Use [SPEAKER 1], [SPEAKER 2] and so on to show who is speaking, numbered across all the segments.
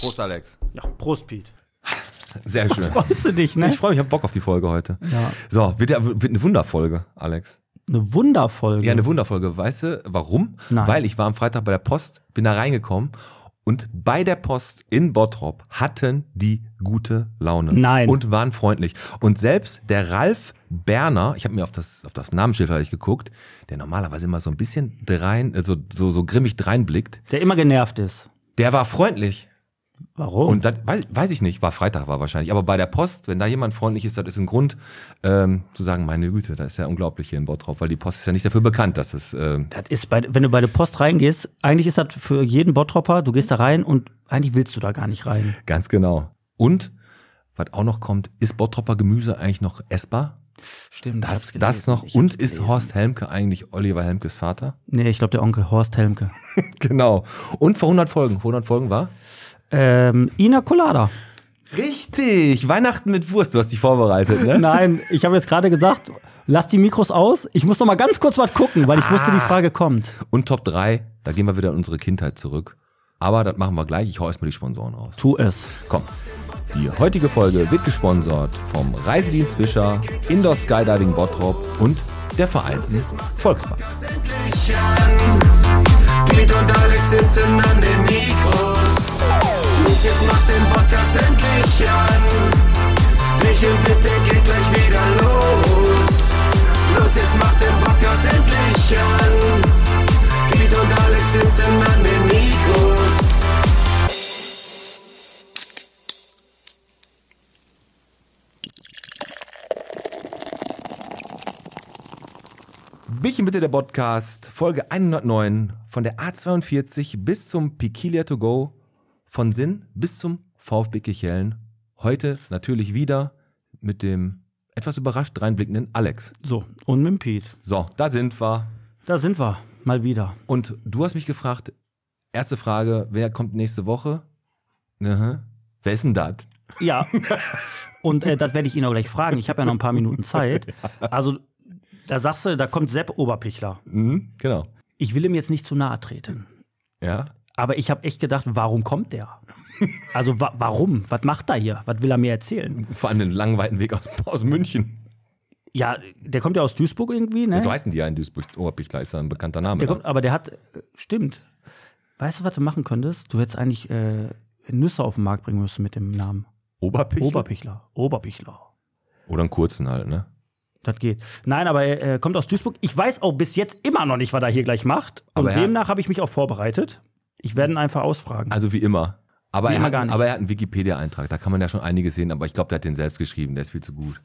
[SPEAKER 1] Prost, Alex.
[SPEAKER 2] Ja, Prost, Pete.
[SPEAKER 3] Sehr schön.
[SPEAKER 2] Freust du dich, ne?
[SPEAKER 3] Ich freue mich, ich habe Bock auf die Folge heute.
[SPEAKER 2] Ja.
[SPEAKER 3] So, wird, ja, wird eine Wunderfolge, Alex.
[SPEAKER 2] Eine Wunderfolge.
[SPEAKER 3] Ja, eine Wunderfolge. Weißt du, warum?
[SPEAKER 2] Nein.
[SPEAKER 3] Weil ich war am Freitag bei der Post, bin da reingekommen und bei der Post in Bottrop hatten die gute Laune.
[SPEAKER 2] Nein.
[SPEAKER 3] Und waren freundlich. Und selbst der Ralf Berner, ich habe mir auf das, auf das Namensschild hatte ich geguckt, der normalerweise immer so ein bisschen drein, äh, so, so, so grimmig dreinblickt,
[SPEAKER 2] Der immer genervt ist.
[SPEAKER 3] der war freundlich.
[SPEAKER 2] Warum?
[SPEAKER 3] Und das weiß, weiß ich nicht, war Freitag war wahrscheinlich. Aber bei der Post, wenn da jemand freundlich ist, das ist ein Grund ähm, zu sagen, meine Güte, das ist ja unglaublich hier in Bottrop, weil die Post ist ja nicht dafür bekannt, dass es ähm,
[SPEAKER 2] das ist bei, wenn du bei der Post reingehst, eigentlich ist das für jeden Bottropper, du gehst da rein und eigentlich willst du da gar nicht rein.
[SPEAKER 3] ganz genau. Und was auch noch kommt, ist Bottropper Gemüse eigentlich noch essbar?
[SPEAKER 1] Stimmt.
[SPEAKER 3] Das, das noch. Und ist Horst Helmke eigentlich Oliver Helmkes Vater?
[SPEAKER 2] Nee, ich glaube, der Onkel Horst Helmke.
[SPEAKER 3] Genau. Und vor 100 Folgen. Vor 100 Folgen war?
[SPEAKER 2] Ähm, Ina Colada.
[SPEAKER 3] Richtig. Weihnachten mit Wurst. Du hast dich vorbereitet, ne?
[SPEAKER 2] Nein, ich habe jetzt gerade gesagt, lass die Mikros aus. Ich muss noch mal ganz kurz was gucken, weil ich wusste, die Frage kommt.
[SPEAKER 3] Und Top 3, da gehen wir wieder in unsere Kindheit zurück. Aber das machen wir gleich. Ich hau erstmal die Sponsoren raus.
[SPEAKER 2] Tu es.
[SPEAKER 3] Komm. Die heutige Folge wird gesponsert vom Reisedienst Fischer, Indoor Skydiving Bottrop und der Vereinten Volksbank.
[SPEAKER 4] endlich an. Piet und Alex sitzen an den Mikros. Los, jetzt macht den Podcast endlich an. Michel, bitte geht gleich wieder los. Los, jetzt macht den Podcast endlich an. Piet und Alex sitzen an den Mikros.
[SPEAKER 3] Bich bitte der Podcast, Folge 109 von der A42 bis zum Pikilia to go, von Sinn bis zum VfB Kichellen. Heute natürlich wieder mit dem etwas überrascht reinblickenden Alex.
[SPEAKER 2] So, und mit dem Pete.
[SPEAKER 3] So, da sind wir.
[SPEAKER 2] Da sind wir. Mal wieder.
[SPEAKER 3] Und du hast mich gefragt, erste Frage, wer kommt nächste Woche? Aha. Wer ist denn das?
[SPEAKER 2] Ja. Und äh, das werde ich ihn auch gleich fragen. Ich habe ja noch ein paar Minuten Zeit. Also, da sagst du, da kommt Sepp Oberpichler.
[SPEAKER 3] Mhm, genau.
[SPEAKER 2] Ich will ihm jetzt nicht zu nahe treten.
[SPEAKER 3] Ja.
[SPEAKER 2] Aber ich habe echt gedacht, warum kommt der? Also, wa warum? Was macht er hier? Was will er mir erzählen?
[SPEAKER 3] Vor allem den langen, weiten Weg aus, aus München.
[SPEAKER 2] Ja, der kommt ja aus Duisburg irgendwie, ne?
[SPEAKER 3] So heißen die ja in Duisburg. Oberpichler ist ja ein bekannter Name.
[SPEAKER 2] Der
[SPEAKER 3] ne?
[SPEAKER 2] kommt, aber der hat, äh, stimmt. Weißt du, was du machen könntest? Du hättest eigentlich äh, Nüsse auf den Markt bringen müssen mit dem Namen.
[SPEAKER 3] Oberpichler?
[SPEAKER 2] Oberpichler. Oberpichler.
[SPEAKER 3] Oder einen kurzen halt, ne?
[SPEAKER 2] Das geht. Nein, aber er äh, kommt aus Duisburg. Ich weiß auch bis jetzt immer noch nicht, was er hier gleich macht. Und
[SPEAKER 3] Aber er-
[SPEAKER 2] demnach habe ich mich auch vorbereitet. Ich werde ihn einfach ausfragen.
[SPEAKER 3] Also wie immer. Aber,
[SPEAKER 2] Wie
[SPEAKER 3] er,
[SPEAKER 2] immer
[SPEAKER 3] hat,
[SPEAKER 2] gar nicht.
[SPEAKER 3] aber er hat einen Wikipedia-Eintrag, da kann man ja schon einiges sehen, aber ich glaube, der hat den selbst geschrieben, der ist viel zu gut.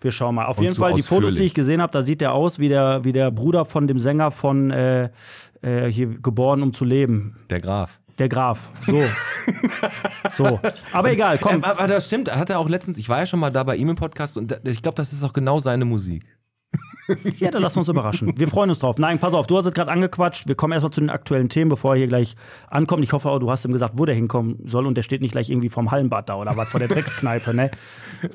[SPEAKER 2] Wir schauen mal. Auf
[SPEAKER 3] Und
[SPEAKER 2] jeden
[SPEAKER 3] zu
[SPEAKER 2] Fall, die Fotos, die
[SPEAKER 3] ausführlich.
[SPEAKER 2] ich gesehen habe, da sieht er aus wie der, wie der Bruder von dem Sänger von äh, äh, hier geboren, um zu leben.
[SPEAKER 3] Der Graf.
[SPEAKER 2] Der Graf. So. so. Aber egal, komm.
[SPEAKER 3] Ähm, aber das stimmt, hat er auch letztens, ich war ja schon mal da bei ihm im Podcast und da, ich glaube, das ist auch genau seine Musik.
[SPEAKER 2] Ja, dann lass uns überraschen. Wir freuen uns drauf. Nein, pass auf, du hast es gerade angequatscht. Wir kommen erstmal zu den aktuellen Themen, bevor er hier gleich ankommt. Ich hoffe auch, du hast ihm gesagt, wo der hinkommen soll und der steht nicht gleich irgendwie vom Hallenbad da oder was, vor der Dreckskneipe, ne?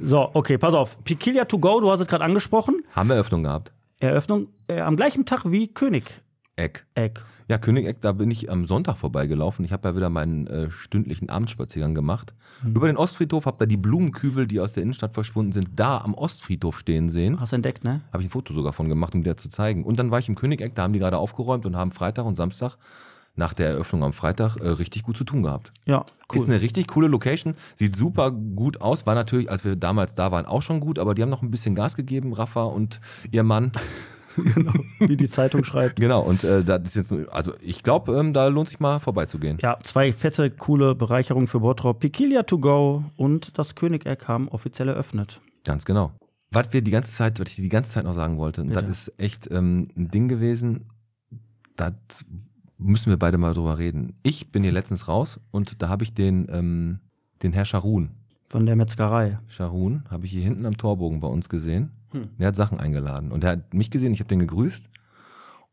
[SPEAKER 2] So, okay, pass auf. Pikilia to go, du hast es gerade angesprochen.
[SPEAKER 3] Haben wir Eröffnung gehabt?
[SPEAKER 2] Eröffnung äh, am gleichen Tag wie König.
[SPEAKER 3] Eck.
[SPEAKER 2] Eck.
[SPEAKER 3] Ja, Königeck, da bin ich am Sonntag vorbeigelaufen. Ich habe ja wieder meinen äh, stündlichen Abendspaziergang gemacht. Über den Ostfriedhof habe da die Blumenkübel, die aus der Innenstadt verschwunden sind, da am Ostfriedhof stehen sehen.
[SPEAKER 2] Hast du entdeckt, ne?
[SPEAKER 3] Habe ich ein Foto sogar von gemacht, um dir das zu zeigen. Und dann war ich im Königeck, da haben die gerade aufgeräumt und haben Freitag und Samstag nach der Eröffnung am Freitag äh, richtig gut zu tun gehabt.
[SPEAKER 2] Ja,
[SPEAKER 3] Ist
[SPEAKER 2] cool.
[SPEAKER 3] eine richtig coole Location, sieht super gut aus. War natürlich, als wir damals da waren, auch schon gut, aber die haben noch ein bisschen Gas gegeben, Rafa und ihr Mann.
[SPEAKER 2] Wie die Zeitung schreibt.
[SPEAKER 3] Genau, und äh, das ist jetzt, also ich glaube, ähm, da lohnt sich mal vorbeizugehen.
[SPEAKER 2] Ja, zwei fette, coole Bereicherungen für Bottrop. Pikilia to go und das Königeck haben offiziell eröffnet.
[SPEAKER 3] Ganz genau. Was wir die ganze Zeit, was ich die ganze Zeit noch sagen wollte, und
[SPEAKER 2] Bitte.
[SPEAKER 3] das ist echt ähm, ein Ding gewesen, das müssen wir beide mal drüber reden. Ich bin hier letztens raus und da habe ich den, ähm, den Herr Scharun.
[SPEAKER 2] Von der Metzgerei.
[SPEAKER 3] Scharun habe ich hier hinten am Torbogen bei uns gesehen.
[SPEAKER 2] Hm.
[SPEAKER 3] Der hat Sachen eingeladen und er hat mich gesehen, ich habe den gegrüßt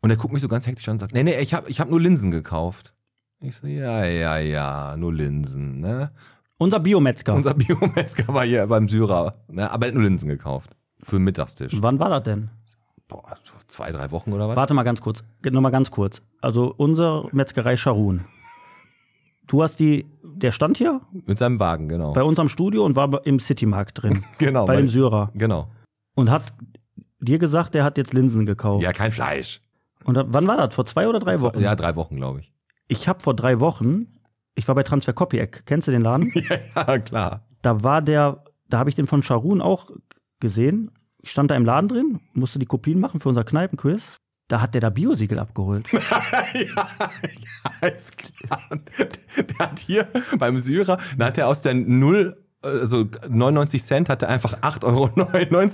[SPEAKER 3] und er guckt mich so ganz hektisch an und sagt, nee, nee, ich habe ich hab nur Linsen gekauft. Ich so, ja, ja, ja, nur Linsen, ne?
[SPEAKER 2] Unser Biometzger.
[SPEAKER 3] Unser Biometzger war hier beim Syrer, ne? aber er hat nur Linsen gekauft. Für den Mittagstisch.
[SPEAKER 2] Wann war das denn?
[SPEAKER 3] boah, so zwei, drei Wochen oder was?
[SPEAKER 2] Warte mal ganz kurz. Nochmal ganz kurz. Also unsere Metzgerei Scharun. Du hast die der stand hier
[SPEAKER 3] Mit seinem Wagen, genau.
[SPEAKER 2] bei unserem Studio und war im Citymarkt drin,
[SPEAKER 3] genau.
[SPEAKER 2] bei dem Syrer.
[SPEAKER 3] genau.
[SPEAKER 2] Und hat dir gesagt, der hat jetzt Linsen gekauft.
[SPEAKER 3] Ja, kein Fleisch.
[SPEAKER 2] Und da, wann war das? Vor zwei oder Oh. drei Wochen?
[SPEAKER 3] Ja, drei Wochen, glaube ich.
[SPEAKER 2] Ich habe vor drei Wochen, ich war bei Transfer Copyack, kennst du den Laden?
[SPEAKER 3] Ja, klar.
[SPEAKER 2] da war der, da habe ich den von Sharun auch gesehen. Ich stand da im Laden drin, musste die Kopien machen für unser Kneipenquiz. Da hat der da Biosiegel abgeholt.
[SPEAKER 3] ja, ja, ist klar. Der hat hier beim Syrer, da hat er aus der Null, also 99 Cent, hat er einfach 8,99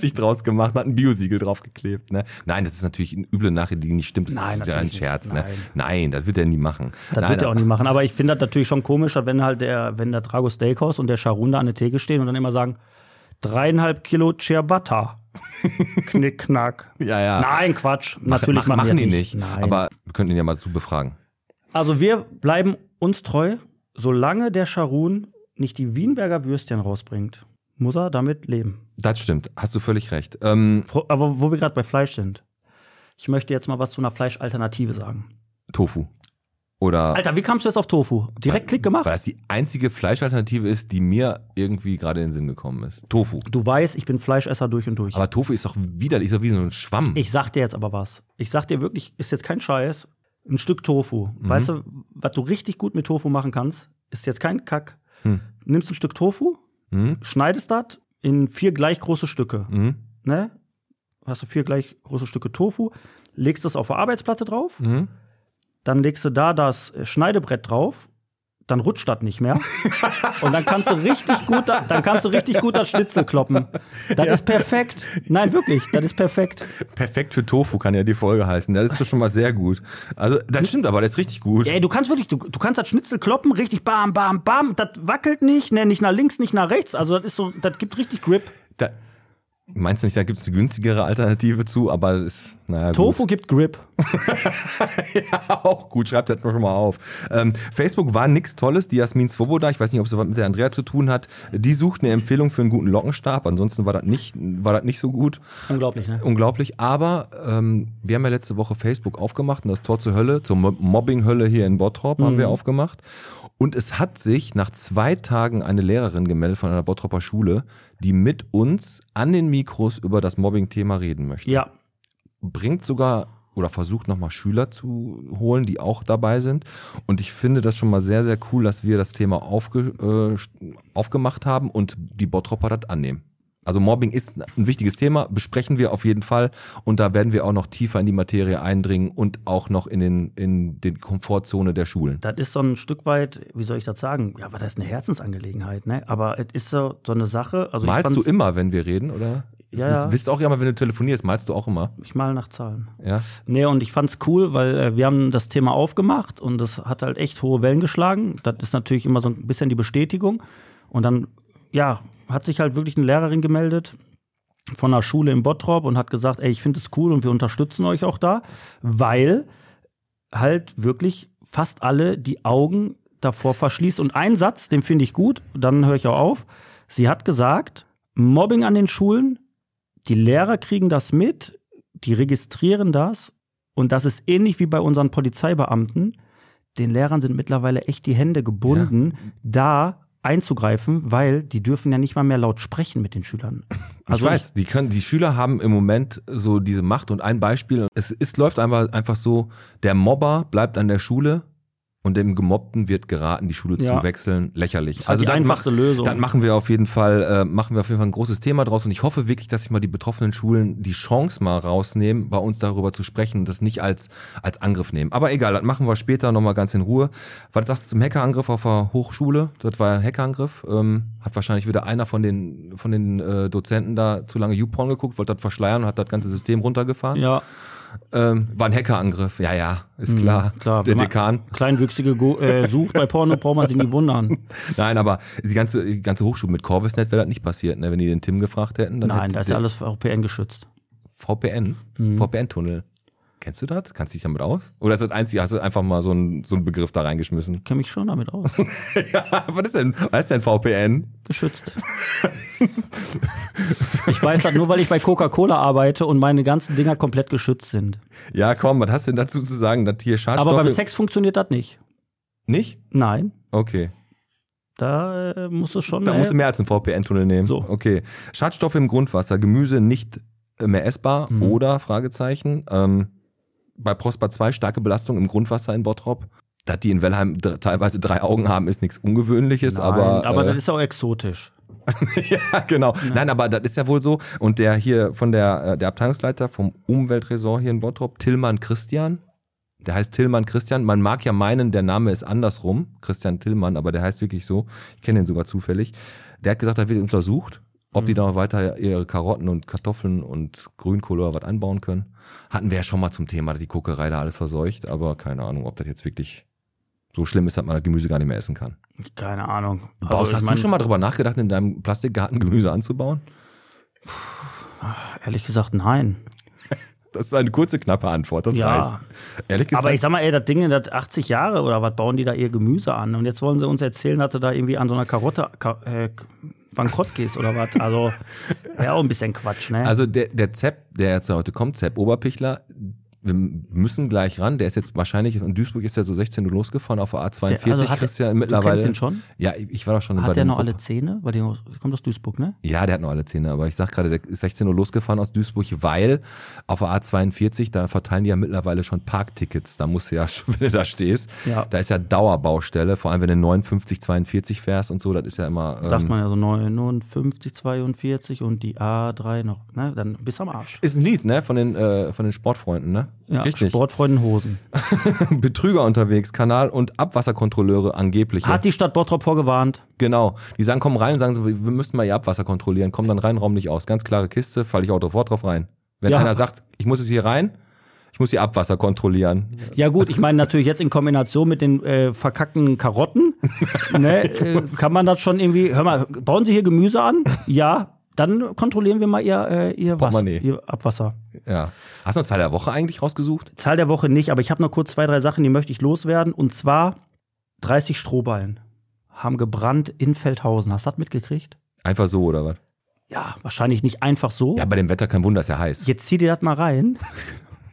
[SPEAKER 3] Euro draus gemacht, hat ein Biosiegel draufgeklebt. Ne? Nein, das ist natürlich eine üble Nachricht, die nicht stimmt. Das
[SPEAKER 2] Nein,
[SPEAKER 3] ist ja ein
[SPEAKER 2] natürlich
[SPEAKER 3] Scherz.
[SPEAKER 2] nicht.
[SPEAKER 3] Ne? Nein. das wird er nie machen.
[SPEAKER 2] Das
[SPEAKER 3] Nein,
[SPEAKER 2] wird er
[SPEAKER 3] aber-
[SPEAKER 2] auch nicht machen. Aber ich finde das natürlich schon komisch, dass wenn halt der, wenn der Drago Steakhouse und der Sharun da an der Theke stehen und dann immer sagen, dreieinhalb Kilo Ciabatta. Knick, knack.
[SPEAKER 3] Ja, ja.
[SPEAKER 2] Nein, Quatsch.
[SPEAKER 3] Ah. Mach-
[SPEAKER 2] Natürlich
[SPEAKER 3] mach, machen
[SPEAKER 2] wir
[SPEAKER 3] die nicht.
[SPEAKER 2] Nein.
[SPEAKER 3] Aber wir könnten ihn ja mal zu befragen.
[SPEAKER 2] Also wir bleiben uns treu, solange der Scharun nicht die Wienberger Würstchen rausbringt, muss er damit leben.
[SPEAKER 3] Das stimmt, hast du völlig recht. Ähm,
[SPEAKER 2] Pro- Aber wo wir gerade bei Fleisch sind, ich möchte jetzt mal was zu einer Fleischalternative sagen.
[SPEAKER 3] Tofu. Oder
[SPEAKER 2] Alter, wie kamst du jetzt auf Tofu? Direkt Klick gemacht?
[SPEAKER 3] weil das die einzige Fleischalternative ist, die mir irgendwie gerade in den Sinn gekommen ist. Tofu.
[SPEAKER 2] Du weißt, ich bin Fleischesser durch und durch.
[SPEAKER 3] Aber Tofu ist doch widerlich, ist doch wie so ein Schwamm.
[SPEAKER 2] ich sag dir jetzt aber was. Ich sag dir wirklich, ist jetzt kein Scheiß, ein Stück Tofu.
[SPEAKER 3] Mhm.
[SPEAKER 2] Weißt du, was du richtig gut mit Tofu machen kannst, ist jetzt kein Kack.
[SPEAKER 3] Hm.
[SPEAKER 2] Nimmst ein Stück Tofu,
[SPEAKER 3] Hm?
[SPEAKER 2] schneidest das in vier gleich große Stücke.
[SPEAKER 3] Hm?
[SPEAKER 2] ne? Hast du vier gleich große Stücke Tofu, legst das auf eine Arbeitsplatte drauf,
[SPEAKER 3] Hm?
[SPEAKER 2] dann legst du da das äh, Schneidebrett drauf, dann rutscht das nicht mehr. Und dann kannst du richtig gut, da- dann kannst du richtig gut das Schnitzel kloppen. Das ist perfekt. Nein, wirklich, das ist perfekt.
[SPEAKER 3] Perfekt für Tofu kann ja die Folge heißen. Das ist doch schon mal sehr gut. Also, das stimmt aber, das ist richtig gut.
[SPEAKER 2] Ey, du kannst wirklich, du, du kannst das Schnitzel kloppen, richtig bam, bam, bam. Das wackelt nicht, ne, nicht nach links, nicht nach rechts. Also das ist so, das gibt richtig Grip.
[SPEAKER 3] Da, meinst du nicht, da gibt es eine günstigere Alternative zu, aber das ist, naja, gut.
[SPEAKER 2] Tofu gibt Grip.
[SPEAKER 3] Auch gut, schreibt das noch mal auf. Ähm, Facebook war nix Tolles, die Jasmin Svoboda, ich weiß nicht, ob sie was mit der Andrea zu tun hat, die sucht eine Empfehlung für einen guten Lockenstab, ansonsten war das nicht, war das nicht so gut.
[SPEAKER 2] Unglaublich, ne?
[SPEAKER 3] Unglaublich, aber ähm, wir haben ja letzte Woche Facebook aufgemacht und das Tor zur Hölle, zur Mo- Mobbing-Hölle hier in Bottrop haben wir aufgemacht. Und es hat sich nach zwei Tagen eine Lehrerin gemeldet von einer Bottroper Schule, die mit uns an den Mikros über das Mobbing-Thema reden möchte
[SPEAKER 2] Ja,
[SPEAKER 3] bringt sogar oder versucht nochmal Schüler zu holen, die auch dabei sind. Und ich finde das schon mal sehr, sehr cool, dass wir das Thema aufge, äh, st- aufgemacht haben und die Bottropper das annehmen. Also Mobbing ist ein wichtiges Thema, besprechen wir auf jeden Fall. Und da werden wir auch noch tiefer in die Materie eindringen und auch noch in den, in den Komfortzone der Schulen.
[SPEAKER 2] Das ist so ein Stück weit, wie soll ich das sagen? Ja, aber das ist eine Herzensangelegenheit, ne? Aber es ist so, so eine Sache. Also
[SPEAKER 3] malst
[SPEAKER 2] ich
[SPEAKER 3] du
[SPEAKER 2] fand's-
[SPEAKER 3] immer, wenn wir reden, oder?
[SPEAKER 2] Ja,
[SPEAKER 3] das
[SPEAKER 2] ja.
[SPEAKER 3] Wisst auch immer, wenn du telefonierst, malst du auch immer.
[SPEAKER 2] Ich mal nach Zahlen.
[SPEAKER 3] Ja.
[SPEAKER 2] Nee, und ich fand's cool, weil äh, wir haben das Thema aufgemacht und das hat halt echt hohe Wellen geschlagen. Das ist natürlich immer so ein bisschen die Bestätigung. Und dann, ja, hat sich halt wirklich eine Lehrerin gemeldet von einer Schule in Bottrop und hat gesagt, ey, ich finde es cool und wir unterstützen euch auch da, weil halt wirklich fast alle die Augen davor verschließt. Und einen Satz, den finde ich gut, dann höre ich auch auf. Sie hat gesagt, Mobbing an den Schulen, die Lehrer kriegen das mit, die registrieren das und das ist ähnlich wie bei unseren Polizeibeamten. Den Lehrern sind mittlerweile echt die Hände gebunden, da einzugreifen, weil die dürfen ja nicht mal mehr laut sprechen mit den Schülern. Also
[SPEAKER 3] ich weiß, die, können, die Schüler haben im Moment so diese Macht und ein Beispiel. Es ist, läuft einfach, einfach so, der Mobber bleibt an der Schule und dem Gemobbten wird geraten, die Schule
[SPEAKER 2] Ja.
[SPEAKER 3] zu wechseln. Lächerlich. Also
[SPEAKER 2] halt die
[SPEAKER 3] dann,
[SPEAKER 2] einfachste Lösung.
[SPEAKER 3] dann machen wir auf jeden Fall, äh, machen wir auf jeden Fall ein großes Thema draus und ich hoffe wirklich, dass sich mal die betroffenen Schulen die Chance mal rausnehmen, bei uns darüber zu sprechen und das nicht als, als Angriff nehmen. Aber egal, das machen wir später nochmal ganz in Ruhe. Was sagst du zum Hackerangriff auf der Hochschule? Das war ein Hackerangriff. Ähm, hat wahrscheinlich wieder einer von den, von den äh, Dozenten da zu lange YouPorn geguckt, wollte das verschleiern und hat das ganze System runtergefahren.
[SPEAKER 2] ja, Mhm,
[SPEAKER 3] Ähm, war ein Hackerangriff. Ja, ja, ist klar.
[SPEAKER 2] klar.
[SPEAKER 3] Der
[SPEAKER 2] wenn man
[SPEAKER 3] Dekan.
[SPEAKER 2] Kleinwüchsige go- äh, sucht bei Porno, braucht man sich nie wundern.
[SPEAKER 3] Nein, aber die ganze, die ganze Hochschule mit Corvisnet wäre das nicht passiert, ne? wenn die den Tim gefragt hätten. Dann
[SPEAKER 2] Nein,
[SPEAKER 3] hätte
[SPEAKER 2] da ist
[SPEAKER 3] der-
[SPEAKER 2] ja alles VPN geschützt.
[SPEAKER 3] VPN?
[SPEAKER 2] Mhm.
[SPEAKER 3] VPN-Tunnel. Kennst du das? Kannst du dich damit aus? Oder ist das einzige, hast du einfach mal so einen, so einen Begriff da reingeschmissen?
[SPEAKER 2] Kenne mich schon damit aus.
[SPEAKER 3] ja, was ist denn, was ist denn VPN?
[SPEAKER 2] geschützt. ich weiß das nur, weil ich bei Coca-Cola arbeite und meine ganzen Dinger komplett geschützt sind.
[SPEAKER 3] Ja, komm, was hast du denn dazu zu sagen, dass hier Schadstoffe...
[SPEAKER 2] Aber beim Sex funktioniert das nicht.
[SPEAKER 3] Nicht?
[SPEAKER 2] Nein.
[SPEAKER 3] Okay.
[SPEAKER 2] Da äh, musst du schon.
[SPEAKER 3] Da
[SPEAKER 2] äh,
[SPEAKER 3] musst du mehr als einen VPN-Tunnel nehmen.
[SPEAKER 2] So.
[SPEAKER 3] Okay. Schadstoffe im Grundwasser, Gemüse nicht äh, mehr essbar
[SPEAKER 2] Mhm.
[SPEAKER 3] oder Fragezeichen. Ähm, bei Prosper 2 starke Belastung im Grundwasser in Bottrop. Dass die in Wellheim dr- teilweise drei Augen haben, ist nichts Ungewöhnliches, aber.
[SPEAKER 2] Nein, aber
[SPEAKER 3] äh,
[SPEAKER 2] das ist ja auch exotisch.
[SPEAKER 3] ja, genau. Nein, aber das ist ja wohl so. Und der hier von der, äh, der Abteilungsleiter vom Umweltresort hier in Bottrop, Tillmann Christian. Der heißt Tillmann Christian. Man mag ja meinen, der Name ist andersrum. Christian Tillmann, aber der heißt wirklich so. Ich kenne den sogar zufällig. Der hat gesagt, da wird untersucht, ob
[SPEAKER 2] Mhm.
[SPEAKER 3] die da noch weiter ihre Karotten und Kartoffeln und Grünkohl oder was anbauen können. Hatten wir ja schon mal zum Thema, dass die Kokerei da alles verseucht, aber keine Ahnung, ob das jetzt wirklich so schlimm ist, dass man das Gemüse gar nicht mehr essen kann.
[SPEAKER 2] Keine Ahnung.
[SPEAKER 3] Baus,
[SPEAKER 2] Also, ich
[SPEAKER 3] hast
[SPEAKER 2] mein,
[SPEAKER 3] du schon mal drüber nachgedacht, in deinem Plastikgarten Gemüse anzubauen?
[SPEAKER 2] Ehrlich gesagt, nein.
[SPEAKER 3] Das ist eine kurze, knappe Antwort. Das
[SPEAKER 2] Ja.
[SPEAKER 3] reicht. Ehrlich gesagt,
[SPEAKER 2] Aber ich sag mal, ey, das Ding, das 80 Jahre oder was, bauen die da ihr Gemüse an? Und jetzt wollen sie uns erzählen, dass du da irgendwie an so einer Karotte ka äh, bankrott gehst oder was? Also, ja, auch ein bisschen Quatsch, ne?
[SPEAKER 3] also der, der Zepp, der jetzt heute kommt, Zepp Oberpichler, wir müssen gleich ran. Der ist jetzt wahrscheinlich, in Duisburg ist er so 16 Uhr losgefahren auf der A42.
[SPEAKER 2] Der- also hat-
[SPEAKER 3] Christian
[SPEAKER 2] du
[SPEAKER 3] mittlerweile.
[SPEAKER 2] kennst ihn schon?
[SPEAKER 3] Ja, ich ich war doch schon bei
[SPEAKER 2] Hat der
[SPEAKER 3] dem
[SPEAKER 2] noch
[SPEAKER 3] Gruppe.
[SPEAKER 2] alle Zähne? Weil der kommt aus Duisburg, ne?
[SPEAKER 3] Ja, der hat noch alle Zähne, aber ich sag gerade, der ist 16 Uhr losgefahren aus Duisburg, weil auf der A42, da verteilen die ja mittlerweile schon Parktickets. Da musst du ja, schon, wenn du da stehst,
[SPEAKER 2] Ja.
[SPEAKER 3] da ist ja Dauerbaustelle, vor allem wenn du 59, 42 fährst und so, das ist ja immer.
[SPEAKER 2] Sagt
[SPEAKER 3] ähm,
[SPEAKER 2] man ja so 59, 42 und die A3 noch, ne? Dann bist du am Arsch.
[SPEAKER 3] Ist ein Lied, ne? Von den, äh, von den Sportfreunden, ne?
[SPEAKER 2] Ja, Sportfreunden Hosen.
[SPEAKER 3] Betrüger unterwegs, Kanal- und Abwasserkontrolleure angeblich.
[SPEAKER 2] Hat die Stadt Bottrop vorgewarnt?
[SPEAKER 3] Genau. Die sagen, komm rein und sagen, so, wir müssen mal ihr Abwasser kontrollieren. Komm dann rein, raum nicht aus. Ganz klare Kiste, falle ich auch sofort drauf rein. Wenn
[SPEAKER 2] Ja.
[SPEAKER 3] einer sagt, ich muss jetzt hier rein, ich muss ihr Abwasser kontrollieren.
[SPEAKER 2] Ja gut, ich meine natürlich jetzt in Kombination mit den äh, verkackten Karotten, ne, äh, kann man das schon irgendwie, hör mal, bauen Sie hier Gemüse an? Ja, dann kontrollieren wir mal Ihr, äh, ihr, Was,
[SPEAKER 3] Portemonnaie.
[SPEAKER 2] ihr Abwasser.
[SPEAKER 3] Ja. Hast du noch Zahl der Woche eigentlich rausgesucht?
[SPEAKER 2] Zahl der Woche nicht, aber ich habe noch kurz zwei, drei Sachen, die möchte ich loswerden. Und zwar 30 Strohballen haben gebrannt in Feldhausen. Hast du das mitgekriegt?
[SPEAKER 3] Einfach so, oder was?
[SPEAKER 2] Ja, wahrscheinlich nicht einfach so.
[SPEAKER 3] Ja, bei dem Wetter kein Wunder, ist ja heiß.
[SPEAKER 2] Jetzt zieh dir das mal rein.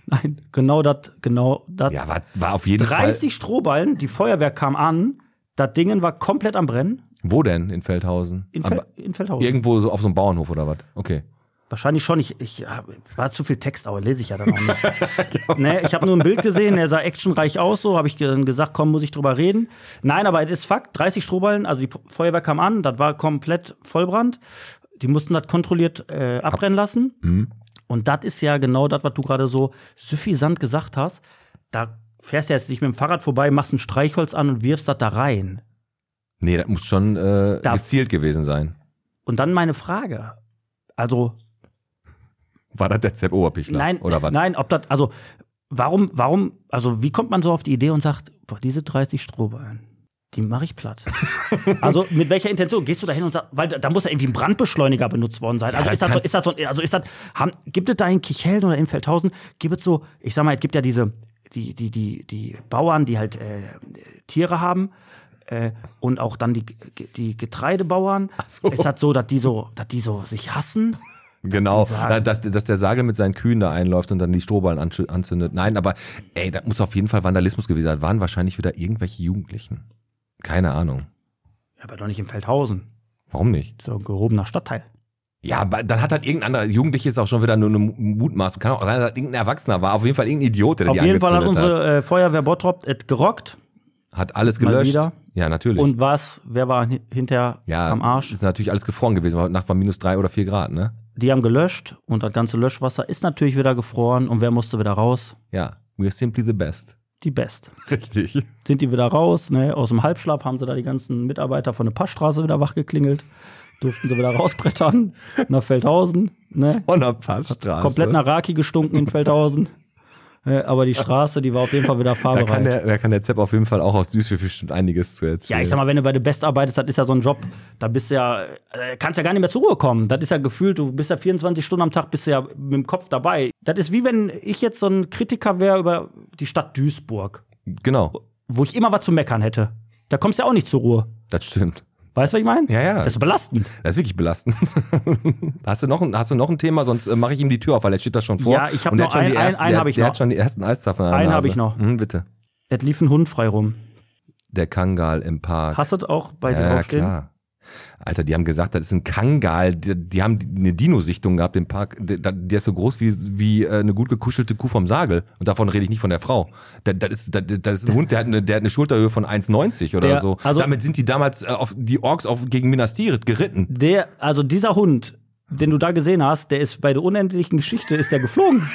[SPEAKER 2] Nein, genau das, genau das.
[SPEAKER 3] Ja, war, war auf jeden Fall.
[SPEAKER 2] 30 Strohballen, die Feuerwehr kam an, das Ding war komplett am Brennen
[SPEAKER 3] Wo denn? In Feldhausen?
[SPEAKER 2] in,
[SPEAKER 3] Aber
[SPEAKER 2] Fel in Feldhausen.
[SPEAKER 3] irgendwo so auf so einem Bauernhof oder was? Okay.
[SPEAKER 2] Wahrscheinlich schon, ich, ich hab- war zu viel Text, aber lese ich ja dann auch nicht. nee, ich habe nur ein Bild gesehen, er sah actionreich aus, so habe ich ge- dann gesagt, komm, muss ich drüber reden. Nein, aber es ist Fakt, 30 Strohballen, also die P- Feuerwehr kam an, das war komplett Vollbrand. Die mussten das kontrolliert äh, abbrennen lassen.
[SPEAKER 3] Hm?
[SPEAKER 2] Und das ist ja genau das, was du gerade so suffisant gesagt hast. Da fährst du jetzt nicht mit dem Fahrrad vorbei, machst ein Streichholz an und wirfst das da rein.
[SPEAKER 3] Nee, das muss schon äh,
[SPEAKER 2] Da-
[SPEAKER 3] gezielt gewesen sein.
[SPEAKER 2] Und dann meine Frage. Also,
[SPEAKER 3] War das der Zepp Oberpichler?
[SPEAKER 2] nein,
[SPEAKER 3] Oder was?
[SPEAKER 2] nein, ob das, also, warum, warum, also, wie kommt man so auf die Idee und sagt, boah, diese 30 Strohballen, die mache ich platt? also, mit welcher Intention gehst du da hin und sagst, weil da, da muss ja irgendwie ein Brandbeschleuniger benutzt worden sein. Also,
[SPEAKER 3] da
[SPEAKER 2] ist das so,
[SPEAKER 3] kannst-
[SPEAKER 2] ist das so, also, ist das, haben, gibt es da in Kicheln oder in Feldhausen, gibt es so, ich sag mal, es gibt ja diese, die, die, die, die Bauern, die halt äh, Tiere haben, äh, und auch dann die, die Getreidebauern.
[SPEAKER 3] so.
[SPEAKER 2] Ist das so, dass die so, dass die so sich hassen?
[SPEAKER 3] Genau,
[SPEAKER 2] Sagen.
[SPEAKER 3] Na, dass, dass der Sagel mit seinen Kühen da einläuft und dann die Strohballen ansch- anzündet. Nein, aber ey, das muss auf jeden Fall Vandalismus gewesen sein. Waren wahrscheinlich wieder irgendwelche Jugendlichen. Keine Ahnung.
[SPEAKER 2] Ja, aber doch nicht in Feldhausen.
[SPEAKER 3] Warum nicht?
[SPEAKER 2] So ein gehobener Stadtteil.
[SPEAKER 3] Ja, aber dann hat halt irgendein anderer Jugendliche ist auch schon wieder nur eine Mutmaßung. Kann auch sein, dass das irgendein Erwachsener war. Auf jeden Fall irgendein Idiot, der
[SPEAKER 2] Auf
[SPEAKER 3] die
[SPEAKER 2] jeden Fall hat
[SPEAKER 3] angezündet
[SPEAKER 2] unsere äh, Feuerwehr Bottrop et gerockt.
[SPEAKER 3] hat. Hat alles
[SPEAKER 2] Mal
[SPEAKER 3] gelöscht.
[SPEAKER 2] wieder.
[SPEAKER 3] Ja, natürlich.
[SPEAKER 2] Und was, wer war hin- hinterher
[SPEAKER 3] ja,
[SPEAKER 2] am Arsch?
[SPEAKER 3] Ist natürlich alles gefroren gewesen, weil heute Nacht war minus drei oder vier Grad, ne?
[SPEAKER 2] Die haben gelöscht und das ganze Löschwasser ist natürlich wieder gefroren. Und wer musste wieder raus?
[SPEAKER 3] Ja. We're simply the best.
[SPEAKER 2] Die Best.
[SPEAKER 3] Richtig.
[SPEAKER 2] Sind die wieder raus, ne? Aus dem Halbschlaf haben sie da die ganzen Mitarbeiter von der Passstraße wieder wachgeklingelt. Durften sie wieder rausbrettern nach Feldhausen, ne?
[SPEAKER 3] Von der Passstraße.
[SPEAKER 2] Komplett nach Raki gestunken in Feldhausen. Ne, Aber die Straße, die war auf jeden Fall
[SPEAKER 3] da
[SPEAKER 2] wieder fahrbereit.
[SPEAKER 3] kann, der, da kann der Zepp auf jeden Fall auch aus Duisburg bestimmt einiges zu erzählen.
[SPEAKER 2] Ja, ich sag mal, wenn du bei der Best arbeitest, das ist ja so ein Job, da bist du ja, äh, kannst ja gar nicht mehr zur Ruhe kommen. Das ist ja gefühlt, du bist ja 24 Stunden am Tag, bist du ja mit dem Kopf dabei. Das ist wie wenn ich jetzt so ein Kritiker wäre über die Stadt Duisburg,
[SPEAKER 3] Genau,
[SPEAKER 2] wo ich immer was zu meckern hätte. Da kommst du ja auch nicht zur Ruhe.
[SPEAKER 3] das stimmt.
[SPEAKER 2] Weißt du, was ich meine?
[SPEAKER 3] Ja, ja.
[SPEAKER 2] Das ist belastend.
[SPEAKER 3] Das ist wirklich belastend. hast, du noch ein, hast du noch ein Thema? Sonst äh, mache ich ihm die Tür auf, weil er steht da schon vor.
[SPEAKER 2] Ja, ich hab
[SPEAKER 3] Und der
[SPEAKER 2] noch
[SPEAKER 3] hat schon
[SPEAKER 2] ein-
[SPEAKER 3] die
[SPEAKER 2] ein-
[SPEAKER 3] ersten-
[SPEAKER 2] einen
[SPEAKER 3] der-
[SPEAKER 2] hab ich
[SPEAKER 3] Der
[SPEAKER 2] noch.
[SPEAKER 3] hat schon die ersten Eiszapfen an der
[SPEAKER 2] Einen
[SPEAKER 3] Nase.
[SPEAKER 2] hab ich noch.
[SPEAKER 3] Hm, bitte.
[SPEAKER 2] Es lief ein Hund frei rum.
[SPEAKER 3] der Kangal im Park.
[SPEAKER 2] Hast du das auch bei dir
[SPEAKER 3] ja,
[SPEAKER 2] aufstehen?
[SPEAKER 3] klar. Alter, die haben gesagt, das ist ein Kangal. Die, die haben eine Dino-Sichtung gehabt im Park. Der, der ist so groß wie, wie äh, eine gut gekuschelte Kuh vom Sagel. Und davon rede ich nicht von der Frau. Das, das, ist, das, das ist ein Hund, der hat eine, der hat eine Schulterhöhe von 1,90 oder
[SPEAKER 2] Der-
[SPEAKER 3] so.
[SPEAKER 2] also-
[SPEAKER 3] Damit sind die damals äh, auf, die Orks auf, gegen Minas Tirith geritten.
[SPEAKER 2] Der, also dieser Hund, den du da gesehen hast, der ist bei der unendlichen Geschichte ist der geflogen.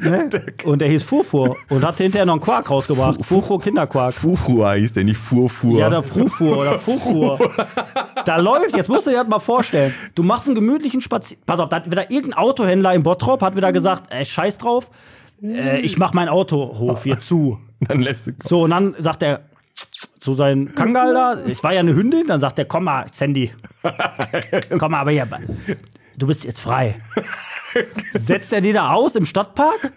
[SPEAKER 2] ne? Und der hieß Furfur und hat hinterher noch einen Quark rausgebracht. Furfur Kinderquark.
[SPEAKER 3] Fufua hieß der nicht, Furfur.
[SPEAKER 2] Ja, der Frufur oder Fufur. Da läuft, jetzt musst du dir das mal vorstellen. Du machst einen gemütlichen Spaziergang. Pass auf, da hat wieder irgendein Autohändler in Bottrop hat wieder gesagt, ey, scheiß drauf, äh, ich mach meinen Autohof hier Ah, zu.
[SPEAKER 3] Dann lässt du
[SPEAKER 2] So, und dann sagt er zu seinem Kangal da, ich war ja eine Hündin, dann sagt er, komm mal, Sandy, komm mal, aber hier, du bist jetzt frei. Setzt er die da aus im Stadtpark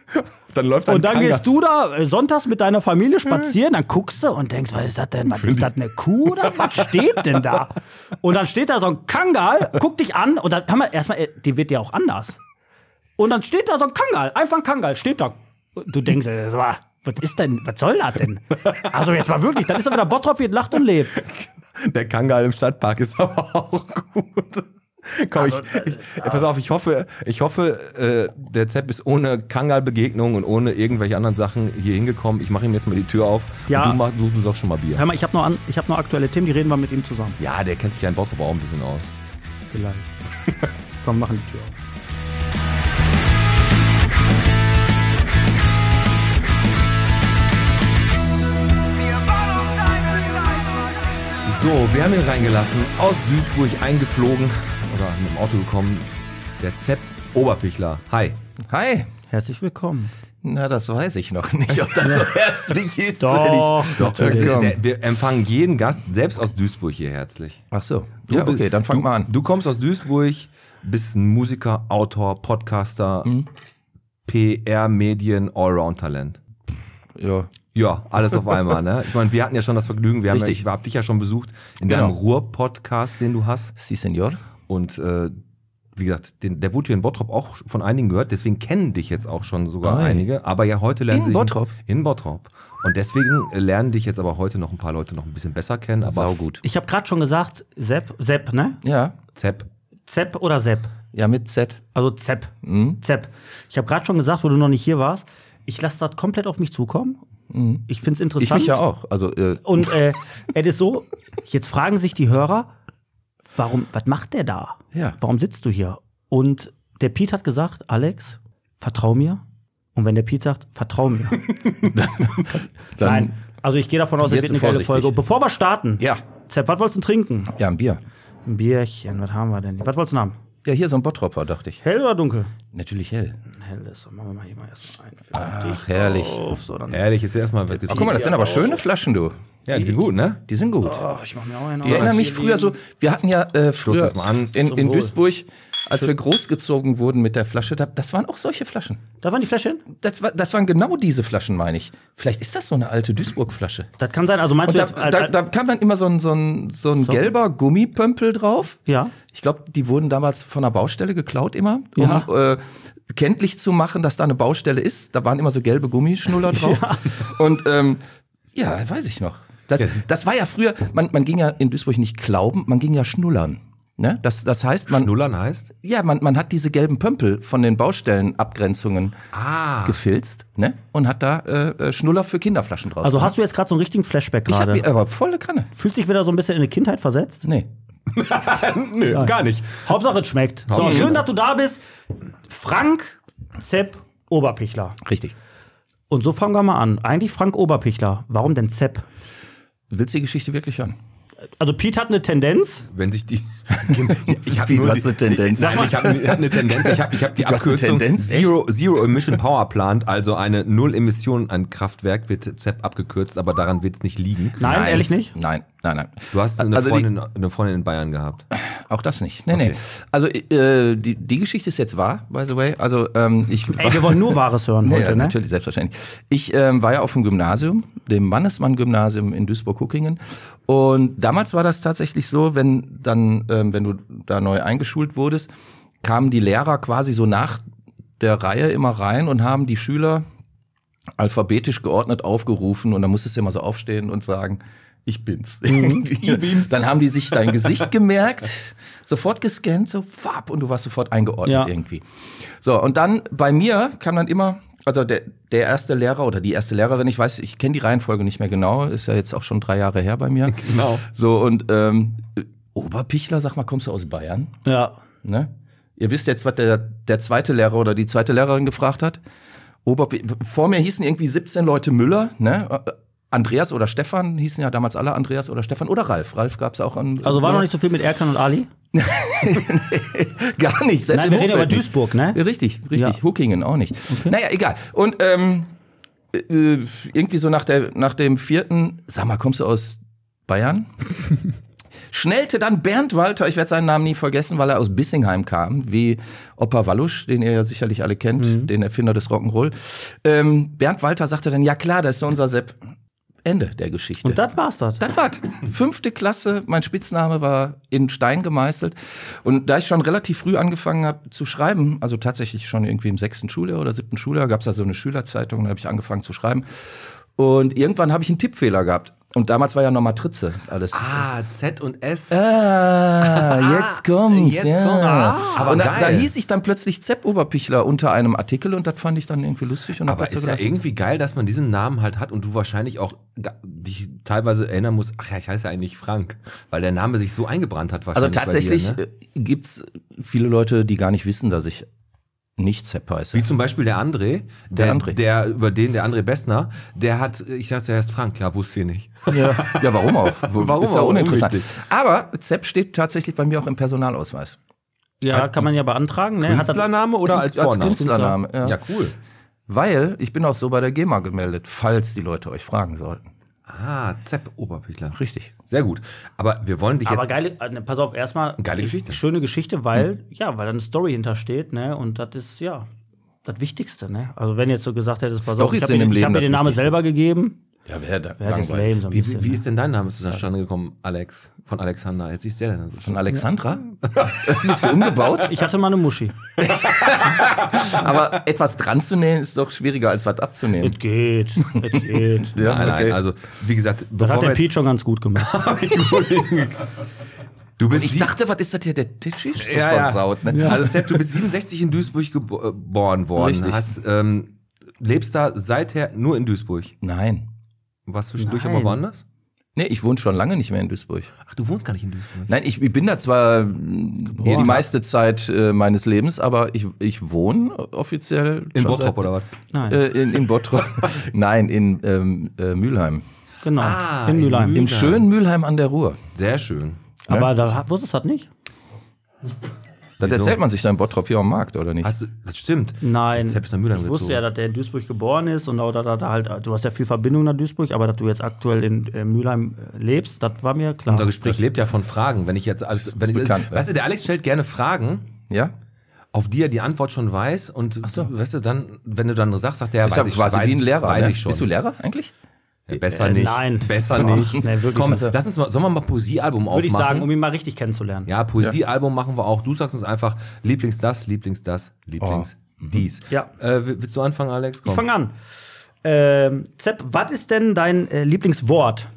[SPEAKER 3] Dann läuft
[SPEAKER 2] und dann gehst du da äh, sonntags mit deiner Familie spazieren, dann guckst du und denkst, was ist das denn? Was ist das eine Kuh oder was steht denn da? Und dann steht da so ein Kangal, guckt dich an und dann hör mal erstmal, äh, die wird ja auch anders. Und dann steht da so ein Kangal, einfach ein Kangal, steht da. Und du denkst, äh, so, ah, was ist denn, was soll das denn? Also jetzt mal wirklich, dann ist er wieder Bottrop, hier lacht und lebt.
[SPEAKER 3] Der Kangal im Stadtpark ist aber auch gut. Komm, ich,
[SPEAKER 2] äh,
[SPEAKER 3] ich, äh, pass auf, ich hoffe, ich hoffe, äh, der Zepp ist ohne Kangal-Begegnung und ohne irgendwelche anderen Sachen hier hingekommen. Ich mache ihm jetzt mal die Tür auf.
[SPEAKER 2] Ja.
[SPEAKER 3] Und du mach, suchst uns auch schon mal Bier.
[SPEAKER 2] Hör mal, ich habe noch, an- ich hab noch aktuelle Themen, die reden wir mit ihm zusammen.
[SPEAKER 3] Ja, der kennt sich ja in Bottrop auch ein bisschen aus.
[SPEAKER 2] Vielleicht. Komm, machen die Tür auf.
[SPEAKER 3] So, wir haben ihn reingelassen, aus Duisburg eingeflogen oder mit dem Auto gekommen. Der Zepp Oberpichler. Hi.
[SPEAKER 1] Hi.
[SPEAKER 2] Herzlich willkommen.
[SPEAKER 1] Na, das weiß ich noch nicht, ob das so herzlich ist.
[SPEAKER 2] Doch,
[SPEAKER 1] wenn
[SPEAKER 2] natürlich.
[SPEAKER 1] Komm.
[SPEAKER 3] Wir, wir empfangen jeden Gast, selbst aus Duisburg hier herzlich.
[SPEAKER 1] Ach so.
[SPEAKER 3] Du
[SPEAKER 1] Ja,
[SPEAKER 3] bist-
[SPEAKER 1] okay, dann fang
[SPEAKER 3] du,
[SPEAKER 1] mal an.
[SPEAKER 3] Du kommst aus Duisburg, bist ein Musiker, Autor, Podcaster,
[SPEAKER 1] Mhm.
[SPEAKER 3] PR, Medien, Allround-Talent.
[SPEAKER 1] Ja.
[SPEAKER 3] Ja, alles auf einmal, ne? Ich meine, wir hatten ja schon das Vergnügen, wir haben, ja-
[SPEAKER 1] Richtig.
[SPEAKER 3] ich habe dich ja schon besucht in
[SPEAKER 1] Genau.
[SPEAKER 3] deinem Ruhr-Podcast, den du hast.
[SPEAKER 1] Si, Senor.
[SPEAKER 3] Und äh, wie gesagt, den, der wurde hier in Bottrop auch von einigen gehört, deswegen kennen dich jetzt auch schon sogar
[SPEAKER 1] Oi.
[SPEAKER 3] einige. Aber ja, heute lernen
[SPEAKER 1] Ah, In
[SPEAKER 3] sie dich-
[SPEAKER 1] Bottrop?
[SPEAKER 3] In Bottrop. Und deswegen lernen dich jetzt aber heute noch ein paar Leute noch ein bisschen besser kennen. Aber
[SPEAKER 1] Saugut.
[SPEAKER 2] Ich habe gerade schon gesagt, Sepp, Sepp, ne?
[SPEAKER 1] Ja.
[SPEAKER 3] Zepp,
[SPEAKER 2] Zepp oder Sepp?
[SPEAKER 1] Ja, mit Z.
[SPEAKER 2] Also Zepp.
[SPEAKER 1] Mhm.
[SPEAKER 2] Zepp. Ich habe gerade schon gesagt, wo du noch nicht hier warst, ich lasse das komplett auf mich zukommen. Ich finde es
[SPEAKER 1] Mhm. Ich
[SPEAKER 2] interessant.
[SPEAKER 1] mich ja auch. Also, äh,
[SPEAKER 2] Und äh, es ist so, jetzt fragen sich die Hörer, warum, was macht der da?
[SPEAKER 1] Ja.
[SPEAKER 2] Warum sitzt du hier? Und der Piet hat gesagt, Alex, vertrau mir. Und wenn der Piet sagt, vertrau mir.
[SPEAKER 1] dann.
[SPEAKER 2] Nein. Also ich gehe davon aus, es
[SPEAKER 1] Wirst
[SPEAKER 2] wird
[SPEAKER 1] du
[SPEAKER 2] eine geile
[SPEAKER 1] vorsichtig.
[SPEAKER 2] Folge. Bevor wir starten,
[SPEAKER 1] Ja.
[SPEAKER 2] Zepp, was wolltest du denn trinken?
[SPEAKER 1] Ja, ein Bier.
[SPEAKER 2] Ein Bierchen, was haben wir denn? Was wolltest du denn haben?
[SPEAKER 1] Ja, hier so ein Bottropper, dachte ich.
[SPEAKER 2] Hell oder dunkel?
[SPEAKER 1] Natürlich hell.
[SPEAKER 2] Helles. Dann machen wir mal hier mal erstmal ein. Für
[SPEAKER 1] Ach, herrlich.
[SPEAKER 2] Auf, so, dann
[SPEAKER 3] ehrlich, jetzt erstmal wird
[SPEAKER 1] Ach, Ah, guck mal, das sind aber schöne Flaschen, du.
[SPEAKER 3] Ja, die sind gut, ne?
[SPEAKER 1] Die sind gut.
[SPEAKER 2] Oh, ich mach mir auch einen
[SPEAKER 1] Ich erinnere mich früher so, wir hatten ja äh, früher
[SPEAKER 3] das mal an.
[SPEAKER 1] in,
[SPEAKER 2] Zum
[SPEAKER 1] in
[SPEAKER 2] Wohl.
[SPEAKER 1] Duisburg, als wir großgezogen wurden mit der Flasche, da, das waren auch solche Flaschen.
[SPEAKER 2] Da waren die Fläschchen?
[SPEAKER 1] Das, war, das waren genau diese Flaschen, meine ich. Vielleicht ist das so eine alte Duisburg-Flasche.
[SPEAKER 2] Das kann sein. Also meinst
[SPEAKER 1] Und
[SPEAKER 2] du
[SPEAKER 1] da,
[SPEAKER 2] jetzt. als-
[SPEAKER 1] da, da kam dann immer so ein, so ein, so ein gelber Gummipömpel drauf.
[SPEAKER 2] ja.
[SPEAKER 1] Ich glaube, die wurden damals von der Baustelle geklaut immer, um äh, kenntlich zu machen, dass da eine Baustelle ist. Da waren immer so gelbe Gummischnuller drauf. Und ähm, ja, weiß ich noch. Das, das war ja früher, man, man ging ja in Duisburg nicht glauben, man ging ja schnullern. Ne? Das, das heißt, man,
[SPEAKER 3] Nullern heißt?
[SPEAKER 1] ja, man, man hat diese gelben Pömpel von den Baustellenabgrenzungen
[SPEAKER 3] Ah.
[SPEAKER 1] gefilzt ne? und hat da äh, äh, Schnuller für Kinderflaschen draus.
[SPEAKER 2] Also hast du jetzt gerade so einen richtigen Flashback
[SPEAKER 1] ich hab,
[SPEAKER 2] gerade.
[SPEAKER 1] aber volle Kanne.
[SPEAKER 2] Fühlst dich wieder so ein bisschen in eine Kindheit versetzt?
[SPEAKER 1] Nee.
[SPEAKER 3] Nö, gar nicht.
[SPEAKER 2] Hauptsache es schmeckt. So, schön, dass du da bist. Frank Zepp Oberpichler.
[SPEAKER 1] Richtig.
[SPEAKER 2] Und so fangen wir mal an. Eigentlich Frank Oberpichler. Warum denn Zepp?
[SPEAKER 1] Willst du die Geschichte wirklich hören?
[SPEAKER 2] Also Piet hat eine Tendenz.
[SPEAKER 3] Wenn sich die. ich hab
[SPEAKER 1] Wie, du hast eine Tendenz?
[SPEAKER 3] Nein, ich habe hab eine Tendenz. Ich habe ich hab die
[SPEAKER 1] Du hast eine
[SPEAKER 3] Abkürzung
[SPEAKER 1] Tendenz? Echt?
[SPEAKER 3] Zero, Zero Emission Power Plant, also eine Null-Emission an Kraftwerk, wird ZEP abgekürzt, aber daran wird es nicht liegen.
[SPEAKER 2] Nein, ehrlich nicht.
[SPEAKER 1] Nein, nein, nein.
[SPEAKER 3] Du hast eine,
[SPEAKER 1] Also die-
[SPEAKER 3] Freundin, eine Freundin in Bayern gehabt.
[SPEAKER 1] Auch das nicht. Nee, nee. Also äh, die, die Geschichte ist jetzt wahr, by the way. Also ähm, ich
[SPEAKER 2] Ey, wir wollen nur Wahres hören heute,
[SPEAKER 1] ja,
[SPEAKER 2] ne?
[SPEAKER 1] natürlich, selbstverständlich. Ich ähm, war ja auf dem Gymnasium, dem Mannesmann-Gymnasium in Duisburg-Huckingen. Und damals war das tatsächlich so, wenn dann, ähm, wenn du da neu eingeschult wurdest, kamen die Lehrer quasi so nach der Reihe immer rein und haben die Schüler alphabetisch geordnet aufgerufen und dann musstest du immer so aufstehen und sagen, ich bin's. dann haben die sich dein Gesicht gemerkt, sofort gescannt, so fab und du warst sofort eingeordnet
[SPEAKER 2] Ja.
[SPEAKER 1] irgendwie. So, und dann bei mir kam dann immer, also der, der erste Lehrer oder die erste Lehrerin, ich weiß, ich kenne die Reihenfolge nicht mehr genau, ist ja jetzt auch schon drei Jahre her bei mir.
[SPEAKER 3] Genau.
[SPEAKER 1] So, und ähm, Oberpichler, sag mal, kommst du aus Bayern?
[SPEAKER 2] Ja.
[SPEAKER 1] Ne? Ihr wisst jetzt, was der, der zweite Lehrer oder die zweite Lehrerin gefragt hat. Ober Vor mir hießen irgendwie 17 Leute Müller, ne? Äh, Andreas oder Stefan hießen ja damals alle Andreas oder Stefan oder Ralf. Ralf gab's auch an.
[SPEAKER 2] Also war noch nicht so viel mit Erkan und Ali?
[SPEAKER 1] Gar nicht. selbst
[SPEAKER 2] Nein,
[SPEAKER 1] im
[SPEAKER 2] wir reden über
[SPEAKER 1] Hochfeld nicht.
[SPEAKER 2] Duisburg, ne?
[SPEAKER 1] Ja, Richtig, richtig.
[SPEAKER 2] Ja.
[SPEAKER 1] Hookingen auch nicht. Naja, egal. Und ähm, äh, irgendwie so nach, der, nach dem vierten, sag mal, kommst du aus Bayern? Schnellte dann Bernd Walter, ich werde seinen Namen nie vergessen, weil er aus Bissingheim kam, wie Opa Wallusch, den ihr ja sicherlich alle kennt, den Erfinder des Rock'n'Roll. Ähm, Bernd Walter sagte dann, ja klar, das ist ja unser Sepp. Ende der Geschichte.
[SPEAKER 2] Und das war's das.
[SPEAKER 1] Das war's. Fünfte Klasse, mein Spitzname war in Stein gemeißelt. Und da ich schon relativ früh angefangen habe zu schreiben, also tatsächlich schon irgendwie im sechsten Schuljahr oder siebten Schuljahr, gab es da so eine Schülerzeitung, da habe ich angefangen zu schreiben. Und irgendwann habe ich einen Tippfehler gehabt. Und damals war ja noch Matrize alles.
[SPEAKER 3] Ah, Z und S.
[SPEAKER 1] Ah, jetzt kommt's.
[SPEAKER 3] Jetzt kommt's. Ah, aber
[SPEAKER 1] und da, da
[SPEAKER 3] geil.
[SPEAKER 1] hieß ich dann plötzlich Zepp Oberpichler unter einem Artikel und das fand ich dann irgendwie lustig. Und hab
[SPEAKER 3] aber
[SPEAKER 1] das so
[SPEAKER 3] ist ja
[SPEAKER 1] gelassen.
[SPEAKER 3] irgendwie geil, dass man diesen Namen halt hat und du wahrscheinlich auch ga- dich teilweise erinnern musst, ach ja, ich heiße ja eigentlich Frank, weil der Name sich so eingebrannt hat
[SPEAKER 1] Also
[SPEAKER 3] wahrscheinlich.
[SPEAKER 1] tatsächlich
[SPEAKER 3] Bei dir, ne?
[SPEAKER 1] äh, gibt's viele Leute, die gar nicht wissen, dass ich nicht Zepp heiße.
[SPEAKER 3] Wie zum Beispiel der André, der, der,
[SPEAKER 1] André.
[SPEAKER 3] über den der André Bessner, der hat, ich dachte, er heißt Frank, ja, wusste ich nicht.
[SPEAKER 1] Ja, ja warum auch?
[SPEAKER 3] Warum
[SPEAKER 1] Warum ist ja
[SPEAKER 3] auch?
[SPEAKER 1] uninteressant.
[SPEAKER 3] Unwichtig.
[SPEAKER 1] Aber Zepp steht tatsächlich bei mir auch im Personalausweis.
[SPEAKER 2] Ja, kann man ja beantragen, ne? Hat das-
[SPEAKER 3] Künstlername oder als Vorname?
[SPEAKER 1] Künstlername. Ja.
[SPEAKER 3] Ja, cool.
[SPEAKER 1] Weil ich bin auch so bei der GEMA gemeldet, falls die Leute euch fragen sollten.
[SPEAKER 3] Ah, Zepp Oberpichler.
[SPEAKER 1] Richtig.
[SPEAKER 3] Sehr gut. Aber wir wollen dich
[SPEAKER 2] Aber
[SPEAKER 3] jetzt.
[SPEAKER 2] geile, äh, ne, pass auf, erstmal.
[SPEAKER 3] Geile Geschichte.
[SPEAKER 2] Schöne Geschichte, weil, ja, weil da eine Story hintersteht, ne? Und das ist, ja, das Wichtigste, ne? Also, wenn jetzt so gesagt hättest, pass auf,
[SPEAKER 1] Storys
[SPEAKER 2] ich habe
[SPEAKER 1] in
[SPEAKER 2] mir,
[SPEAKER 1] dem
[SPEAKER 2] den- ich hab
[SPEAKER 1] Leben
[SPEAKER 2] mir
[SPEAKER 1] das
[SPEAKER 2] den Namen
[SPEAKER 1] Wichtigste.
[SPEAKER 2] selber gegeben.
[SPEAKER 1] Ja, wer da?
[SPEAKER 2] Ja, das ist lame
[SPEAKER 1] langweilig.
[SPEAKER 2] so ein
[SPEAKER 3] Wie,
[SPEAKER 2] bisschen.
[SPEAKER 3] wie, wie ist denn dein Name zustande gekommen, Alex? Von Alexander. Jetzt ist der denn
[SPEAKER 1] Von Alexandra? Bist du umgebaut?
[SPEAKER 2] ich hatte mal eine Muschi.
[SPEAKER 1] Aber etwas dran zu nähen ist doch schwieriger, als was abzunehmen.
[SPEAKER 2] Es geht, es geht.
[SPEAKER 1] Ja,
[SPEAKER 3] Nein, nein,
[SPEAKER 1] okay.
[SPEAKER 3] also wie gesagt,
[SPEAKER 2] Das hat
[SPEAKER 3] wir
[SPEAKER 2] der
[SPEAKER 3] jetzt-
[SPEAKER 2] Pete schon ganz gut gemacht.
[SPEAKER 3] du bist
[SPEAKER 1] Ich
[SPEAKER 3] sieb-
[SPEAKER 1] dachte, was ist das hier? Der Tisch ist so
[SPEAKER 3] ja, ja.
[SPEAKER 1] versaut. Ne?
[SPEAKER 3] Also Zepp, du bist 67 in Duisburg gebo- äh, geboren worden.
[SPEAKER 1] Richtig.
[SPEAKER 3] Hast, ähm, lebst da seither nur in Duisburg.
[SPEAKER 1] Nein.
[SPEAKER 3] Warst du zwischendurch
[SPEAKER 2] Nein.
[SPEAKER 3] aber woanders?
[SPEAKER 1] Nee, ich wohne schon lange nicht mehr in Duisburg.
[SPEAKER 3] Ach, du wohnst gar nicht in Duisburg.
[SPEAKER 1] Nein, ich, ich bin da zwar mh, die meiste Zeit äh, meines Lebens, aber ich, ich wohne offiziell
[SPEAKER 3] In
[SPEAKER 1] schon
[SPEAKER 3] Bottrop
[SPEAKER 1] seit-
[SPEAKER 3] oder was?
[SPEAKER 2] Nein,
[SPEAKER 1] Äh, in, in Bottrop. Nein, in ähm, äh, Mülheim.
[SPEAKER 2] genau.
[SPEAKER 3] ah,
[SPEAKER 2] in Mülheim.
[SPEAKER 3] in
[SPEAKER 1] Im schönen Mülheim an der Ruhr.
[SPEAKER 3] Sehr schön.
[SPEAKER 2] Aber da hat- wusstest du das nicht?
[SPEAKER 1] Das
[SPEAKER 3] Wieso?
[SPEAKER 1] erzählt man sich dann in Bottrop hier am Markt, oder nicht?
[SPEAKER 3] Hast du, das stimmt.
[SPEAKER 2] Nein.
[SPEAKER 3] Der Zepp ist nach Mülheim
[SPEAKER 2] ich
[SPEAKER 3] gezogen.
[SPEAKER 2] wusste ja, dass der in Duisburg geboren ist und da, da, da, da halt, du hast ja viel Verbindung nach Duisburg, aber dass du jetzt aktuell in äh, Mülheim äh, lebst, das war mir klar.
[SPEAKER 3] Unser Gespräch lebt ja von Fragen. Wenn ich jetzt alles, wenn ich,
[SPEAKER 1] bekannt,
[SPEAKER 3] weißt du, der Alex stellt gerne Fragen,
[SPEAKER 1] ja?
[SPEAKER 3] auf die er die Antwort schon weiß und weißt du, dann, wenn du dann sagst, sagt er,
[SPEAKER 1] Ist ja
[SPEAKER 3] weiß ich,
[SPEAKER 1] quasi
[SPEAKER 3] weiß,
[SPEAKER 1] wie ein Lehrer.
[SPEAKER 3] Weiß
[SPEAKER 1] ne?
[SPEAKER 3] ich schon.
[SPEAKER 1] Bist du Lehrer eigentlich?
[SPEAKER 3] Ja, besser
[SPEAKER 2] Äh,
[SPEAKER 3] nicht.
[SPEAKER 2] nein.
[SPEAKER 3] Besser
[SPEAKER 2] Boah.
[SPEAKER 3] nicht.
[SPEAKER 2] Nee, wirklich.
[SPEAKER 3] Komm,
[SPEAKER 2] Also-
[SPEAKER 3] lass uns mal, sollen wir mal Poesiealbum aufmachen?
[SPEAKER 2] Würde ich sagen, um ihn mal richtig kennenzulernen.
[SPEAKER 3] ja, Poesiealbum machen wir auch. Du sagst uns einfach Lieblings das, Lieblings das,
[SPEAKER 1] Oh.
[SPEAKER 3] Lieblings
[SPEAKER 1] Mhm.
[SPEAKER 3] dies.
[SPEAKER 2] Ja.
[SPEAKER 3] Äh, wi- willst du anfangen, Alex? Komm.
[SPEAKER 2] Ich fange an. Ähm, Zepp, was ist denn dein äh, Lieblingswort?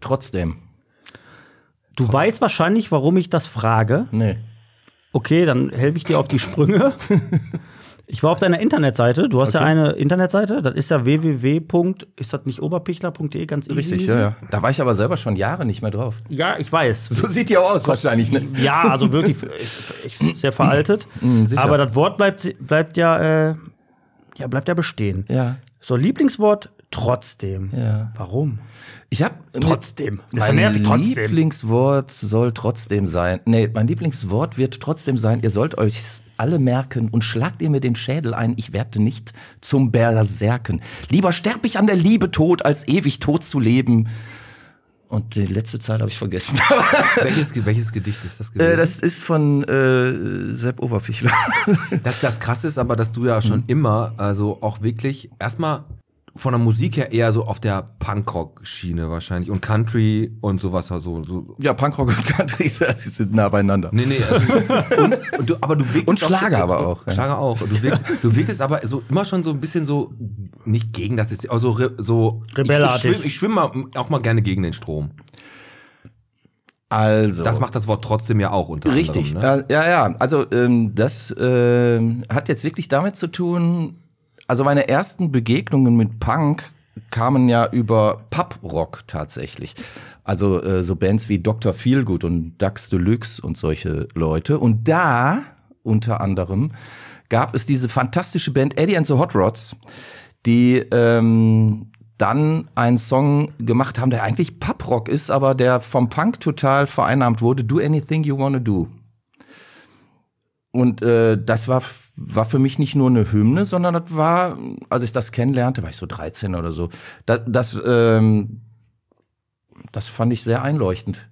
[SPEAKER 1] Trotzdem.
[SPEAKER 2] Du weißt wahrscheinlich, warum ich das frage.
[SPEAKER 1] Nee.
[SPEAKER 2] Okay, dann helfe ich dir auf die Sprünge. Ich war auf deiner Internetseite. Du hast ja eine Internetseite. Das ist ja www. Ist das nicht oberpichler.de? Ganz easy.
[SPEAKER 1] Richtig, ja, ja. Da war ich aber selber schon Jahre nicht mehr drauf.
[SPEAKER 2] Ja, ich weiß.
[SPEAKER 1] So sieht die auch aus wahrscheinlich, ne?
[SPEAKER 2] Ja, also wirklich ich, ich, sehr veraltet.
[SPEAKER 1] Mm, sicher.
[SPEAKER 2] Aber das Wort bleibt, bleibt ja, äh, ja, bleibt ja bestehen.
[SPEAKER 1] Ja.
[SPEAKER 2] So, Lieblingswort trotzdem.
[SPEAKER 1] Ja.
[SPEAKER 2] Warum?
[SPEAKER 1] Ich habe
[SPEAKER 2] Trotzdem. Das ist ja
[SPEAKER 1] Mein
[SPEAKER 2] nervig, trotzdem.
[SPEAKER 1] Lieblingswort soll trotzdem sein. Nee, mein Lieblingswort wird trotzdem sein. Ihr sollt euch alle merken und schlagt ihr mir den Schädel ein. Ich werde nicht zum Berserken. Lieber sterb ich an der Liebe tot, als ewig tot zu leben. Und die letzte Zeile habe ich vergessen.
[SPEAKER 3] Welches, Ge- welches Gedicht ist das gewesen?
[SPEAKER 1] Äh, das ist von äh, Sepp Oberfichler. Mhm.
[SPEAKER 3] Das, das Krasse ist aber, dass du ja schon immer, also auch wirklich, erstmal von der Musik her eher so auf der Punkrock-Schiene wahrscheinlich und Country und sowas. Also, so.
[SPEAKER 1] Ja, Punkrock und Country sind nah beieinander.
[SPEAKER 3] Nee, nee. Also, und, und du, aber du wirktest
[SPEAKER 1] Und Schlager
[SPEAKER 3] auch,
[SPEAKER 1] aber auch, ja.
[SPEAKER 3] Schlager auch. Und Du wirkt, du wirktest aber so immer schon so ein bisschen so, nicht gegen das, ist, also re, so.
[SPEAKER 2] Rebellartig.
[SPEAKER 3] Ich, ich schwimme ich schwimm mal- auch mal gerne gegen den Strom.
[SPEAKER 1] Also.
[SPEAKER 3] Das macht das Wort trotzdem ja auch unter
[SPEAKER 1] Richtig,
[SPEAKER 3] anderem. Ne?
[SPEAKER 1] äh, ja, ja. Also ähm, das ähm, hat jetzt wirklich damit zu tun, also meine ersten Begegnungen mit Punk kamen ja über Pub-Rock tatsächlich. Also äh, so Bands wie Dr. Feelgood und Dax Deluxe und solche Leute. Und da unter anderem gab es diese fantastische Band Eddie and the Hot Rods, die ähm, dann einen Song gemacht haben, der eigentlich Pub-Rock ist, aber der vom Punk total vereinnahmt wurde. Do anything you wanna do. Und äh, das war, f- war für mich nicht nur eine Hymne, sondern das war, als ich das kennenlernte, war ich so 13 oder so, das, das, ähm, das fand ich sehr einleuchtend.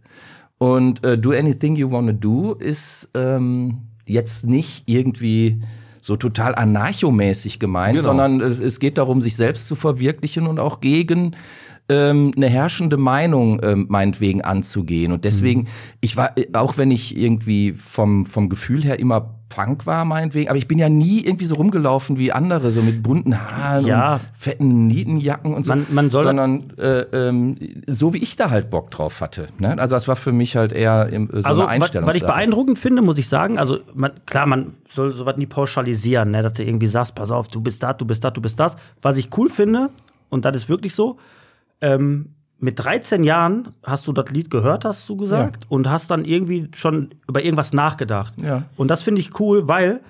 [SPEAKER 1] Und äh, Do Anything You Wanna Do ist ähm, jetzt nicht irgendwie so total anarchomäßig gemeint,
[SPEAKER 3] Genau.
[SPEAKER 1] sondern es, es geht darum, sich selbst zu verwirklichen und auch gegen ähm, eine herrschende Meinung ähm, meinetwegen anzugehen. Und deswegen,
[SPEAKER 2] Mhm.
[SPEAKER 1] ich war, äh, auch wenn ich irgendwie vom, vom Gefühl her immer Punk war, meinetwegen, aber ich bin ja nie irgendwie so rumgelaufen wie andere, so mit bunten Haaren
[SPEAKER 2] Ja.
[SPEAKER 1] und fetten Nietenjacken und so.
[SPEAKER 2] Man- man soll-
[SPEAKER 1] sondern äh, ähm, so wie ich da halt Bock drauf hatte. Ne? Also das war für mich halt eher im, so
[SPEAKER 2] Also,
[SPEAKER 1] eine
[SPEAKER 2] was,
[SPEAKER 1] Einstellung.
[SPEAKER 2] was ich beeindruckend finde, muss ich sagen, also man, klar, man soll sowas nie pauschalisieren, ne, dass du irgendwie sagst, pass auf, du bist das, du bist das, du bist das. Was ich cool finde, und das ist wirklich so, ähm, mit 13 Jahren hast du das Lied gehört, hast du gesagt, und hast dann irgendwie schon über irgendwas nachgedacht.
[SPEAKER 1] Ja.
[SPEAKER 2] Und das finde ich cool, weil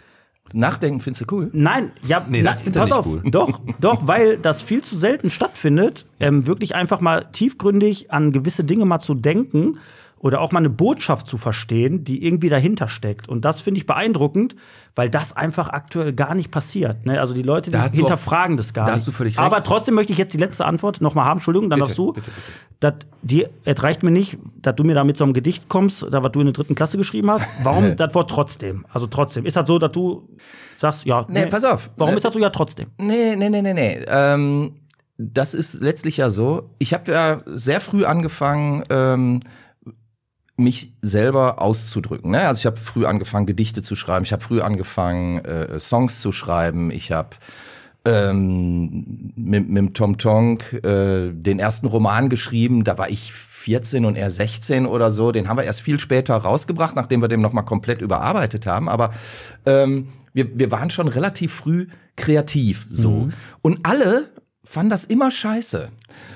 [SPEAKER 1] Nachdenken findest du cool?
[SPEAKER 2] Nein, ja,
[SPEAKER 3] Nee,
[SPEAKER 2] na,
[SPEAKER 3] das findet er
[SPEAKER 2] pass
[SPEAKER 3] nicht
[SPEAKER 2] auf,
[SPEAKER 3] cool.
[SPEAKER 2] Doch, doch, weil das viel zu selten stattfindet, ähm, wirklich einfach mal tiefgründig an gewisse Dinge mal zu denken oder auch mal eine Botschaft zu verstehen, die irgendwie dahinter steckt. Und das finde ich beeindruckend, weil das einfach aktuell gar nicht passiert. Ne? Also die Leute die
[SPEAKER 3] Da hast du
[SPEAKER 2] hinterfragen das gar
[SPEAKER 3] da
[SPEAKER 2] nicht.
[SPEAKER 3] hast du völlig
[SPEAKER 2] Aber
[SPEAKER 3] recht.
[SPEAKER 2] trotzdem möchte ich jetzt die letzte Antwort nochmal haben. Entschuldigung, dann darfst du. Das, die, es reicht mir nicht, dass du mir da mit so einem Gedicht kommst, da was du in der dritten Klasse geschrieben hast. Warum das Wort trotzdem? Also trotzdem. Ist das so, dass du sagst, ja,
[SPEAKER 1] Nee, pass auf.
[SPEAKER 2] Warum
[SPEAKER 1] Nee.
[SPEAKER 2] ist das so ja trotzdem?
[SPEAKER 1] Nee, nee, nee, nee, nee. Ähm, das ist letztlich ja so. Ich habe ja sehr früh angefangen, ähm, mich selber auszudrücken. Ne? Also ich habe früh angefangen, Gedichte zu schreiben. Ich habe früh angefangen, äh, Songs zu schreiben. Ich habe ähm, mit, mit dem Tom Tonk äh, den ersten Roman geschrieben. Da war ich 14 und er 16 oder so. Den haben wir erst viel später rausgebracht, nachdem wir den nochmal komplett überarbeitet haben. Aber ähm, wir, wir waren schon relativ früh kreativ so. Und alle fanden das immer scheiße.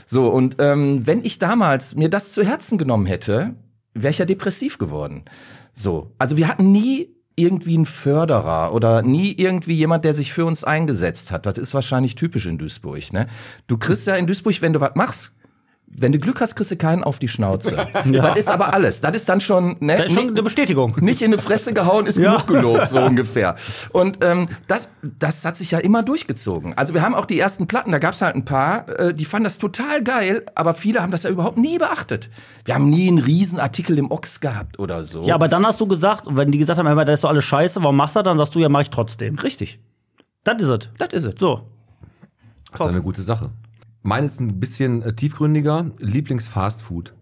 [SPEAKER 1] So, und ähm, wenn ich damals mir das zu Herzen genommen hätte, wäre ich ja depressiv geworden. So. Also wir hatten nie irgendwie einen Förderer oder nie irgendwie jemand, der sich für uns eingesetzt hat. Das ist wahrscheinlich typisch in Duisburg. Ne? Du kriegst ja in Duisburg, wenn du was machst, wenn du Glück hast, kriegst du keinen auf die Schnauze. Das ist aber alles. Das ist dann schon, ne,
[SPEAKER 2] Das ist schon
[SPEAKER 1] ni-
[SPEAKER 2] eine Bestätigung.
[SPEAKER 1] nicht in die Fresse gehauen ist genug gelobt, so ungefähr. Und ähm, das, das hat sich ja immer durchgezogen. Also wir haben auch die ersten Platten, da gab es halt ein paar, äh, die fanden das total geil, aber viele haben das ja überhaupt nie beachtet. Wir haben nie einen Riesenartikel im Ochs gehabt oder so.
[SPEAKER 2] Ja, aber dann hast du gesagt, wenn die gesagt haben, immer, das ist doch alles scheiße, warum machst du das? Dann sagst du, ja, mach ich trotzdem.
[SPEAKER 1] Richtig,
[SPEAKER 2] Das ist es.
[SPEAKER 1] das is ist es.
[SPEAKER 2] So.
[SPEAKER 3] Das ist eine gute Sache. Meines ist ein bisschen äh, tiefgründiger. Lieblings-Fastfood.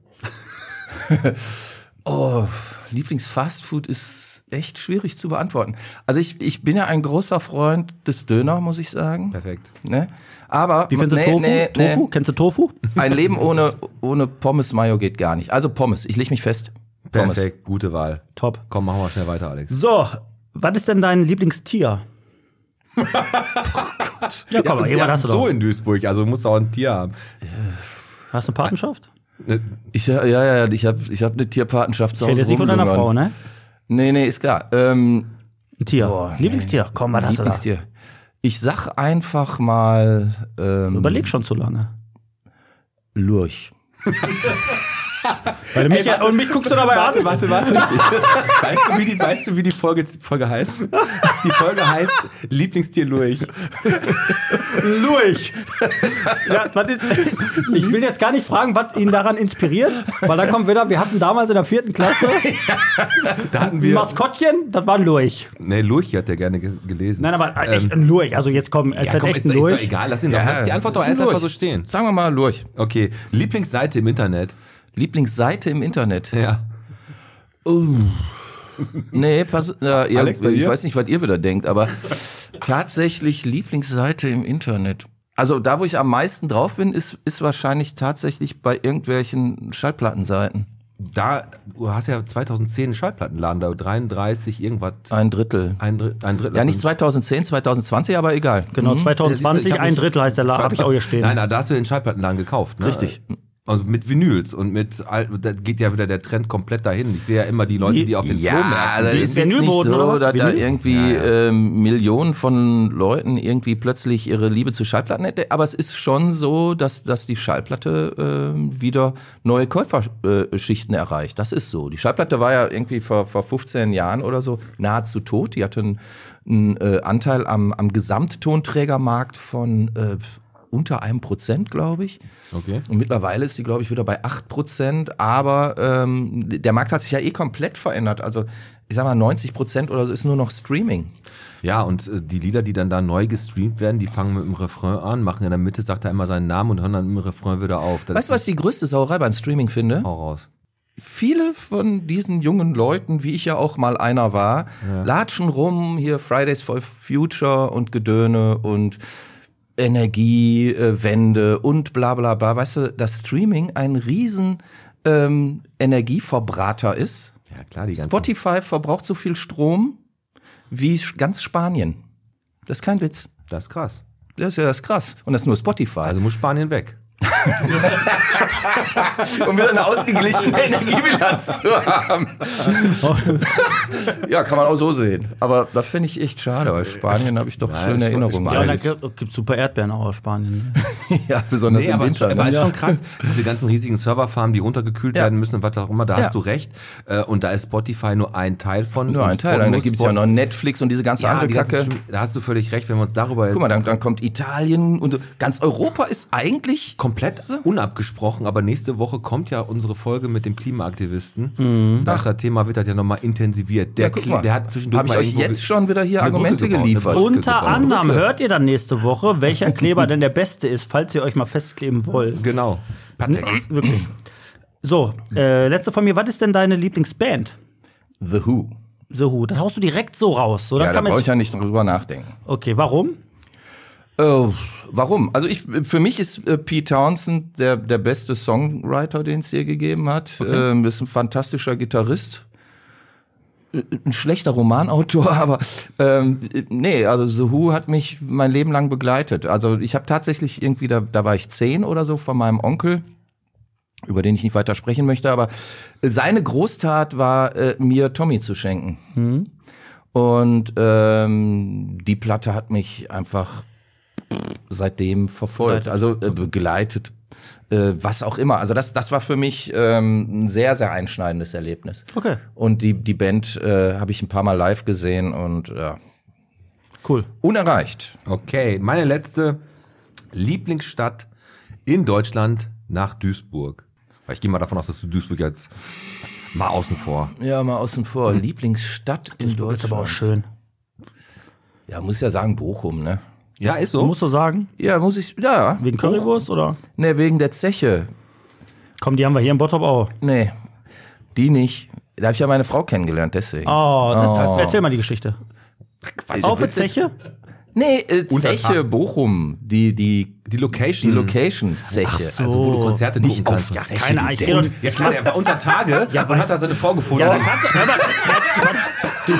[SPEAKER 1] Oh, Lieblingsfastfood ist echt schwierig zu beantworten. Also ich, ich bin ja ein großer Freund des Döner, muss ich sagen.
[SPEAKER 3] Perfekt.
[SPEAKER 1] Ne? Aber
[SPEAKER 2] Wie findest du
[SPEAKER 1] nee,
[SPEAKER 2] Tofu?
[SPEAKER 1] nee, nee.
[SPEAKER 2] Tofu? Kennst du Tofu?
[SPEAKER 1] Ein Leben ohne, ohne Pommes Mayo geht gar nicht. Also Pommes, ich leg mich fest. Pommes.
[SPEAKER 3] Perfekt, gute Wahl.
[SPEAKER 2] Top.
[SPEAKER 3] Komm, machen wir schnell weiter, Alex.
[SPEAKER 2] So, was ist denn dein Lieblingstier? ja, komm,
[SPEAKER 3] und
[SPEAKER 2] ja,
[SPEAKER 3] wir
[SPEAKER 2] irgendwann
[SPEAKER 3] haben
[SPEAKER 2] hast du
[SPEAKER 3] so
[SPEAKER 2] doch.
[SPEAKER 3] in Duisburg, also musst du auch ein Tier haben.
[SPEAKER 2] Hast du eine Patenschaft?
[SPEAKER 3] Ne,
[SPEAKER 1] Ich, ja, ja, ja, ich habe ich hab eine Tierpatenschaft zu
[SPEAKER 2] Ich rede
[SPEAKER 1] Hause.
[SPEAKER 2] jetzt nicht von deiner Frau,
[SPEAKER 1] rumlungern.
[SPEAKER 2] ne?
[SPEAKER 1] Nee, nee, ist klar. Ähm,
[SPEAKER 2] Ein Tier.
[SPEAKER 1] Boah, nee.
[SPEAKER 2] Lieblingstier. Komm, was hast du da?
[SPEAKER 1] Lieblingstier. Ich sag einfach mal ähm,
[SPEAKER 2] Überleg schon zu lange.
[SPEAKER 1] Lurch.
[SPEAKER 2] Weil mich, und mich guckst du dabei an.
[SPEAKER 3] warte, warte. weißt, du, wie die, weißt du, wie die Folge, Folge heißt? Die Folge heißt Lieblingstier Lurch.
[SPEAKER 2] Lurch. Ja, was ist, ich will jetzt gar nicht fragen, was ihn daran inspiriert, weil dann kommt wieder, wir hatten damals in der vierten Klasse
[SPEAKER 3] Da hatten
[SPEAKER 2] ein
[SPEAKER 3] wir.
[SPEAKER 2] Maskottchen, das war ein Lurch.
[SPEAKER 3] Nee, Lurch hat er gerne ges- gelesen.
[SPEAKER 2] Nein, aber
[SPEAKER 3] Ähm,
[SPEAKER 2] echt ein Lurch. Also jetzt komm, es
[SPEAKER 3] ja,
[SPEAKER 2] hat
[SPEAKER 3] komm,
[SPEAKER 2] echt
[SPEAKER 3] ist,
[SPEAKER 2] ein
[SPEAKER 3] ist doch
[SPEAKER 2] Lurch.
[SPEAKER 3] egal, lass ihn doch.
[SPEAKER 1] Ja,
[SPEAKER 3] Lass die Antwort doch
[SPEAKER 1] ist ein
[SPEAKER 3] jetzt einfach
[SPEAKER 1] Lurch.
[SPEAKER 3] so stehen.
[SPEAKER 1] Sagen wir mal Lurch.
[SPEAKER 3] Okay, Lieblingsseite im Internet.
[SPEAKER 1] Lieblingsseite im Internet.
[SPEAKER 3] Ja.
[SPEAKER 1] Nee, pass, äh, ja,
[SPEAKER 3] Alex, bei
[SPEAKER 1] ich
[SPEAKER 3] dir?
[SPEAKER 1] weiß nicht, was ihr wieder denkt, aber tatsächlich Lieblingsseite im Internet. Also da, wo ich am meisten drauf bin, ist, ist wahrscheinlich tatsächlich bei irgendwelchen Schallplattenseiten.
[SPEAKER 3] Da, du hast ja 2010 einen Schallplattenladen, da 33 irgendwas.
[SPEAKER 1] Ein Drittel.
[SPEAKER 3] Ein, Drittel- ein Drittel.
[SPEAKER 1] Ja, nicht 2010, 2020, aber egal.
[SPEAKER 2] Genau,
[SPEAKER 3] Ja, siehst du,
[SPEAKER 2] 2020,
[SPEAKER 3] Mhm. ich hab
[SPEAKER 2] ein
[SPEAKER 3] nicht-
[SPEAKER 2] Drittel heißt der Laden, habe ich auch hier stehen.
[SPEAKER 3] Nein, nein, da hast du den Schallplattenladen gekauft. Ne?
[SPEAKER 1] Richtig.
[SPEAKER 3] Also mit Vinyls und mit, all- da geht ja wieder der Trend komplett dahin. Ich sehe ja immer die Leute, die auf den
[SPEAKER 1] Ja, also
[SPEAKER 3] Flohmärkten
[SPEAKER 1] das
[SPEAKER 3] sind.
[SPEAKER 1] ist jetzt nicht
[SPEAKER 2] Vinylboden, oder
[SPEAKER 1] so,
[SPEAKER 2] was?
[SPEAKER 1] dass da
[SPEAKER 2] Vinyl?
[SPEAKER 1] irgendwie Ähm, Millionen von Leuten irgendwie plötzlich ihre Liebe zu Schallplatten hätte. Aber es ist schon so, dass, dass die Schallplatte ähm, wieder neue Käuferschichten äh, erreicht. Das ist so. Die Schallplatte war ja irgendwie vor, vor 15 Jahren oder so nahezu tot. Die hatte einen, einen äh, Anteil am, am Gesamttonträgermarkt von äh, unter einem Prozent, glaube ich.
[SPEAKER 3] Okay.
[SPEAKER 1] Und mittlerweile ist sie, glaube ich, wieder bei 8%, aber ähm, der Markt hat sich ja eh komplett verändert. Also ich sag mal, 90% oder so ist nur noch Streaming.
[SPEAKER 3] Ja, und äh, die Lieder, die dann da neu gestreamt werden, die fangen mit dem Refrain an, machen in der Mitte, sagt er einmal seinen Namen und hören dann im Refrain wieder auf. Das Oh.
[SPEAKER 1] Weißt du, was ich die größte Sauerei beim Streaming finde?
[SPEAKER 3] Hau raus.
[SPEAKER 1] Viele von diesen jungen Leuten, wie ich ja auch mal einer war, latschen rum, hier Fridays for Future und Gedöne und Energiewende und bla bla bla. Weißt du, dass Streaming ein riesen ähm, Energieverbrater ist?
[SPEAKER 3] Ja, klar, die ganzen.
[SPEAKER 1] Spotify verbraucht so viel Strom wie Sch- ganz Spanien. Das ist kein Witz.
[SPEAKER 3] Das ist krass.
[SPEAKER 1] Das ist ja das ist krass. Und das ist nur Spotify.
[SPEAKER 3] Also muss Spanien weg.
[SPEAKER 1] um wieder eine ausgeglichene Energiebilanz zu haben. ja, kann man auch so sehen. Aber das finde ich echt schade, weil Spanien habe ich doch schöne
[SPEAKER 3] Sp-
[SPEAKER 1] Erinnerungen.
[SPEAKER 2] ja,
[SPEAKER 3] Spanien-
[SPEAKER 1] an.
[SPEAKER 2] da gibt super Erdbeeren auch aus Spanien. ne?
[SPEAKER 1] ja, besonders
[SPEAKER 3] Nee,
[SPEAKER 1] im
[SPEAKER 3] aber es
[SPEAKER 1] Winter.
[SPEAKER 3] aber
[SPEAKER 1] Ne?
[SPEAKER 3] ist schon krass. Diese ganzen riesigen Serverfarmen, die runtergekühlt
[SPEAKER 1] Ja.
[SPEAKER 3] werden müssen und was auch immer, da
[SPEAKER 1] Ja.
[SPEAKER 3] hast du recht. Äh, Und da ist Spotify nur ein Teil von.
[SPEAKER 1] Nur ein
[SPEAKER 3] Und
[SPEAKER 1] Teil.
[SPEAKER 3] Spot-
[SPEAKER 1] Dann gibt es
[SPEAKER 3] Spot-
[SPEAKER 1] ja noch Netflix und diese ganze
[SPEAKER 3] Ja,
[SPEAKER 1] andere
[SPEAKER 3] die ganzen
[SPEAKER 1] Kacke.
[SPEAKER 3] Stream- Da hast du völlig recht, wenn wir uns darüber jetzt
[SPEAKER 1] Guck mal, dann, dann kommt Italien und ganz Europa ist eigentlich
[SPEAKER 3] komplett unabgesprochen, aber nächste Woche kommt ja unsere Folge mit dem Klimaaktivisten. Das Thema wird das ja nochmal intensiviert. Der,
[SPEAKER 1] Mhm. Ja, guck
[SPEAKER 3] Kli-
[SPEAKER 1] mal.
[SPEAKER 3] der hat zwischendurch
[SPEAKER 1] Hab ich
[SPEAKER 3] mal
[SPEAKER 1] euch
[SPEAKER 3] irgendwo
[SPEAKER 1] jetzt
[SPEAKER 3] ge-
[SPEAKER 1] schon wieder hier
[SPEAKER 3] eine
[SPEAKER 1] Argumente
[SPEAKER 3] Brücke gebaut,
[SPEAKER 1] geliefert.
[SPEAKER 3] eine Brücke
[SPEAKER 2] Unter
[SPEAKER 3] gebaut.
[SPEAKER 2] anderem
[SPEAKER 1] Brücke.
[SPEAKER 2] hört ihr dann nächste Woche, welcher Kleber denn der beste ist, falls ihr euch mal festkleben wollt.
[SPEAKER 3] Genau. Patex.
[SPEAKER 2] Nix, wirklich. So, äh, letzte von mir, was ist denn deine Lieblingsband?
[SPEAKER 1] The Who.
[SPEAKER 2] The Who. Das haust du direkt so raus, oder?
[SPEAKER 1] Ja, da
[SPEAKER 2] Kann man
[SPEAKER 1] brauche ich
[SPEAKER 2] jetzt-
[SPEAKER 1] ja nicht drüber nachdenken.
[SPEAKER 2] okay, warum?
[SPEAKER 1] Äh, warum? Also ich, für mich ist äh, Pete Townsend der, der beste Songwriter, den es hier gegeben hat. Ähm, ist ein fantastischer Gitarrist. Äh, Ein schlechter Romanautor, aber ähm, äh, nee, also The Who hat mich mein Leben lang begleitet. Also ich habe tatsächlich irgendwie, da, da war ich zehn oder so von meinem Onkel, über den ich nicht weiter sprechen möchte, aber seine Großtat war, äh, mir Tommy zu schenken. Und ähm, die Platte hat mich einfach seitdem verfolgt, also äh, begleitet, äh, was auch immer. Also das, das war für mich ähm, ein sehr, sehr einschneidendes Erlebnis.
[SPEAKER 2] Okay,
[SPEAKER 1] Und die, die Band äh, habe ich ein paar Mal live gesehen und ja,
[SPEAKER 2] cool.
[SPEAKER 1] unerreicht.
[SPEAKER 3] Okay, meine letzte Lieblingsstadt in Deutschland nach Duisburg. Weil ich gehe mal davon aus, dass du Duisburg jetzt mal außen vor.
[SPEAKER 1] Ja, mal außen vor. Lieblingsstadt in
[SPEAKER 2] Ist aber auch
[SPEAKER 1] Deutschland.
[SPEAKER 2] schön.
[SPEAKER 1] Ja, muss ja sagen, Bochum, ne?
[SPEAKER 3] Ja, ist so.
[SPEAKER 2] Musst du sagen,
[SPEAKER 1] Ja, muss ich, ja.
[SPEAKER 2] wegen Currywurst oder?
[SPEAKER 1] Ne, wegen der Zeche.
[SPEAKER 2] Komm, die haben wir hier im Bottrop auch.
[SPEAKER 1] Nee, die nicht. Da habe ich ja meine Frau kennengelernt, deswegen.
[SPEAKER 3] Ah.
[SPEAKER 2] Oh, das, das, erzähl mal die Geschichte.
[SPEAKER 1] Quatsch.
[SPEAKER 2] Auf mit Zeche?
[SPEAKER 1] Nee, äh,
[SPEAKER 3] Untertan.
[SPEAKER 1] Zeche Bochum, die, die,
[SPEAKER 3] die Location.
[SPEAKER 1] die Location-Zeche.
[SPEAKER 3] Also, wo du Konzerte gucken
[SPEAKER 1] Nicht auf
[SPEAKER 3] kannst.
[SPEAKER 1] ja,
[SPEAKER 3] Das-
[SPEAKER 1] keine
[SPEAKER 2] Ahnung, ich geh doch-
[SPEAKER 3] Ja klar, der war unter Tage ja, und hat da seine Frau gefunden.
[SPEAKER 2] Ja, dann kannst du, hör mal, du,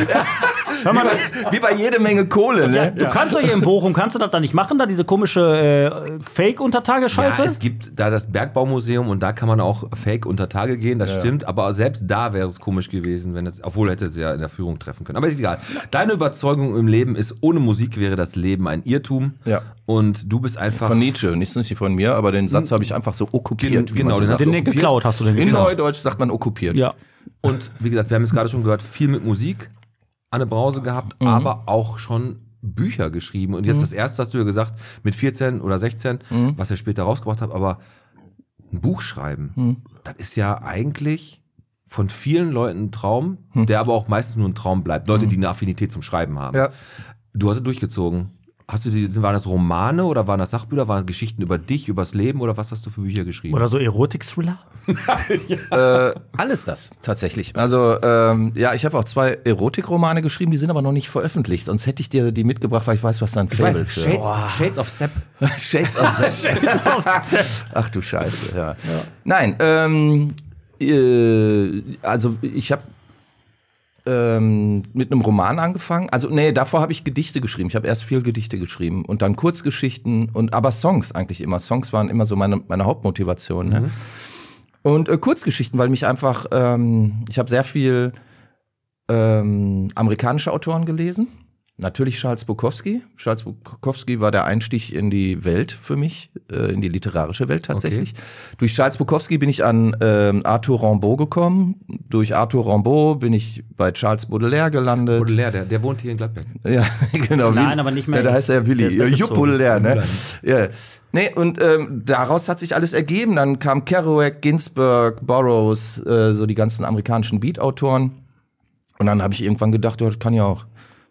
[SPEAKER 2] hör mal,
[SPEAKER 1] Wie bei jede Menge Kohle, ne?
[SPEAKER 2] ja, du kannst doch hier in Bochum, kannst du das da nicht machen, da diese komische äh, Fake-Untertagescheiße?
[SPEAKER 3] Ja, es gibt da das Bergbaumuseum und da kann man auch fake unter Tage gehen, das stimmt, aber selbst da wäre es komisch gewesen, wenn es, obwohl hätte sie ja in der Führung treffen können. Aber ist egal. Deine Überzeugung im Leben ist, ohne Musik wäre das Leben ein Irrtum.
[SPEAKER 1] Ja.
[SPEAKER 3] Und du bist einfach.
[SPEAKER 1] Von Nietzsche, nicht so nicht von mir, aber den Satz habe ich einfach so okkupiert.
[SPEAKER 3] Genau,
[SPEAKER 1] man so
[SPEAKER 3] Hm. den hast
[SPEAKER 1] sagt.
[SPEAKER 2] den den geklaut hast du den
[SPEAKER 1] In
[SPEAKER 2] geklaut.
[SPEAKER 1] Neudeutsch sagt man okkupiert.
[SPEAKER 2] Ja.
[SPEAKER 3] Und wie gesagt, wir haben es gerade schon gehört, viel mit Musik. an der Brause gehabt, aber auch schon Bücher geschrieben. Und jetzt das erste hast du ja gesagt, mit 14 oder 16, was er später rausgebracht hat, aber ein Buch schreiben, das ist ja eigentlich von vielen Leuten ein Traum, der aber auch meistens nur ein Traum bleibt. Leute, die eine Affinität zum Schreiben haben.
[SPEAKER 1] Ja.
[SPEAKER 3] Du hast es durchgezogen. Hast du die, waren das Romane oder waren das Sachbücher, waren das Geschichten über dich, übers Leben oder was hast du für Bücher geschrieben?
[SPEAKER 2] Oder so Erotik-Thriller?
[SPEAKER 1] Äh, alles das tatsächlich. Also ähm, ja, ich habe auch zwei Erotikromane geschrieben, die sind aber noch nicht veröffentlicht. Sonst hätte ich dir die mitgebracht, weil ich weiß, was da ein
[SPEAKER 3] ich weiß,
[SPEAKER 1] Fable für.
[SPEAKER 3] Shades, Shades of Sepp.
[SPEAKER 1] Shades of Zen. Ach du Scheiße, ja. Nein, ähm, äh, also ich habe ähm, mit einem Roman angefangen. Also nee, davor habe ich Gedichte geschrieben. Ich habe erst viel Gedichte geschrieben und dann Kurzgeschichten und aber Songs eigentlich immer. Songs waren immer so meine, meine Hauptmotivation. Ne? Und äh, Kurzgeschichten, weil mich einfach, ähm, ich habe sehr viel ähm, amerikanische Autoren gelesen. Natürlich Charles Bukowski. Charles Bukowski war der Einstieg in die Welt für mich, äh, in die literarische Welt tatsächlich. Durch Charles Bukowski bin ich an ähm, Arthur Rimbaud gekommen. Durch Arthur Rimbaud bin ich bei Charles Baudelaire gelandet.
[SPEAKER 3] Baudelaire, der, der wohnt hier in Gladbeck.
[SPEAKER 1] Ja, genau.
[SPEAKER 2] Nein,
[SPEAKER 1] Willi.
[SPEAKER 2] aber nicht mehr
[SPEAKER 1] Ja, da
[SPEAKER 2] jetzt.
[SPEAKER 1] heißt er ja
[SPEAKER 2] Der ist
[SPEAKER 1] Willi. Ja,
[SPEAKER 2] weggezogen.
[SPEAKER 1] Juppulär, ne? Ja. Nee, und ähm, daraus hat sich alles ergeben. Dann kam Kerouac, Ginsberg, Burroughs, äh, so die ganzen amerikanischen Beat-Autoren. Und dann habe ich irgendwann gedacht, ja, das kann ja auch.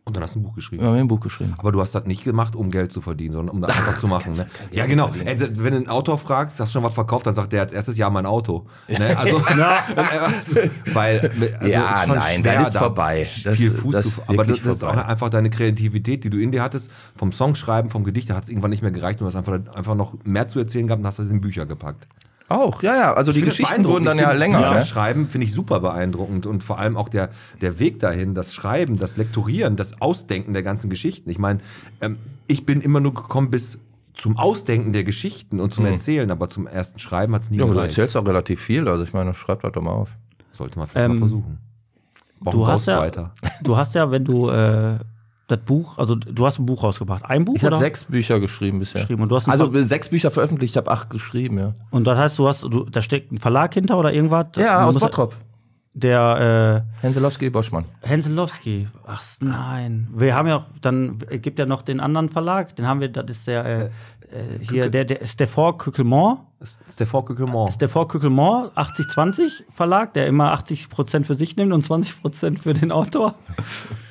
[SPEAKER 3] Und dann hast du ein Buch geschrieben.
[SPEAKER 1] Ja, hab ich ein Buch geschrieben.
[SPEAKER 3] Aber du hast das nicht gemacht, um Geld zu verdienen, sondern um das einfach zu machen. Ne? Ja, genau. Ey, d- wenn du einen Autor fragst, hast du schon was verkauft, dann sagt der als erstes, ja, mein Auto. Ne? Also, also, weil, also,
[SPEAKER 1] Ja,
[SPEAKER 3] schon
[SPEAKER 1] nein,
[SPEAKER 3] schwer,
[SPEAKER 1] das ist
[SPEAKER 3] da
[SPEAKER 1] vorbei. Das-
[SPEAKER 3] viel Fuß
[SPEAKER 1] das
[SPEAKER 3] zu,
[SPEAKER 1] ist
[SPEAKER 3] aber das,
[SPEAKER 1] wirklich
[SPEAKER 3] das ist auch
[SPEAKER 1] vorbei.
[SPEAKER 3] einfach deine Kreativität, die du in dir hattest, vom Songschreiben, vom Gedicht, da hat es irgendwann nicht mehr gereicht. Du hast einfach, einfach noch mehr zu erzählen gehabt und hast das in Bücher gepackt.
[SPEAKER 1] Auch, ja, ja. Also die
[SPEAKER 3] Ich finde das
[SPEAKER 1] Geschichten wurden
[SPEAKER 3] beeindruckend.
[SPEAKER 1] dann
[SPEAKER 3] Ich
[SPEAKER 1] ja
[SPEAKER 3] finde
[SPEAKER 1] länger.
[SPEAKER 3] Bücher
[SPEAKER 1] Ne?
[SPEAKER 3] Schreiben finde ich super beeindruckend und vor allem auch der, der Weg dahin, das Schreiben, das Lektorieren, das Ausdenken der ganzen Geschichten. Ich meine, ähm, ich bin immer nur gekommen bis zum Ausdenken der Geschichten und zum
[SPEAKER 2] Hm.
[SPEAKER 3] Erzählen, aber zum ersten Schreiben hat es nie
[SPEAKER 1] Ja, aber du
[SPEAKER 3] gereicht.
[SPEAKER 1] erzählst auch relativ viel. Also ich meine, schreib das doch mal auf.
[SPEAKER 3] Sollte man vielleicht
[SPEAKER 2] Ähm,
[SPEAKER 3] mal versuchen. Brauchen
[SPEAKER 2] Du hast, ja,
[SPEAKER 3] Ghostwriter.
[SPEAKER 2] du hast ja, wenn du äh, das Buch, also du hast ein Buch rausgebracht. Ein Buch
[SPEAKER 1] Ich
[SPEAKER 2] oder?
[SPEAKER 1] habe sechs Bücher geschrieben bisher.
[SPEAKER 2] Geschrieben. Und du hast ein
[SPEAKER 1] also
[SPEAKER 2] paar-
[SPEAKER 1] äh, sechs Bücher veröffentlicht, ich habe acht geschrieben, ja.
[SPEAKER 2] Und das heißt, du hast, du, da steckt ein Verlag hinter oder irgendwas?
[SPEAKER 1] Ja,
[SPEAKER 2] Du
[SPEAKER 1] aus
[SPEAKER 2] musst-
[SPEAKER 1] Bottrop.
[SPEAKER 2] Der
[SPEAKER 1] Henselowski Boschmann.
[SPEAKER 2] äh, Henselowski. Ach nein. Wir haben ja auch, dann äh, gibt ja noch den anderen Verlag, den haben wir, das ist der äh, äh, hier, der, der Stefan Kückelmont.
[SPEAKER 3] Das ist der Forke Clement.
[SPEAKER 2] Stefan Kückelmont, 80-20 Verlag, der immer 80% für sich nimmt und 20% für den Autor.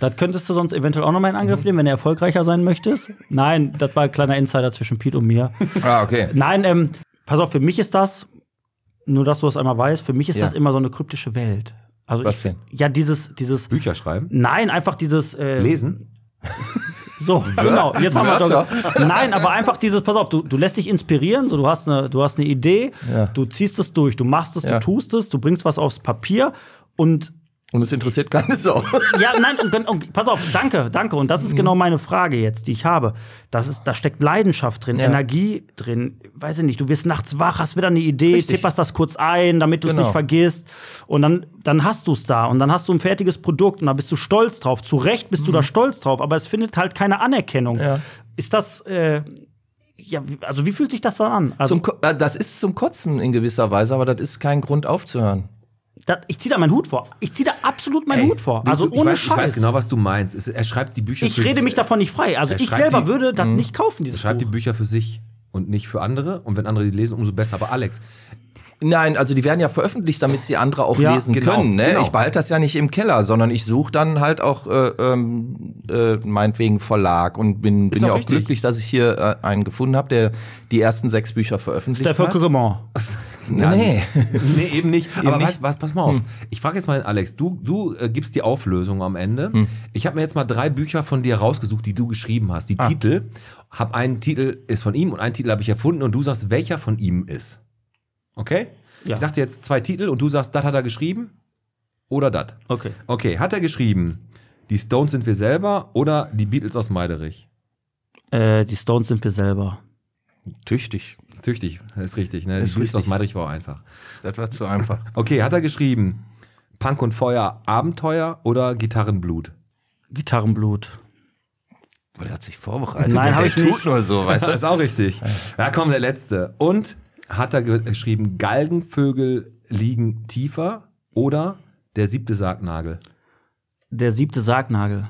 [SPEAKER 2] Das könntest du sonst eventuell auch nochmal in Angriff nehmen, wenn du erfolgreicher sein möchtest. Nein, das war ein kleiner Insider zwischen Pete und mir.
[SPEAKER 1] Ah, okay.
[SPEAKER 2] Nein, ähm, pass auf, für mich ist das, nur dass du es einmal weißt, für mich ist
[SPEAKER 1] Ja.
[SPEAKER 2] das immer so eine kryptische Welt. Also
[SPEAKER 1] Was
[SPEAKER 2] ich,
[SPEAKER 1] denn?
[SPEAKER 2] Ja, dieses, dieses.
[SPEAKER 3] Bücher schreiben?
[SPEAKER 2] Nein, einfach dieses. Äh,
[SPEAKER 3] Lesen?
[SPEAKER 2] So, genau. Jetzt haben wir
[SPEAKER 1] Wörter?
[SPEAKER 2] doch. Nein, aber einfach dieses, pass auf, du, du lässt dich inspirieren, so du hast eine, du hast eine Idee,
[SPEAKER 1] Ja.
[SPEAKER 2] du ziehst es durch, du machst es,
[SPEAKER 1] Ja.
[SPEAKER 2] du tust es, du bringst was aufs Papier und
[SPEAKER 1] Und es interessiert keine Sau.
[SPEAKER 2] ja, nein, und, gen- und pass auf, danke, danke. Und das
[SPEAKER 3] Mhm.
[SPEAKER 2] ist genau meine Frage jetzt, die ich habe. Das ist, da steckt Leidenschaft drin,
[SPEAKER 1] Ja.
[SPEAKER 2] Energie drin. Weiß ich nicht, du wirst nachts wach, hast wieder eine Idee,
[SPEAKER 1] Richtig.
[SPEAKER 2] tipperst das kurz ein, damit du es
[SPEAKER 1] Genau.
[SPEAKER 2] nicht vergisst. Und dann, dann hast du es da und dann hast du ein fertiges Produkt und da bist du stolz drauf. Zu Recht bist du
[SPEAKER 3] Mhm.
[SPEAKER 2] da stolz drauf, aber es findet halt keine Anerkennung.
[SPEAKER 1] Ja.
[SPEAKER 2] Ist das, äh, ja, wie- also wie fühlt sich das dann an? Also,
[SPEAKER 1] Zum Ko- äh, das ist zum Kotzen in gewisser Weise, aber das ist kein Grund aufzuhören.
[SPEAKER 2] da, ich ziehe da meinen Hut vor. Ich ziehe da absolut meinen
[SPEAKER 3] Ey,
[SPEAKER 2] Hut vor.
[SPEAKER 3] du-
[SPEAKER 2] Also
[SPEAKER 3] du- ich
[SPEAKER 2] ohne
[SPEAKER 3] weiß,
[SPEAKER 2] Scheiß.
[SPEAKER 3] Ich weiß genau, was du meinst. Es, er schreibt die Bücher
[SPEAKER 2] Ich
[SPEAKER 3] für
[SPEAKER 2] rede
[SPEAKER 3] si-
[SPEAKER 2] mich davon nicht frei. Also
[SPEAKER 3] Er
[SPEAKER 2] ich
[SPEAKER 3] schreibt
[SPEAKER 2] selber
[SPEAKER 3] die- Mhm.
[SPEAKER 2] würde das nicht kaufen, dieses
[SPEAKER 3] Schreibt
[SPEAKER 2] Buch.
[SPEAKER 3] die Bücher für sich und nicht für andere. Und wenn andere die lesen, umso besser. Aber Alex,
[SPEAKER 1] Nein, also die werden ja veröffentlicht, damit sie andere auch
[SPEAKER 2] Ja,
[SPEAKER 1] lesen
[SPEAKER 3] genau,
[SPEAKER 1] können. Ne?
[SPEAKER 3] genau.
[SPEAKER 1] Ich behalte das ja nicht im Keller, sondern ich suche dann halt auch äh, ähm, äh, meinetwegen Verlag und bin, bin
[SPEAKER 3] auch
[SPEAKER 1] ja auch
[SPEAKER 3] richtig.
[SPEAKER 1] glücklich, dass ich hier äh, einen gefunden habe, der die ersten sechs Bücher veröffentlicht
[SPEAKER 2] Der
[SPEAKER 1] hat.
[SPEAKER 2] Völkergemont.
[SPEAKER 1] Nee.
[SPEAKER 3] Nee, eben nicht. Aber
[SPEAKER 1] nicht. Hm.
[SPEAKER 3] Was, was, pass mal auf. Ich frage jetzt mal, Alex, du, du äh, gibst die Auflösung am Ende.
[SPEAKER 1] Hm.
[SPEAKER 3] Ich habe mir jetzt mal drei Bücher von dir rausgesucht, die du geschrieben hast.
[SPEAKER 1] Ah.
[SPEAKER 3] Die Titel. Hab einen Titel ist von ihm und einen Titel habe ich erfunden und du sagst, welcher von ihm ist. Okay?
[SPEAKER 2] Ja.
[SPEAKER 3] Ich sag dir jetzt zwei Titel und du sagst, das hat er geschrieben oder das.
[SPEAKER 2] Okay.
[SPEAKER 3] Okay, hat er geschrieben, die Stones sind wir selber oder die Beatles aus Meiderich?
[SPEAKER 2] Äh, die Stones sind wir selber.
[SPEAKER 1] Tüchtig.
[SPEAKER 3] Tüchtig, ist richtig. Ne? Die
[SPEAKER 1] Ist
[SPEAKER 3] Beatles aus
[SPEAKER 1] richtig.
[SPEAKER 3] Meiderich war auch einfach.
[SPEAKER 1] Das war zu einfach.
[SPEAKER 3] Okay, hat er geschrieben, Punk und Feuer, Abenteuer oder Gitarrenblut?
[SPEAKER 2] Gitarrenblut.
[SPEAKER 1] Boah, der hat sich vorbereitet.
[SPEAKER 2] Nein,
[SPEAKER 1] der
[SPEAKER 2] hab
[SPEAKER 1] der
[SPEAKER 2] ich
[SPEAKER 1] tut
[SPEAKER 2] nicht.
[SPEAKER 1] nur so, weißt
[SPEAKER 3] Das
[SPEAKER 1] du?
[SPEAKER 3] ist auch richtig. Ja, komm, der letzte. Und hat er ge- geschrieben, Galgenvögel liegen tiefer oder der siebte Sargnagel?
[SPEAKER 2] Der siebte Sargnagel.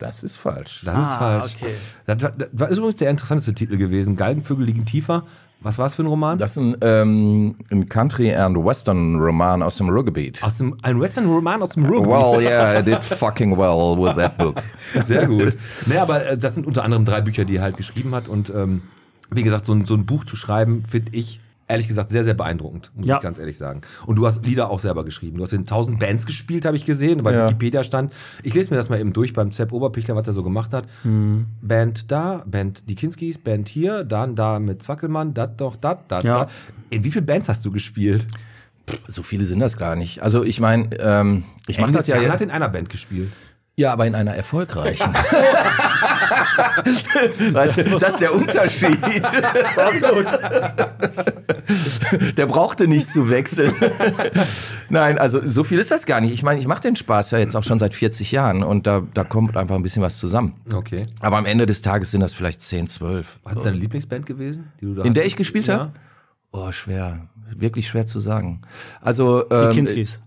[SPEAKER 1] Das ist falsch.
[SPEAKER 3] Das
[SPEAKER 2] Ah,
[SPEAKER 3] ist falsch.
[SPEAKER 2] okay.
[SPEAKER 3] Das, war- das war- ist übrigens der interessanteste Titel gewesen. Galgenvögel liegen tiefer. Was war es für ein Roman?
[SPEAKER 1] Das ist ein, ähm, ein Country and Western Roman aus dem Ruhrgebiet.
[SPEAKER 3] aus dem, ein Western-Roman aus dem Ruhrgebiet.
[SPEAKER 1] Well, yeah, I did fucking well with that book.
[SPEAKER 3] Sehr gut. Naja, aber äh, das sind unter anderem drei Bücher, die er halt geschrieben hat. Und ähm, wie gesagt, so ein, so ein Buch zu schreiben, finde ich ehrlich gesagt sehr, sehr beeindruckend, muss
[SPEAKER 2] Ja.
[SPEAKER 3] ich ganz ehrlich sagen. Und du hast Lieder auch selber geschrieben. Du hast in tausend Bands gespielt, habe ich gesehen. Bei
[SPEAKER 1] Ja.
[SPEAKER 3] Wikipedia stand. Ich lese mir das mal eben durch beim Zepp Oberpichler, was er so gemacht hat.
[SPEAKER 1] Mhm.
[SPEAKER 3] Band da, Band die Kinskis, Band hier, dann da mit Zwackelmann, dat doch, dat, dat,
[SPEAKER 2] Ja.
[SPEAKER 3] dat. In wie vielen Bands hast du gespielt?
[SPEAKER 1] So viele sind das gar nicht. Also ich meine, ähm, ich mache das ja
[SPEAKER 3] Er
[SPEAKER 1] jetzt.
[SPEAKER 3] hat in einer Band gespielt.
[SPEAKER 1] Ja, aber in einer erfolgreichen. weißt du, das ist der Unterschied. der brauchte nicht zu wechseln. Nein, also so viel ist das gar nicht. Ich meine, ich mache den Spaß ja jetzt auch schon seit 40 Jahren und da, da kommt einfach ein bisschen was zusammen.
[SPEAKER 3] Okay.
[SPEAKER 1] Aber am Ende des Tages sind das vielleicht 10, 12.
[SPEAKER 3] Was ist deine Lieblingsband gewesen? Die du da
[SPEAKER 1] In der ich gespielt
[SPEAKER 3] Ja.
[SPEAKER 1] habe? Oh, schwer. Wirklich schwer zu sagen. Also,
[SPEAKER 2] Die
[SPEAKER 1] ähm,
[SPEAKER 2] Kinskis.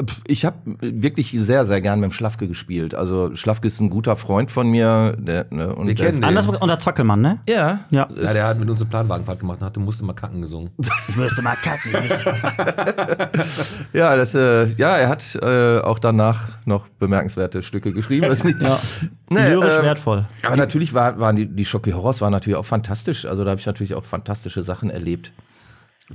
[SPEAKER 1] Pff, Ich habe wirklich sehr, sehr gern mit dem Schlafke gespielt. Also Schlafke ist ein guter Freund von mir. Der, ne, und
[SPEAKER 3] Wir kennen
[SPEAKER 1] der,
[SPEAKER 3] den.
[SPEAKER 2] Anders unter Zwackelmann, ne?
[SPEAKER 1] Ja.
[SPEAKER 2] Ja.
[SPEAKER 3] Ja, der hat mit uns eine Planwagenfahrt gemacht und hatte, musste mal kacken gesungen.
[SPEAKER 2] Ich müsste mal kacken.
[SPEAKER 1] Ja, das, äh, ja, er hat äh, auch danach noch bemerkenswerte Stücke geschrieben. Das ist nicht,
[SPEAKER 2] Ja.
[SPEAKER 1] Nee,
[SPEAKER 2] Lyrisch
[SPEAKER 1] ähm,
[SPEAKER 2] wertvoll.
[SPEAKER 1] Aber natürlich war, waren die, die Schocke Horrors waren natürlich auch fantastisch. Also da habe ich natürlich auch fantastische Sachen erlebt.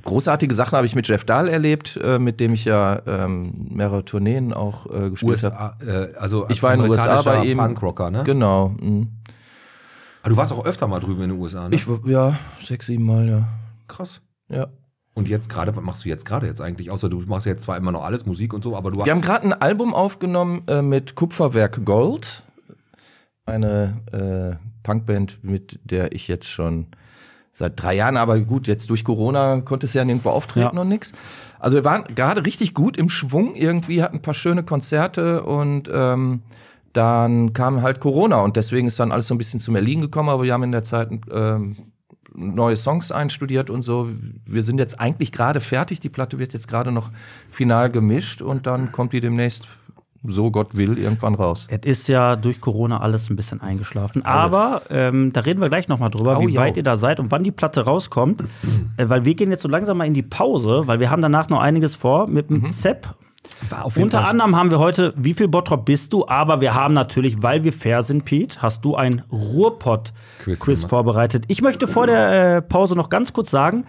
[SPEAKER 1] Großartige Sachen habe ich mit Jeff Dahl erlebt, äh, mit dem ich ja ähm, mehrere Tourneen auch äh, gespielt habe.
[SPEAKER 3] USA, äh, also
[SPEAKER 1] Ich war in den USA bei
[SPEAKER 3] amerikanischer
[SPEAKER 1] ihm.
[SPEAKER 3] Punkrocker, ne?
[SPEAKER 1] Genau. mhm.
[SPEAKER 3] Aber du warst auch öfter mal drüben in den USA, ne?
[SPEAKER 1] Ich, w- ja, sechs, sieben Mal, ja.
[SPEAKER 3] krass.
[SPEAKER 1] ja.
[SPEAKER 3] Und jetzt gerade, was machst du jetzt gerade jetzt eigentlich? Außer du machst ja jetzt zwar immer noch alles Musik und so, aber du
[SPEAKER 1] Wir haben gerade ein Album aufgenommen äh, mit Kupferwerk Gold. Eine äh, Punkband, mit der ich jetzt schon seit drei Jahren, aber gut, jetzt durch Corona konnte es ja nirgendwo auftreten
[SPEAKER 2] Ja.
[SPEAKER 1] und nix. Also wir waren gerade richtig gut im Schwung irgendwie, hatten ein paar schöne Konzerte und ähm, dann kam halt Corona und deswegen ist dann alles so ein bisschen zum Erliegen gekommen, aber wir haben in der Zeit ähm, neue Songs einstudiert und so. Wir sind jetzt eigentlich gerade fertig. Die Platte wird jetzt gerade noch final gemischt und dann kommt die demnächst, so Gott will, irgendwann raus.
[SPEAKER 2] Es ist ja durch Corona alles ein bisschen eingeschlafen. Aber ähm, da reden wir gleich nochmal drüber,
[SPEAKER 1] Au,
[SPEAKER 2] wie
[SPEAKER 1] jau.
[SPEAKER 2] weit ihr da seid und wann die Platte rauskommt. äh, weil wir gehen jetzt so langsam mal in die Pause, weil wir haben danach noch einiges vor mit dem Zepp.
[SPEAKER 3] war auf
[SPEAKER 2] Unter anderem haben wir heute, wie viel Bottrop bist du? Aber wir haben natürlich, weil wir fair sind, Pete, hast du ein Ruhrpott-Quiz
[SPEAKER 3] Quiz gemacht.
[SPEAKER 2] vorbereitet. Ich möchte vor der äh, Pause noch ganz kurz sagen,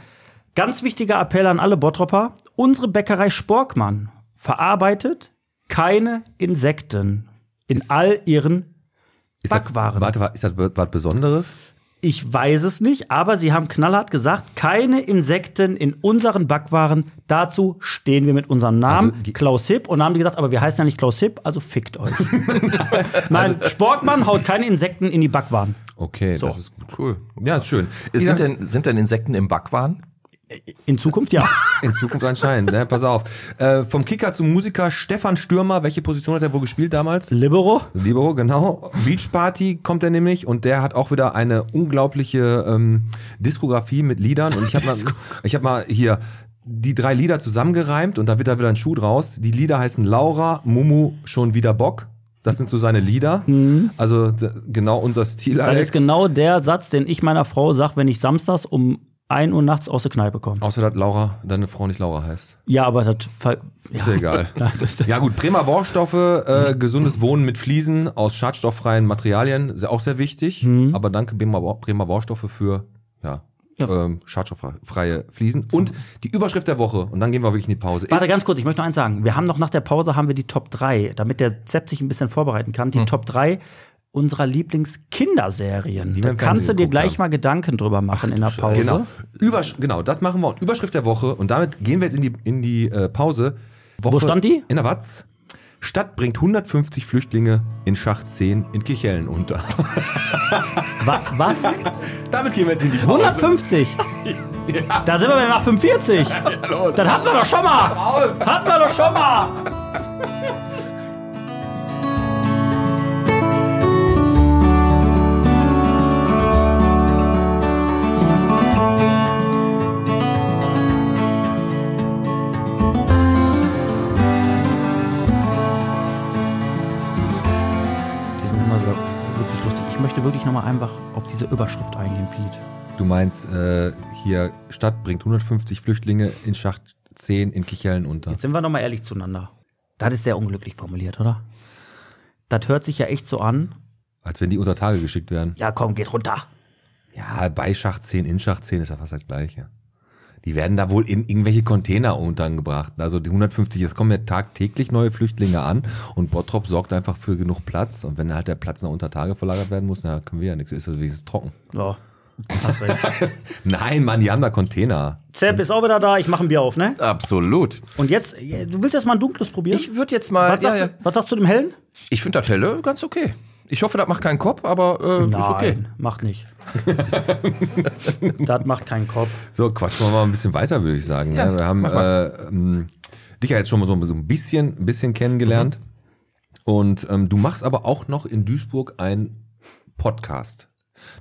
[SPEAKER 2] ganz wichtiger Appell an alle Bottropper, unsere Bäckerei Sporkmann verarbeitet keine Insekten in all ihren
[SPEAKER 3] ist Das,
[SPEAKER 2] Backwaren.
[SPEAKER 3] warte, warte, ist das was Besonderes?
[SPEAKER 2] ich weiß es nicht, aber sie haben knallhart gesagt, keine Insekten in unseren Backwaren. Dazu stehen wir mit unserem Namen,
[SPEAKER 3] Also, ge-
[SPEAKER 2] Klaus Hipp. Und dann haben die gesagt, aber wir heißen ja nicht Klaus Hipp, also fickt euch. Nein, Sportmann haut keine Insekten in die Backwaren.
[SPEAKER 3] Okay,
[SPEAKER 2] So.
[SPEAKER 3] das ist gut. Cool. Ja, ist schön. Ich sag-
[SPEAKER 1] Sind denn, sind denn Insekten im Backwaren?
[SPEAKER 2] In Zukunft ja.
[SPEAKER 3] in Zukunft anscheinend, ne? Pass auf. Äh, vom Kicker zum Musiker Stefan Stürmer, welche Position hat er wohl gespielt damals?
[SPEAKER 2] Libero?
[SPEAKER 3] Libero, genau. Beach Party kommt er nämlich und der hat auch wieder eine unglaubliche ähm, Diskografie mit Liedern. Und ich habe mal, ich hab mal hier die drei Lieder zusammengereimt und da wird da wieder ein Schuh draus. Die Lieder heißen Laura, Mumu, schon wieder Bock. Das sind so seine Lieder. Also d- genau unser Stil,
[SPEAKER 2] Das
[SPEAKER 3] Alex.
[SPEAKER 2] Mhm. ist genau der Satz, den ich meiner Frau sage, wenn ich samstags um 1 Uhr nachts aus der Kneipe komme.
[SPEAKER 3] Außer, dass Laura, deine Frau nicht Laura heißt.
[SPEAKER 2] Ja, aber das. ver- Ja.
[SPEAKER 3] Ist ja egal. ja gut, Bremer Baustoffe, äh, gesundes Wohnen mit Fliesen aus schadstofffreien Materialien, ist ja auch sehr wichtig.
[SPEAKER 2] Mhm.
[SPEAKER 3] Aber danke Bremer, Bau- Bremer Baustoffe für ja,
[SPEAKER 2] Ja.
[SPEAKER 3] Ähm, schadstofffreie Fliesen. Und die Überschrift der Woche, und dann gehen wir wirklich in die Pause.
[SPEAKER 2] Warte
[SPEAKER 3] ist,
[SPEAKER 2] ganz kurz, ich möchte noch eins sagen. Wir haben noch nach der Pause haben wir die Top 3, damit der Zepp sich ein bisschen vorbereiten kann.
[SPEAKER 3] Hm.
[SPEAKER 2] Die Top 3 unserer Lieblingskinderserien.
[SPEAKER 3] Die wir
[SPEAKER 2] da
[SPEAKER 3] im
[SPEAKER 2] kannst du
[SPEAKER 3] Fernsehen
[SPEAKER 2] dir
[SPEAKER 3] geguckt
[SPEAKER 2] gleich
[SPEAKER 3] haben.
[SPEAKER 2] mal Gedanken drüber machen in der Pause.
[SPEAKER 3] Genau, Übersch genau, das machen wir. Und Überschrift der Woche, und damit gehen wir jetzt in die, in die äh, Pause. Woche
[SPEAKER 2] Wo stand die?
[SPEAKER 3] In der Watz. Stadt bringt 150 Flüchtlinge in Schacht 10 in Kirchhellen unter.
[SPEAKER 2] Wa was?
[SPEAKER 3] Genau. damit gehen wir jetzt in die Pause.
[SPEAKER 2] 150? Da sind wir wieder nach 45.
[SPEAKER 3] los.
[SPEAKER 2] Das hatten wir doch schon mal.
[SPEAKER 3] Raus.
[SPEAKER 2] Hatten wir doch schon mal. diese Überschrift eingehen, Pete.
[SPEAKER 3] Du meinst, äh, hier Stadt bringt 150 Flüchtlinge in Schacht 10 in Kichellen unter.
[SPEAKER 2] Jetzt sind wir nochmal ehrlich zueinander. Das ist sehr unglücklich formuliert, oder? Das hört sich ja echt so an.
[SPEAKER 3] Als wenn die unter Tage geschickt werden.
[SPEAKER 2] Ja, komm, geht runter.
[SPEAKER 3] Ja, bei Schacht 10, in Schacht 10 ist ja fast das Gleiche. Die werden da wohl in irgendwelche Container untergebracht. Also die 150, es kommen ja tagtäglich neue Flüchtlinge an und Bottrop sorgt einfach für genug Platz. Und wenn halt der Platz nach unter Tage verlagert werden muss, na, können wir ja nichts. Ist das wenigstens trocken.
[SPEAKER 2] Ja. Hast recht.
[SPEAKER 3] Nein, Mann, die haben da Container.
[SPEAKER 2] Zepp ist auch wieder da, ich mache ein Bier auf, ne?
[SPEAKER 1] Absolut.
[SPEAKER 2] Und jetzt, du willst jetzt mal ein dunkles probieren?
[SPEAKER 1] Ich würde jetzt mal.
[SPEAKER 2] was, sagst Du, was sagst du dem hellen?
[SPEAKER 1] Ich finde das helle ganz okay. Ich hoffe, das macht keinen Kopf, aber äh, ist okay.
[SPEAKER 2] macht nicht. das macht keinen Kopf.
[SPEAKER 3] So, quatschen wir mal ein bisschen weiter, würde ich sagen.
[SPEAKER 1] Ja,
[SPEAKER 3] ne? wir haben
[SPEAKER 1] mach
[SPEAKER 3] äh, ähm, dich ja jetzt schon mal so so ein bisschen, ein bisschen kennengelernt.
[SPEAKER 1] Mhm.
[SPEAKER 3] Und ähm, du machst aber auch noch in Duisburg einen Podcast.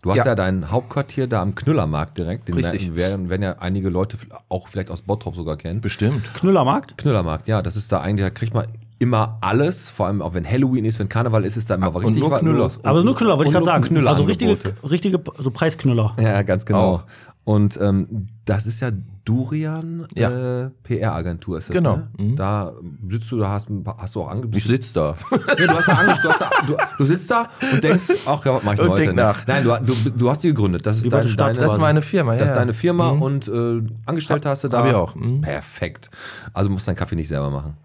[SPEAKER 3] Du hast ja,
[SPEAKER 1] Ja.
[SPEAKER 3] dein Hauptquartier da am Knüllermarkt direkt. Den werden-
[SPEAKER 1] Richtig.
[SPEAKER 3] Werden, werden ja einige Leute auch vielleicht aus Bottrop sogar kennen.
[SPEAKER 1] Bestimmt.
[SPEAKER 2] Knüllermarkt?
[SPEAKER 3] Knüllermarkt, ja, das ist da eigentlich, da kriegt man immer alles, vor allem auch wenn Halloween ist, wenn Karneval ist, ist da immer
[SPEAKER 1] und
[SPEAKER 3] richtig
[SPEAKER 1] nur
[SPEAKER 3] was
[SPEAKER 1] Knüller.
[SPEAKER 3] los.
[SPEAKER 2] Aber nur Knüller, wollte ich
[SPEAKER 3] und nur
[SPEAKER 2] gerade sagen.
[SPEAKER 3] Knüller-
[SPEAKER 2] also richtige,
[SPEAKER 3] Angebote.
[SPEAKER 2] richtige so Preisknüller.
[SPEAKER 3] Ja, ganz genau.
[SPEAKER 1] Auch.
[SPEAKER 3] Und ähm, das ist ja Durian
[SPEAKER 1] Ja.
[SPEAKER 3] äh, PR-Agentur, ist das,
[SPEAKER 1] Genau.
[SPEAKER 3] Ne? Da sitzt du, da hast, ein paar- hast du auch
[SPEAKER 1] Ich
[SPEAKER 3] angebietet.
[SPEAKER 1] sitze da.
[SPEAKER 3] Nee, du, hast da ange- du, hast da, du, du sitzt da und denkst, ach ja, was mach ich denn
[SPEAKER 1] Und
[SPEAKER 3] heute?
[SPEAKER 1] denk
[SPEAKER 3] ne?
[SPEAKER 1] nach.
[SPEAKER 3] Nein, du, du, du hast die gegründet. Das ist
[SPEAKER 2] Wie war
[SPEAKER 3] deine,
[SPEAKER 2] die Stadt?
[SPEAKER 3] deine
[SPEAKER 1] Das ist meine Firma, ja.
[SPEAKER 3] Das ist deine Firma
[SPEAKER 1] Mhm.
[SPEAKER 3] und äh, Angestellte hast du da.
[SPEAKER 1] hab ich auch. Mhm.
[SPEAKER 3] Perfekt. Also musst deinen Kaffee nicht selber machen.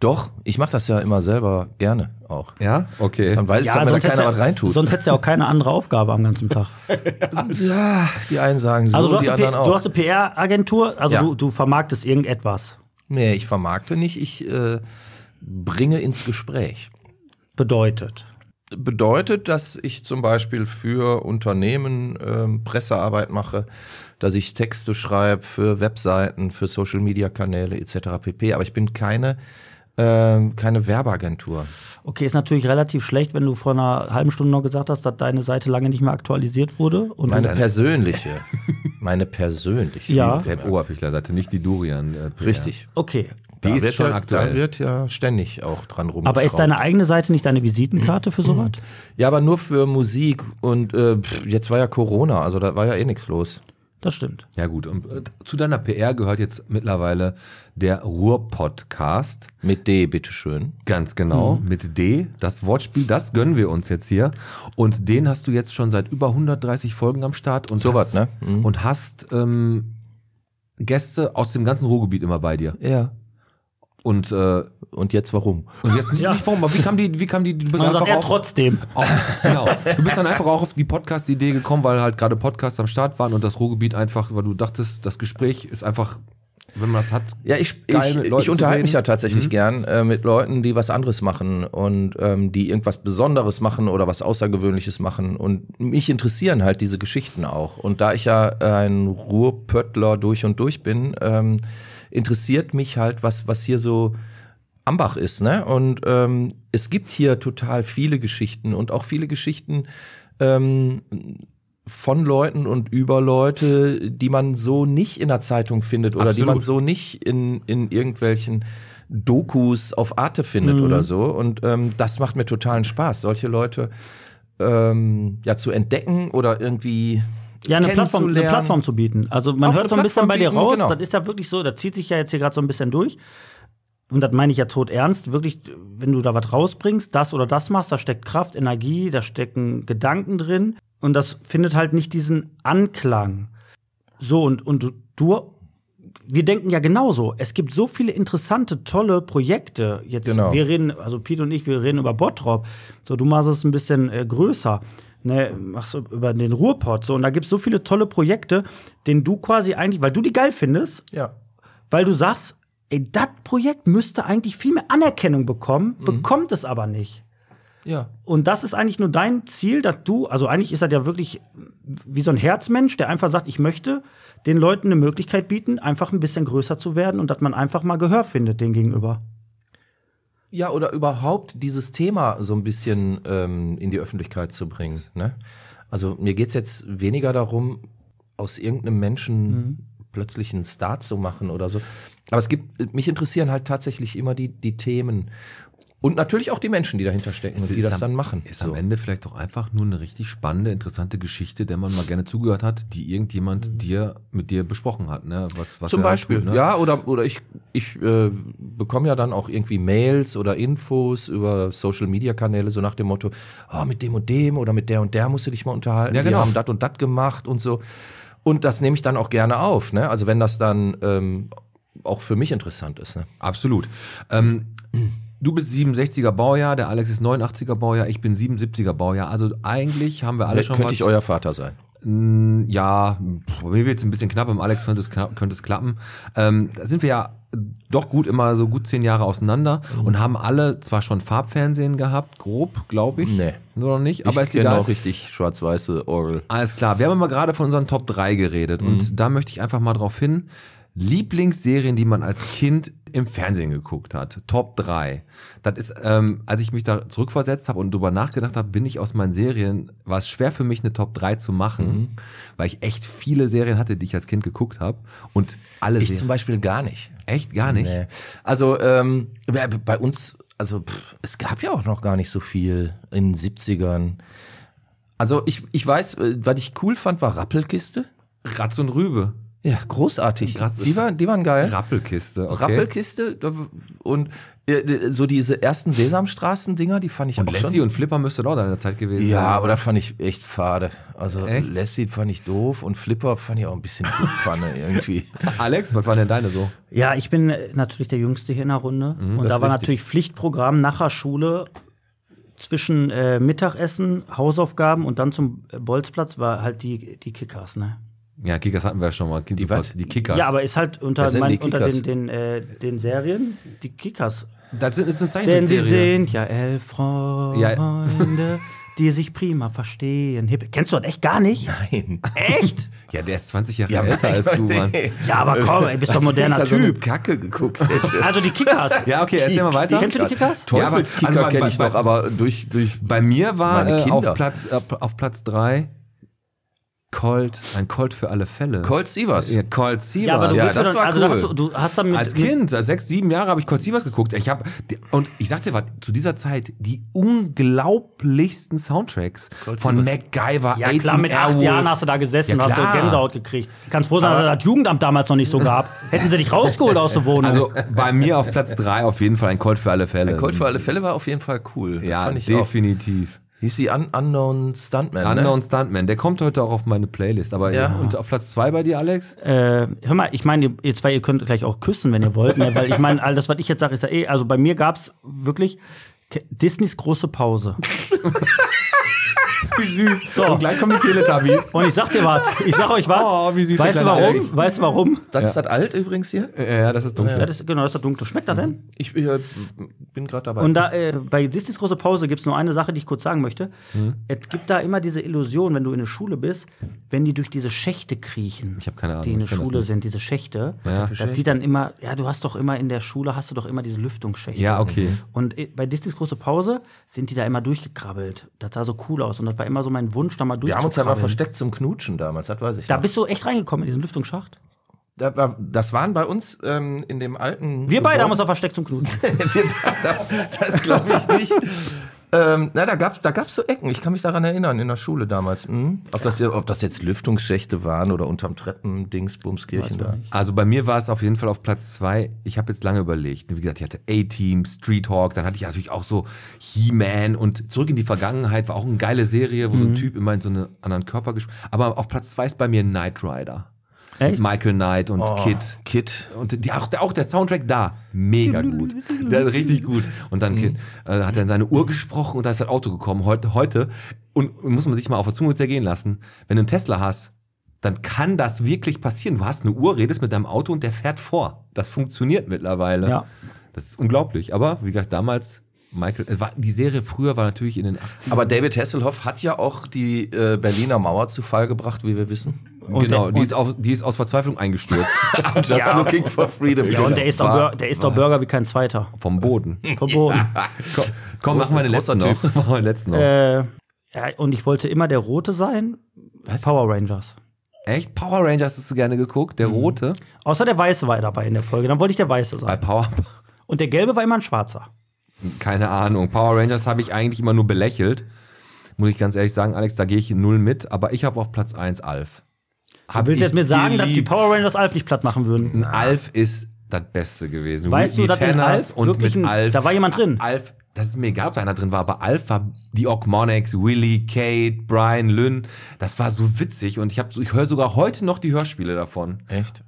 [SPEAKER 1] Doch, ich mache das ja immer selber gerne auch.
[SPEAKER 3] Ja? Okay.
[SPEAKER 1] Dann weiß ich, dass mir da
[SPEAKER 2] sonst
[SPEAKER 1] keiner
[SPEAKER 2] hättest
[SPEAKER 1] was reintut. Ah,
[SPEAKER 2] Sonst hättest du ja auch keine andere Aufgabe am ganzen Tag.
[SPEAKER 1] ja, die einen sagen so,
[SPEAKER 2] Also du,
[SPEAKER 1] die
[SPEAKER 2] hast eine
[SPEAKER 1] anderen
[SPEAKER 2] P- du
[SPEAKER 1] auch.
[SPEAKER 2] hast eine PR-Agentur, also
[SPEAKER 1] Ja.
[SPEAKER 2] du, du vermarktest irgendetwas.
[SPEAKER 1] Nee, ich vermarkte nicht, ich äh, bringe ins Gespräch.
[SPEAKER 2] Bedeutet.
[SPEAKER 1] bedeutet, dass ich zum Beispiel für Unternehmen ähm, Pressearbeit mache, dass ich Texte schreibe für Webseiten, für Social-Media-Kanäle etc. pp. Aber ich bin keine, ähm, keine Werbeagentur.
[SPEAKER 2] Okay, ist natürlich relativ schlecht, wenn du vor einer halben Stunde noch gesagt hast, dass deine Seite lange nicht mehr aktualisiert wurde. Und
[SPEAKER 1] Meine
[SPEAKER 2] du-
[SPEAKER 1] persönliche. meine persönliche.
[SPEAKER 2] Ja.
[SPEAKER 1] Dienst-
[SPEAKER 3] Z-Oberflächlerseite, nicht die Durian. Äh, PR.
[SPEAKER 1] Richtig.
[SPEAKER 2] okay.
[SPEAKER 3] Die
[SPEAKER 1] Da
[SPEAKER 3] ist
[SPEAKER 1] wird
[SPEAKER 3] schon
[SPEAKER 1] ja,
[SPEAKER 3] aktuell.
[SPEAKER 1] Da wird ja ständig auch dran rumgeschraubt.
[SPEAKER 2] Aber ist deine eigene Seite nicht deine Visitenkarte für sowas?
[SPEAKER 1] Ja, aber nur für Musik und äh, pff, jetzt war ja Corona, also da war ja eh nichts los.
[SPEAKER 2] Das stimmt.
[SPEAKER 3] Ja gut, und äh, zu deiner PR gehört jetzt mittlerweile der Ruhr-Podcast.
[SPEAKER 1] Mit D, bitteschön.
[SPEAKER 3] Ganz genau,
[SPEAKER 1] Mhm.
[SPEAKER 3] mit D. Das Wortspiel, das gönnen wir uns jetzt hier. Und den hast du jetzt schon seit über 130 Folgen am Start. Und
[SPEAKER 1] So
[SPEAKER 3] hast,
[SPEAKER 1] was, ne? Mhm.
[SPEAKER 3] Und hast ähm, Gäste aus dem ganzen Ruhrgebiet immer bei dir.
[SPEAKER 1] Ja.
[SPEAKER 3] Und, äh,
[SPEAKER 1] Und jetzt warum?
[SPEAKER 3] und jetzt nicht,
[SPEAKER 2] Ja.
[SPEAKER 3] nicht warum, aber wie kam die, wie kam die, du bist
[SPEAKER 2] Man sagt er
[SPEAKER 3] auch,
[SPEAKER 2] trotzdem.
[SPEAKER 3] auch, genau, du bist dann einfach auch auf die Podcast-Idee gekommen, weil halt gerade Podcasts am Start waren und das Ruhrgebiet einfach, weil du dachtest, das Gespräch ist einfach, wenn man das hat,
[SPEAKER 1] Ja, ich,
[SPEAKER 3] geil,
[SPEAKER 1] ich,
[SPEAKER 3] mit Leuten
[SPEAKER 1] ich unterhalte
[SPEAKER 3] zu
[SPEAKER 1] mich ja
[SPEAKER 3] reden. Mhm.
[SPEAKER 1] tatsächlich gern äh, mit Leuten, die was anderes machen und ähm, die irgendwas Besonderes machen oder was Außergewöhnliches machen. Und mich interessieren halt diese Geschichten auch. Und da ich ja äh, ein Ruhrpöttler durch und durch bin, ähm, interessiert mich halt, was, was hier so Ambach ist. Ne? Und ähm, es gibt hier total viele Geschichten und auch viele Geschichten, ähm, von Leuten und über Leute, die man so nicht in der Zeitung findet oder die
[SPEAKER 3] Absolut.
[SPEAKER 1] man so nicht in, in irgendwelchen Dokus auf Arte findet oder so. Und ähm, das macht mir totalen Spaß, solche Leute ähm, ja zu entdecken oder irgendwie
[SPEAKER 2] Ja, eine Plattform, eine
[SPEAKER 1] kennenzulernen.
[SPEAKER 2] Plattform zu bieten. Also man
[SPEAKER 1] Auch
[SPEAKER 2] hört
[SPEAKER 1] eine
[SPEAKER 2] so ein bisschen
[SPEAKER 1] Plattform
[SPEAKER 2] bei dir
[SPEAKER 1] bieten,
[SPEAKER 2] raus,
[SPEAKER 1] genau.
[SPEAKER 2] das ist ja wirklich so, das zieht sich ja jetzt hier gerade so ein bisschen durch. Und das meine ich ja tot ernst, wirklich, wenn du da was rausbringst, das oder das machst, da steckt Kraft, Energie, da stecken Gedanken drin. Und das findet halt nicht diesen Anklang. So, und, und du- du, wir denken ja genauso. Es gibt so viele interessante, tolle Projekte. Jetzt,
[SPEAKER 1] Genau.
[SPEAKER 2] wir reden, also Pete und ich, wir reden über Bottrop. So, du machst es ein bisschen äh, größer. Ne, machst du über den Ruhrpott. So, und da gibt es so viele tolle Projekte, denen du quasi eigentlich, weil du die geil findest,
[SPEAKER 1] Ja.
[SPEAKER 2] weil du sagst, ey, das Projekt müsste eigentlich viel mehr Anerkennung bekommen, bekommt es aber nicht.
[SPEAKER 1] Ja.
[SPEAKER 2] Und das ist eigentlich nur dein Ziel, dass du, also eigentlich ist das ja wirklich wie so ein Herzmensch, der einfach sagt, ich möchte den Leuten eine Möglichkeit bieten, einfach ein bisschen größer zu werden und dass man einfach mal Gehör findet dem gegenüber.
[SPEAKER 1] Ja, oder überhaupt dieses Thema so ein bisschen ähm, in die Öffentlichkeit zu bringen. Ne? Also mir geht's jetzt weniger darum, aus irgendeinem Menschen
[SPEAKER 3] Mhm.
[SPEAKER 1] plötzlich einen Star zu machen oder so. Aber es gibt, mich interessieren halt tatsächlich immer die, die Themen. Und natürlich auch die Menschen, die dahinter stecken und die das
[SPEAKER 3] am-
[SPEAKER 1] dann machen.
[SPEAKER 3] Ist
[SPEAKER 1] So.
[SPEAKER 3] am Ende vielleicht auch einfach nur eine richtig spannende, interessante Geschichte, der man mal gerne zugehört hat, die irgendjemand dir mit dir besprochen hat. Ne? Was, was
[SPEAKER 1] Mhm. Zum
[SPEAKER 3] er
[SPEAKER 1] Beispiel,
[SPEAKER 3] tut, ne?
[SPEAKER 1] ja, oder, oder ich, ich äh, bekomme ja dann auch irgendwie Mails oder Infos über Social-Media-Kanäle, so nach dem Motto, ah, mit dem und dem oder mit der und der musst du dich mal unterhalten,
[SPEAKER 3] Ja,
[SPEAKER 1] ja,
[SPEAKER 3] genau.
[SPEAKER 1] genau. die haben das und das gemacht und so. Und das nehme ich dann auch gerne auf, ne? also wenn das dann ähm, auch für mich interessant ist. Ne?
[SPEAKER 3] Absolut. Ähm, du bist 67er Baujahr, der Alex ist 89er Baujahr, ich bin 77er Baujahr. Also eigentlich haben wir alle schon
[SPEAKER 1] Äh, Könnte
[SPEAKER 3] was.
[SPEAKER 1] ich euer Vater sein.
[SPEAKER 3] Mm, ja, pff, mir wird es ein bisschen knapp, im Alex könnte es, knapp, könnte es klappen. Ähm, da sind wir ja doch gut immer so gut zehn Jahre auseinander
[SPEAKER 1] Mhm.
[SPEAKER 3] und haben alle zwar schon Farbfernsehen gehabt, grob, glaube ich.
[SPEAKER 1] Nee.
[SPEAKER 3] Nur noch nicht, aber
[SPEAKER 1] ich
[SPEAKER 3] ist
[SPEAKER 1] kenne
[SPEAKER 3] egal.
[SPEAKER 1] auch richtig schwarz-weiße Oral.
[SPEAKER 3] Alles klar, wir haben aber gerade von unseren Top 3 geredet
[SPEAKER 1] Mhm.
[SPEAKER 3] und da möchte ich einfach mal drauf hin. Lieblingsserien, die man als Kind im Fernsehen geguckt hat. Top 3. Das ist, ähm, als ich mich da zurückversetzt habe und drüber nachgedacht habe, bin ich aus meinen Serien, war es schwer für mich, eine Top 3 zu machen,
[SPEAKER 1] Mhm.
[SPEAKER 3] weil ich echt viele Serien hatte, die ich als Kind geguckt habe. Und alle
[SPEAKER 1] Ich zum
[SPEAKER 3] Serien.
[SPEAKER 1] Beispiel gar nicht.
[SPEAKER 3] Echt gar nicht.
[SPEAKER 1] Nee. Also ähm, bei bei uns, also pff, es gab ja auch noch gar nicht so viel in den 70ern. Also ich, ich weiß, äh, was ich cool fand, war Rappelkiste.
[SPEAKER 3] Ratz und Rübe.
[SPEAKER 1] Ja, großartig.
[SPEAKER 3] Krass.
[SPEAKER 1] Die, waren, die waren geil.
[SPEAKER 3] Rappelkiste. Okay.
[SPEAKER 1] Rappelkiste da w- und äh, so diese ersten Sesamstraßen-Dinger, die fand ich
[SPEAKER 3] Und
[SPEAKER 1] auch
[SPEAKER 3] Lassie
[SPEAKER 1] schon.
[SPEAKER 3] und Flipper müsste auch deiner Zeit gewesen
[SPEAKER 1] ja,
[SPEAKER 3] sein.
[SPEAKER 1] aber das fand ich echt fade. Also
[SPEAKER 3] Echt?
[SPEAKER 1] Lassie fand ich doof und Flipper fand ich auch ein bisschen Pfanne irgendwie.
[SPEAKER 3] Alex, was waren denn deine so?
[SPEAKER 2] Ja, ich bin äh, natürlich der Jüngste hier in der Runde. und
[SPEAKER 1] Mhm, das
[SPEAKER 2] da
[SPEAKER 1] ist
[SPEAKER 2] war
[SPEAKER 1] richtig.
[SPEAKER 2] natürlich Pflichtprogramm nachher Schule zwischen äh, Mittagessen, Hausaufgaben und dann zum äh, Bolzplatz war halt die, die Kickers, ne?
[SPEAKER 3] Ja, Kickers hatten wir ja schon mal. Die,
[SPEAKER 1] was?
[SPEAKER 3] die Kickers.
[SPEAKER 2] Ja, aber ist halt
[SPEAKER 1] Wer
[SPEAKER 2] unter,
[SPEAKER 1] sind
[SPEAKER 2] mein,
[SPEAKER 1] die
[SPEAKER 2] unter
[SPEAKER 1] Kickers?
[SPEAKER 2] den, den, äh, den Serien die Kickers.
[SPEAKER 3] Das sind- ist eine
[SPEAKER 2] Denn sie
[SPEAKER 3] Zeichentrickserie.
[SPEAKER 2] sind ja elf Freunde, die sich prima verstehen. Hip. Kennst du das echt gar nicht?
[SPEAKER 1] Nein.
[SPEAKER 2] Echt?
[SPEAKER 3] Ja, der ist 20 Jahre älter als du, Mann.
[SPEAKER 2] Ja, aber komm, ey, bist doch
[SPEAKER 1] Als wenn ich
[SPEAKER 2] moderner
[SPEAKER 1] da so eine
[SPEAKER 2] Typ.
[SPEAKER 1] Kacke geguckt hätte.
[SPEAKER 2] Also die Kickers.
[SPEAKER 3] Ja, okay, erzähl mal weiter.
[SPEAKER 2] Kennst du die Kickers?
[SPEAKER 3] Ja, aber-
[SPEAKER 1] Teufelskicker
[SPEAKER 3] also bei-
[SPEAKER 1] kenne ich
[SPEAKER 3] bei-
[SPEAKER 1] noch, aber durch, durch
[SPEAKER 3] Bei mir war
[SPEAKER 1] Meine
[SPEAKER 3] äh, auf
[SPEAKER 1] Kinder.
[SPEAKER 3] Platz äh, auf Platz 3 Colt, ein Colt für alle Fälle.
[SPEAKER 1] Colt Sievers.
[SPEAKER 3] Ja, Colt Sievers.
[SPEAKER 2] Ja, aber du,
[SPEAKER 1] Ja,
[SPEAKER 2] willst mir
[SPEAKER 1] das
[SPEAKER 2] doch-
[SPEAKER 1] war
[SPEAKER 2] also
[SPEAKER 1] cool.
[SPEAKER 2] hast du, du hast dann mit,
[SPEAKER 3] als
[SPEAKER 2] mit-
[SPEAKER 3] Kind, als sechs, sieben Jahre habe ich Colt Sievers geguckt. Ich habe und ich sagte was zu dieser Zeit die unglaublichsten Soundtracks
[SPEAKER 1] Colt
[SPEAKER 3] von
[SPEAKER 1] Sievers.
[SPEAKER 3] MacGyver.
[SPEAKER 2] Ja, klar, mit acht
[SPEAKER 3] Airwolf.
[SPEAKER 2] Jahren hast du da gesessen
[SPEAKER 3] Ja,
[SPEAKER 2] und hast so
[SPEAKER 3] klar.
[SPEAKER 2] Gänsehaut gekriegt. Kannst froh sein, dass das Jugendamt damals noch nicht so gab. Hätten sie dich rausgeholt aus der Wohnung.
[SPEAKER 3] Also bei mir auf Platz 3 auf jeden Fall ein Colt für alle Fälle.
[SPEAKER 1] Der Colt für alle Fälle war auf jeden Fall cool.
[SPEAKER 3] ähm, Ja,
[SPEAKER 1] fand ich
[SPEAKER 3] definitiv.
[SPEAKER 1] auch. Hieß die Un Unknown Stuntman.
[SPEAKER 3] Unknown
[SPEAKER 1] Ne?
[SPEAKER 3] Stuntman, der kommt heute auch auf meine Playlist. Aber ja.
[SPEAKER 1] Ja.
[SPEAKER 3] und auf Platz 2 bei dir, Alex?
[SPEAKER 2] äh, hör mal, ich meine, ihr- ihr zwei, ihr könnt gleich auch küssen, wenn ihr wollt, ne? weil ich meine, all das, was ich jetzt sage, ist ja eh, also bei mir gab's wirklich Ke- Disneys große Pause.
[SPEAKER 3] Wie süß.
[SPEAKER 2] So.
[SPEAKER 3] Und gleich kommen die Teletubbies.
[SPEAKER 2] Und ich sag dir was, ich sag euch was.
[SPEAKER 3] Oh, wie süß der
[SPEAKER 2] weißt du
[SPEAKER 3] kleine
[SPEAKER 2] warum?
[SPEAKER 3] Alex.
[SPEAKER 2] Weißt du warum?
[SPEAKER 1] Das ist das alt übrigens hier.
[SPEAKER 3] ja, das ist dunkel.
[SPEAKER 2] Das ist, genau, das ist das dunkle. Schmeckt er denn?
[SPEAKER 1] Ich äh, bin gerade dabei.
[SPEAKER 2] Und da, äh, bei Disneys große Pause gibt es nur eine Sache, die ich kurz sagen möchte.
[SPEAKER 3] Hm?
[SPEAKER 2] Es gibt da immer diese Illusion, wenn du in der Schule bist, wenn die durch diese Schächte kriechen.
[SPEAKER 3] Ich hab keine Ahnung,
[SPEAKER 2] Die in der
[SPEAKER 3] ich kenn das
[SPEAKER 2] Schule
[SPEAKER 3] nicht.
[SPEAKER 2] sind, diese Schächte.
[SPEAKER 3] Ja.
[SPEAKER 2] Das sieht dann immer, ja, du hast doch immer in der Schule, hast du doch immer diese Lüftungsschächte.
[SPEAKER 3] Ja, okay.
[SPEAKER 2] Und äh, bei Disneys große Pause sind die da immer durchgekrabbelt. Das sah so cool aus und das war immer so mein Wunsch, da mal
[SPEAKER 1] wir haben uns ja
[SPEAKER 2] durchzukrabbeln.
[SPEAKER 1] mal versteckt zum Knutschen damals, das weiß ich
[SPEAKER 2] Da
[SPEAKER 1] noch.
[SPEAKER 2] bist du echt reingekommen in diesen Lüftungsschacht?
[SPEAKER 1] Da, war- das waren bei uns ähm, in dem alten.
[SPEAKER 2] Wir beide haben uns
[SPEAKER 1] Gebäude-
[SPEAKER 2] da versteckt zum Knuten.
[SPEAKER 1] Wir beide- Das glaube ich nicht. Ähm, na, da gab es da gab's so Ecken, ich kann mich daran erinnern, in der Schule damals. Mhm. Ob, das, ob das jetzt Lüftungsschächte waren oder unterm Treppen, Dings, Bumskirchen da.
[SPEAKER 3] Also bei mir war es auf jeden Fall auf Platz 2. Ich habe jetzt lange überlegt. Wie gesagt, ich hatte A-Team, Street Hawk, dann hatte ich natürlich auch so He-Man und Zurück in die Vergangenheit war auch eine geile Serie, wo so ein Typ immer in so einen anderen Körper gespielt Aber auf Platz 2 ist bei mir Knight Rider.
[SPEAKER 2] Echt?
[SPEAKER 3] Michael Knight und Kid.
[SPEAKER 1] Kid.
[SPEAKER 3] Und die, auch, auch der Soundtrack da, mega gut. Der, richtig gut. Und dann
[SPEAKER 1] Mhm.
[SPEAKER 3] Kid, äh, hat er in seine Uhr gesprochen und da ist das Auto gekommen. Heute, heute, und muss man sich mal auf der Zunge zergehen lassen, wenn du einen Tesla hast, dann kann das wirklich passieren. Du hast eine Uhr, redest mit deinem Auto und der fährt vor. Das funktioniert mittlerweile.
[SPEAKER 2] Ja.
[SPEAKER 3] Das ist unglaublich. Aber wie gesagt, damals, Michael, äh, war, die Serie früher war natürlich in den 80ern.
[SPEAKER 1] Aber David Hasselhoff hat ja auch die äh, Berliner Mauer zu Fall gebracht, wie wir wissen.
[SPEAKER 2] Und
[SPEAKER 3] genau,
[SPEAKER 2] der-
[SPEAKER 3] die
[SPEAKER 2] und-
[SPEAKER 3] ist, auf, die ist aus Verzweiflung eingestürzt.
[SPEAKER 1] Just looking for freedom.
[SPEAKER 2] Ja, und der ist doch
[SPEAKER 1] War-
[SPEAKER 2] Bur- der ist doch Burger wie kein zweiter.
[SPEAKER 3] Vom Boden.
[SPEAKER 2] Verboten.
[SPEAKER 3] Komm, komm machen wir den
[SPEAKER 1] großer
[SPEAKER 3] letzten noch.
[SPEAKER 1] Typ.
[SPEAKER 3] Machen wir den letzten noch.
[SPEAKER 2] Äh, ja, und ich wollte immer der Rote sein. Power Rangers.
[SPEAKER 3] Echt? Power Rangers hast du gerne geguckt?
[SPEAKER 2] Mhm.
[SPEAKER 3] Der rote?
[SPEAKER 2] Außer der Weiße war dabei in der Folge. Dann wollte ich der Weiße
[SPEAKER 3] Bei
[SPEAKER 2] sein.
[SPEAKER 3] Power.
[SPEAKER 2] Und der Gelbe war immer ein Schwarzer.
[SPEAKER 3] Keine Ahnung. Power Rangers habe ich eigentlich immer nur belächelt. Muss ich ganz ehrlich sagen, Alex, da gehe ich null mit. Aber ich habe auf Platz 1 Alf. Hab
[SPEAKER 2] Willst du
[SPEAKER 3] ich
[SPEAKER 2] jetzt mir sagen, dass die
[SPEAKER 3] geliebt.
[SPEAKER 2] Power Rangers Alf nicht platt machen würden?
[SPEAKER 3] Ein Alf ist das Beste gewesen.
[SPEAKER 2] Weißt du, dass in
[SPEAKER 3] Tenners
[SPEAKER 2] Alf
[SPEAKER 3] und
[SPEAKER 2] wirklich
[SPEAKER 3] mit
[SPEAKER 2] ein-
[SPEAKER 3] Alf.
[SPEAKER 2] da war jemand drin?
[SPEAKER 3] Alf, das ist mir egal, ob da einer drin war, aber Alf war die Ogmonics, Willy, Kate, Brian, Lynn. Das war so witzig und ich, hab so- ich höre sogar heute noch die Hörspiele davon.
[SPEAKER 1] Echt?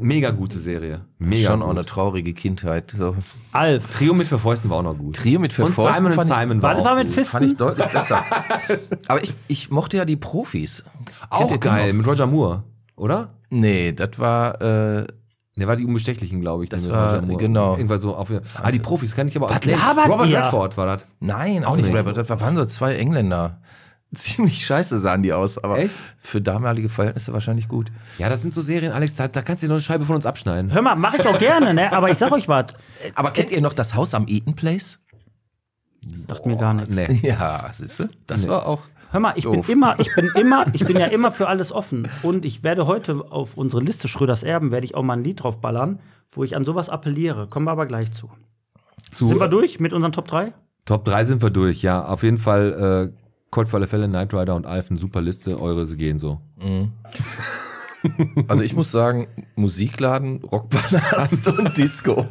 [SPEAKER 3] Mega gute Serie. Mega.
[SPEAKER 1] Schon
[SPEAKER 3] gut.
[SPEAKER 1] auch eine traurige Kindheit. So.
[SPEAKER 2] Alf.
[SPEAKER 3] Trio mit Verfäusten war auch noch gut.
[SPEAKER 1] Trio mit
[SPEAKER 3] und
[SPEAKER 1] Verfäusten
[SPEAKER 3] Simon und
[SPEAKER 1] fand ich-
[SPEAKER 3] Simon
[SPEAKER 2] Warte, war
[SPEAKER 3] auch,
[SPEAKER 2] mit
[SPEAKER 3] gut.
[SPEAKER 1] Fand ich
[SPEAKER 2] Fisten?
[SPEAKER 1] deutlich besser. Aber ich, ich mochte ja die Profis. Kennt ihr
[SPEAKER 3] auch
[SPEAKER 1] die
[SPEAKER 3] geil
[SPEAKER 1] noch?
[SPEAKER 3] mit Roger Moore, oder?
[SPEAKER 1] Nee, das war, äh,
[SPEAKER 3] Der war die Unbestechlichen, glaube ich. die
[SPEAKER 1] Das
[SPEAKER 3] mit
[SPEAKER 1] war-
[SPEAKER 3] Roger Moore.
[SPEAKER 1] genau.
[SPEAKER 3] Irgendwas so auf. Ah, die Profis kann ich aber auch.
[SPEAKER 2] Was labert
[SPEAKER 3] Robert
[SPEAKER 2] ihr?
[SPEAKER 3] Redford war das.
[SPEAKER 1] nein, auch,
[SPEAKER 3] Auch
[SPEAKER 1] nicht,
[SPEAKER 3] nicht.
[SPEAKER 1] Rapper. Das waren so zwei Engländer. Ziemlich scheiße sahen die aus, aber
[SPEAKER 3] Echt?
[SPEAKER 1] für damalige Verhältnisse wahrscheinlich gut.
[SPEAKER 3] Ja, das sind so Serien, Alex, da, da kannst du dir noch eine Scheibe von uns abschneiden.
[SPEAKER 2] Hör mal, mache ich auch gerne, ne? Aber ich sag euch was.
[SPEAKER 1] Aber kennt ihr noch das Haus am Eaton Place?
[SPEAKER 2] Dachte mir gar nicht.
[SPEAKER 3] Nee.
[SPEAKER 1] Ja, siehst du? Das
[SPEAKER 3] Nee.
[SPEAKER 1] war auch.
[SPEAKER 2] Hör mal, ich bin
[SPEAKER 1] Doof.
[SPEAKER 2] immer, ich bin immer, ich bin ja immer für alles offen. Und ich werde heute auf unsere Liste Schröders Erben, werde ich auch mal ein Lied draufballern, wo ich an sowas appelliere. Kommen wir aber gleich zu.
[SPEAKER 3] Zu
[SPEAKER 2] Sind wir durch mit unseren Top 3?
[SPEAKER 3] Top 3 sind wir durch, ja. Auf jeden Fall äh, Cold für alle Fälle, Knight Rider und Alf, eine super Liste. Eure sie gehen so.
[SPEAKER 1] Also ich muss sagen, Musikladen, Rockpalast und Disco.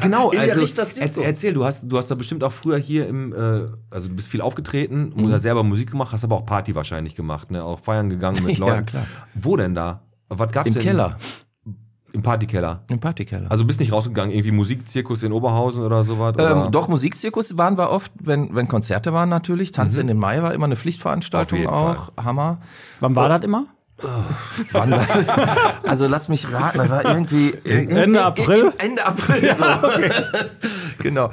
[SPEAKER 3] Genau,
[SPEAKER 1] Ilja
[SPEAKER 3] also
[SPEAKER 1] Richters Disco.
[SPEAKER 3] erz- erzähl, du hast, du hast da bestimmt auch früher hier im, äh, also du bist viel aufgetreten, mhm. selber Musik gemacht, hast aber auch Party wahrscheinlich gemacht, ne? Auch feiern gegangen mit
[SPEAKER 1] Ja,
[SPEAKER 3] Leuten.
[SPEAKER 1] klar.
[SPEAKER 3] Wo denn da? Was gab's
[SPEAKER 1] Im
[SPEAKER 3] denn?
[SPEAKER 1] Keller,
[SPEAKER 3] Im Partykeller.
[SPEAKER 1] im Partykeller.
[SPEAKER 3] Also bist nicht rausgegangen, irgendwie Musikzirkus in Oberhausen oder sowas? oder?
[SPEAKER 1] Ähm, doch, Musikzirkus waren wir oft, wenn, wenn Konzerte waren natürlich. Tanze in den Mai war immer eine
[SPEAKER 3] Auf
[SPEAKER 1] Pflichtveranstaltung
[SPEAKER 3] jeden
[SPEAKER 1] auch. Hammer.
[SPEAKER 2] Wann war das immer?
[SPEAKER 1] Wann das? also lass mich raten, das war irgendwie
[SPEAKER 2] Ende April?
[SPEAKER 1] Ende April. So. genau.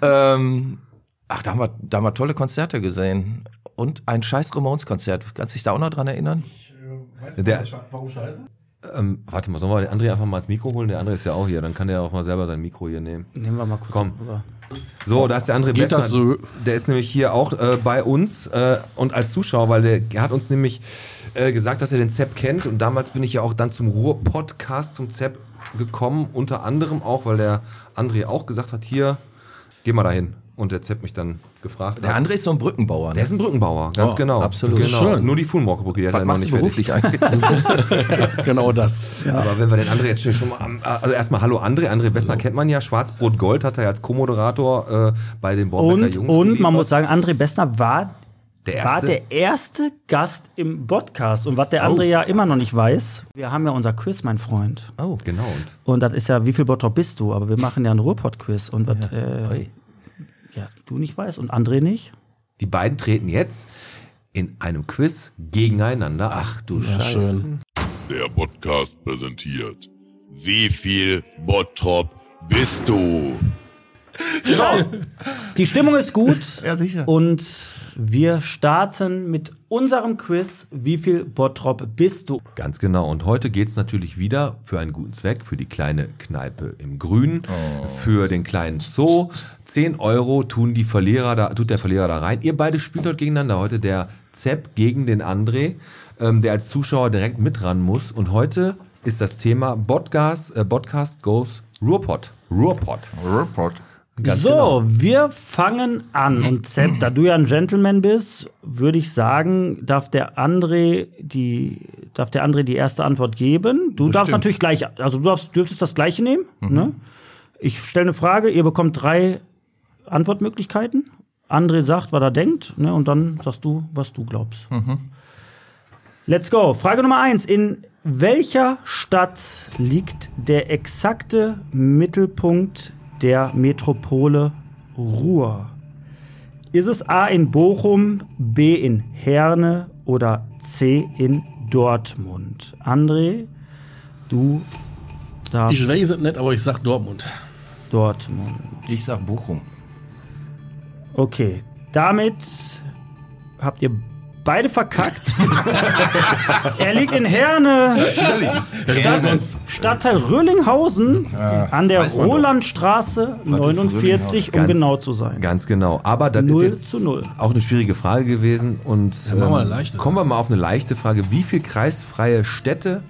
[SPEAKER 1] Ähm, ach, da haben, wir, da haben wir tolle Konzerte gesehen. Und ein scheiß Ramones-Konzert. Kannst du dich da auch noch dran erinnern?
[SPEAKER 5] Weißt
[SPEAKER 3] Der-
[SPEAKER 5] warum sche- warum scheiße?
[SPEAKER 3] Ähm, warte mal, sollen wir den André einfach mal ins Mikro holen? Der André ist ja auch hier, dann kann der auch mal selber sein Mikro hier nehmen.
[SPEAKER 2] Nehmen wir mal kurz.
[SPEAKER 3] Komm.
[SPEAKER 2] rüber.
[SPEAKER 3] So, da ist der André
[SPEAKER 5] Geht
[SPEAKER 3] Bessner.
[SPEAKER 5] das so?
[SPEAKER 3] Der ist nämlich hier auch äh, bei uns äh, und als Zuschauer, weil der, hat uns nämlich äh, gesagt, dass er den Zepp kennt. Und damals bin ich ja auch dann zum Ruhr-Podcast zum Zepp gekommen. Unter anderem auch, weil der André auch gesagt hat, hier, geh mal dahin. Und der Zepp mich dann gefragt
[SPEAKER 1] Der
[SPEAKER 3] hat.
[SPEAKER 1] André ist so ein Brückenbauer.
[SPEAKER 3] Der
[SPEAKER 1] Ne?
[SPEAKER 3] ist ein Brückenbauer, ganz
[SPEAKER 5] Oh,
[SPEAKER 3] genau.
[SPEAKER 1] absolut.
[SPEAKER 3] Genau.
[SPEAKER 5] Das ist schön.
[SPEAKER 3] Nur die Fuhlenbrücke, die hat er
[SPEAKER 1] Was
[SPEAKER 3] noch
[SPEAKER 1] machst du
[SPEAKER 3] nicht fertig.
[SPEAKER 1] beruflich eigentlich?
[SPEAKER 5] Genau das.
[SPEAKER 3] Aber wenn wir den André jetzt schon mal am, also erstmal Hallo André, André Bessner kennt man ja, Schwarzbrot Gold hat er ja als Co-Moderator äh, bei den Bornbecker
[SPEAKER 2] Und,
[SPEAKER 3] Jungs
[SPEAKER 2] und
[SPEAKER 3] geliefert.
[SPEAKER 2] man muss sagen, André Bessner war
[SPEAKER 3] der
[SPEAKER 2] war
[SPEAKER 3] erste,
[SPEAKER 2] der erste Gast im Podcast. Und was der
[SPEAKER 3] Oh.
[SPEAKER 2] andere ja immer noch nicht weiß, wir haben ja unser Quiz, mein Freund.
[SPEAKER 1] Oh,
[SPEAKER 3] genau und
[SPEAKER 2] Und das ist ja, wie viel Bottrop bist du? Aber wir machen ja einen Ruhrpott-Quiz. Und was äh,
[SPEAKER 1] Ui.
[SPEAKER 2] ja, du nicht weißt und André nicht.
[SPEAKER 3] Die beiden treten jetzt in einem Quiz gegeneinander. Ach du
[SPEAKER 5] Ja, schön.
[SPEAKER 6] Der Podcast präsentiert. Wie viel Bottrop bist du?
[SPEAKER 2] Die Stimmung ist gut.
[SPEAKER 1] Ja, sicher.
[SPEAKER 2] Und wir starten mit unserem Quiz. Wie viel Bottrop bist du?
[SPEAKER 3] Ganz genau. Und heute geht es natürlich wieder für einen guten Zweck, für die kleine Kneipe im Grün, für den kleinen Zoo. 10 Euro tun die Verlierer da, tut der Verlierer da rein. Ihr beide spielt heute gegeneinander. Heute der Zepp gegen den André, ähm, der als Zuschauer direkt mit ran muss. Und heute ist das Thema Podcast, äh, Podcast goes Ruhrpott. Ruhrpott. genau.
[SPEAKER 1] Report.
[SPEAKER 2] so, wir fangen an. Und Sepp, da du ja ein Gentleman bist, würde ich sagen, darf der André die, darf der André die erste Antwort geben. Du darfst natürlich gleich, also du darfst, dürftest das gleiche nehmen. Ne? Ich stelle eine Frage, ihr bekommt drei Antwortmöglichkeiten. André sagt, was er denkt, ne? und dann sagst du, was du glaubst. Let's go. Frage Nummer eins. In welcher Stadt liegt der exakte Mittelpunkt der Metropole Ruhr? Ist es A in Bochum, B in Herne oder C in Dortmund? André, du darfst
[SPEAKER 5] Ich weiß es nicht, aber ich sag Dortmund.
[SPEAKER 2] Dortmund.
[SPEAKER 1] Ich sag Bochum.
[SPEAKER 2] Okay, damit habt ihr beide verkackt. er liegt in Herne. Stadtteil Röhlinghausen an der
[SPEAKER 1] weiß man doch.
[SPEAKER 2] Rolandstraße
[SPEAKER 1] ist
[SPEAKER 2] 49, um
[SPEAKER 3] Ganz-
[SPEAKER 2] genau zu sein.
[SPEAKER 3] Ganz genau. Aber das
[SPEAKER 2] Null
[SPEAKER 3] ist jetzt
[SPEAKER 2] zu null.
[SPEAKER 3] auch eine schwierige Frage gewesen. Und
[SPEAKER 5] machen wir
[SPEAKER 3] ähm,
[SPEAKER 5] eine leichte.
[SPEAKER 3] kommen wir mal auf eine leichte Frage. Wie viele kreisfreie Städte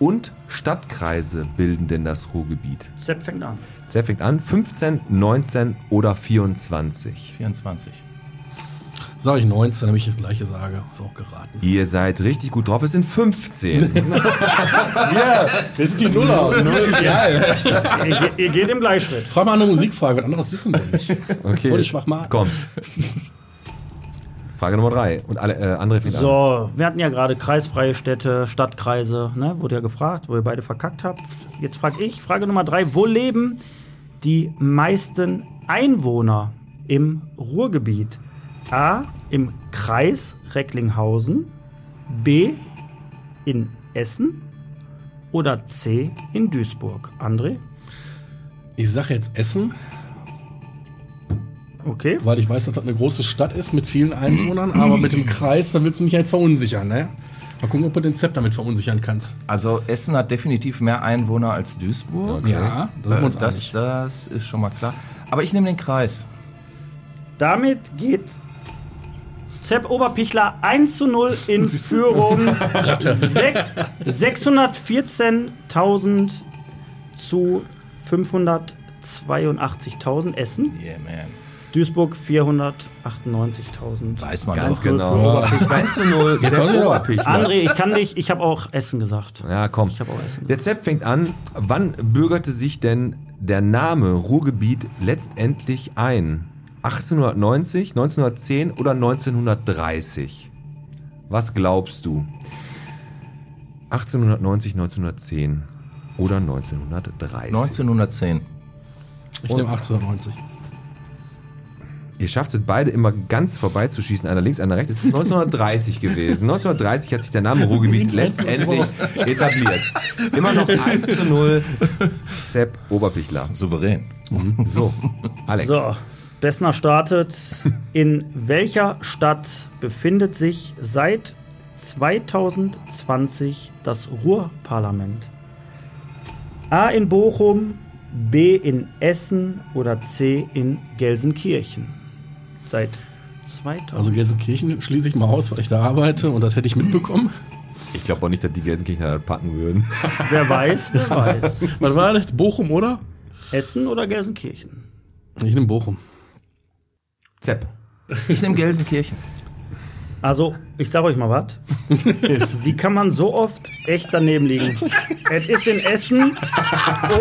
[SPEAKER 3] und Stadtkreise bilden denn das Ruhrgebiet?
[SPEAKER 2] Sepp fängt an.
[SPEAKER 3] Zer fängt an, 15, 19 oder 24.
[SPEAKER 1] 24.
[SPEAKER 5] Sag ich 19, damit ich das gleiche sage. Ist auch geraten.
[SPEAKER 3] Ihr seid richtig gut drauf, es sind 15.
[SPEAKER 5] Das ist die Nuller. Geil.
[SPEAKER 2] ihr, ihr geht im Gleichschritt.
[SPEAKER 5] Frag mal eine Musikfrage, was anderes wissen wir nicht.
[SPEAKER 3] Okay.
[SPEAKER 5] Voll die Schwachmaten.
[SPEAKER 3] Komm. Frage Nummer 3. Und alle, äh, André fängt an.
[SPEAKER 2] So, wir hatten ja gerade kreisfreie Städte, Stadtkreise, ne? Wurde ja gefragt, wo ihr beide verkackt habt. Jetzt frage ich, Frage Nummer drei, wo leben die meisten Einwohner im Ruhrgebiet? A. Im Kreis Recklinghausen, B. in Essen oder C. in Duisburg? André?
[SPEAKER 5] Ich sag jetzt Essen,
[SPEAKER 2] Okay.
[SPEAKER 5] weil ich weiß, dass das eine große Stadt ist mit vielen Einwohnern, aber mit dem Kreis, da willst du mich ja jetzt verunsichern, ne? Mal gucken, ob du den Zep damit verunsichern kannst.
[SPEAKER 1] Also Essen hat definitiv mehr Einwohner als Duisburg.
[SPEAKER 5] Ja, da sind wir
[SPEAKER 1] Äh,
[SPEAKER 5] uns
[SPEAKER 1] das,
[SPEAKER 5] einig.
[SPEAKER 1] das ist schon mal klar. Aber ich nehme den Kreis.
[SPEAKER 2] Damit geht Sepp Oberpichler 1 zu 0 in Führung. Sech- 614.000 zu 582.000 Essen.
[SPEAKER 1] Yeah, man.
[SPEAKER 2] Duisburg 498.000.
[SPEAKER 1] Weiß man
[SPEAKER 3] Ganz
[SPEAKER 1] doch.
[SPEAKER 3] genau. 1 zu 0.
[SPEAKER 5] Jetzt weiß ich doch.
[SPEAKER 2] André, ich kann dich, ich habe auch Essen gesagt.
[SPEAKER 3] Ja, komm.
[SPEAKER 2] Ich habe auch Essen
[SPEAKER 3] Der Zepp fängt an. Wann bürgerte sich denn der Name Ruhrgebiet letztendlich ein? 1890, 1910 oder 1930? Was glaubst du? 1890, 1910 oder 1930?
[SPEAKER 1] 1910.
[SPEAKER 5] Ich nehme 1890.
[SPEAKER 3] Ihr schafft es beide immer ganz vorbei zu schießen, einer links, einer rechts. Es ist 1930 gewesen. 1930 hat sich der Name Ruhrgebiet letztendlich etabliert. Immer noch 1 zu 0. Sepp Oberpichler.
[SPEAKER 1] Souverän.
[SPEAKER 3] So, Alex.
[SPEAKER 2] So, Bessner startet. In welcher Stadt befindet sich seit 2020 das Ruhrparlament? A in Bochum, B in Essen oder C in Gelsenkirchen? Seit 2000.
[SPEAKER 5] Also Gelsenkirchen schließe ich mal aus, weil ich da arbeite und das hätte ich mitbekommen.
[SPEAKER 3] Ich glaube auch nicht, dass die Gelsenkirchener das packen würden.
[SPEAKER 2] wer weiß, wer weiß.
[SPEAKER 5] Was war das? Bochum, oder?
[SPEAKER 2] Essen oder Gelsenkirchen?
[SPEAKER 5] Ich nehme Bochum.
[SPEAKER 3] Zepp.
[SPEAKER 1] Ich nehme Gelsenkirchen.
[SPEAKER 2] Also, ich sag euch mal was. Wie kann man so oft echt daneben liegen? es ist in Essen.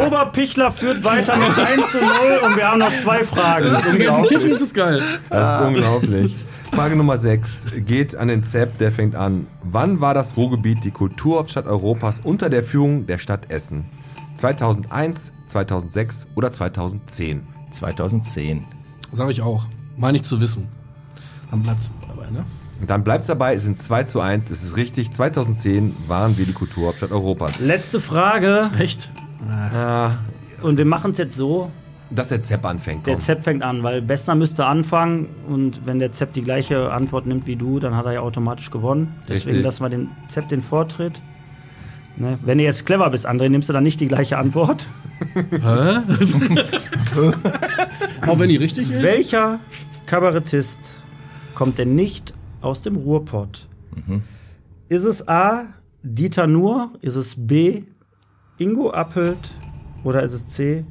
[SPEAKER 2] Oberpichler führt weiter mit 1 zu 0 und wir haben noch zwei Fragen.
[SPEAKER 5] Gelsenkirchen ist es geil.
[SPEAKER 3] Das ist unglaublich. Ah. Frage Nummer 6 geht an den Zepp, der fängt an. Wann war das Ruhrgebiet die Kulturhauptstadt Europas unter der Führung der Stadt Essen? 2001, 2006 oder 2010?
[SPEAKER 1] 2010.
[SPEAKER 5] Sag ich auch. Meine ich zu wissen. Dann bleibt's dabei, ne?
[SPEAKER 3] Und dann bleibt's dabei, es sind 2 zu 1, es ist richtig. 2010 waren wir die Kulturhauptstadt Europas.
[SPEAKER 2] Letzte Frage.
[SPEAKER 5] Echt? Äh,
[SPEAKER 2] Und wir machen es jetzt so:
[SPEAKER 3] Dass der Zepp anfängt,
[SPEAKER 2] der
[SPEAKER 3] komm.
[SPEAKER 2] Zepp fängt an, weil Bessner müsste anfangen. Und wenn der Zepp die gleiche Antwort nimmt wie du, dann hat er ja automatisch gewonnen. Deswegen
[SPEAKER 3] Richtig.
[SPEAKER 2] lassen wir den Zepp den Vortritt. Ne? Wenn du jetzt clever bist, André, nimmst du dann nicht die gleiche Antwort.
[SPEAKER 5] Hä? auch wenn die richtig ist?
[SPEAKER 2] Welcher Kabarettist kommt denn nicht aus dem Ruhrpott?
[SPEAKER 3] Mhm.
[SPEAKER 2] Ist es A. Dieter Nuhr? Ist es B. Ingo Appelt? Oder ist es C.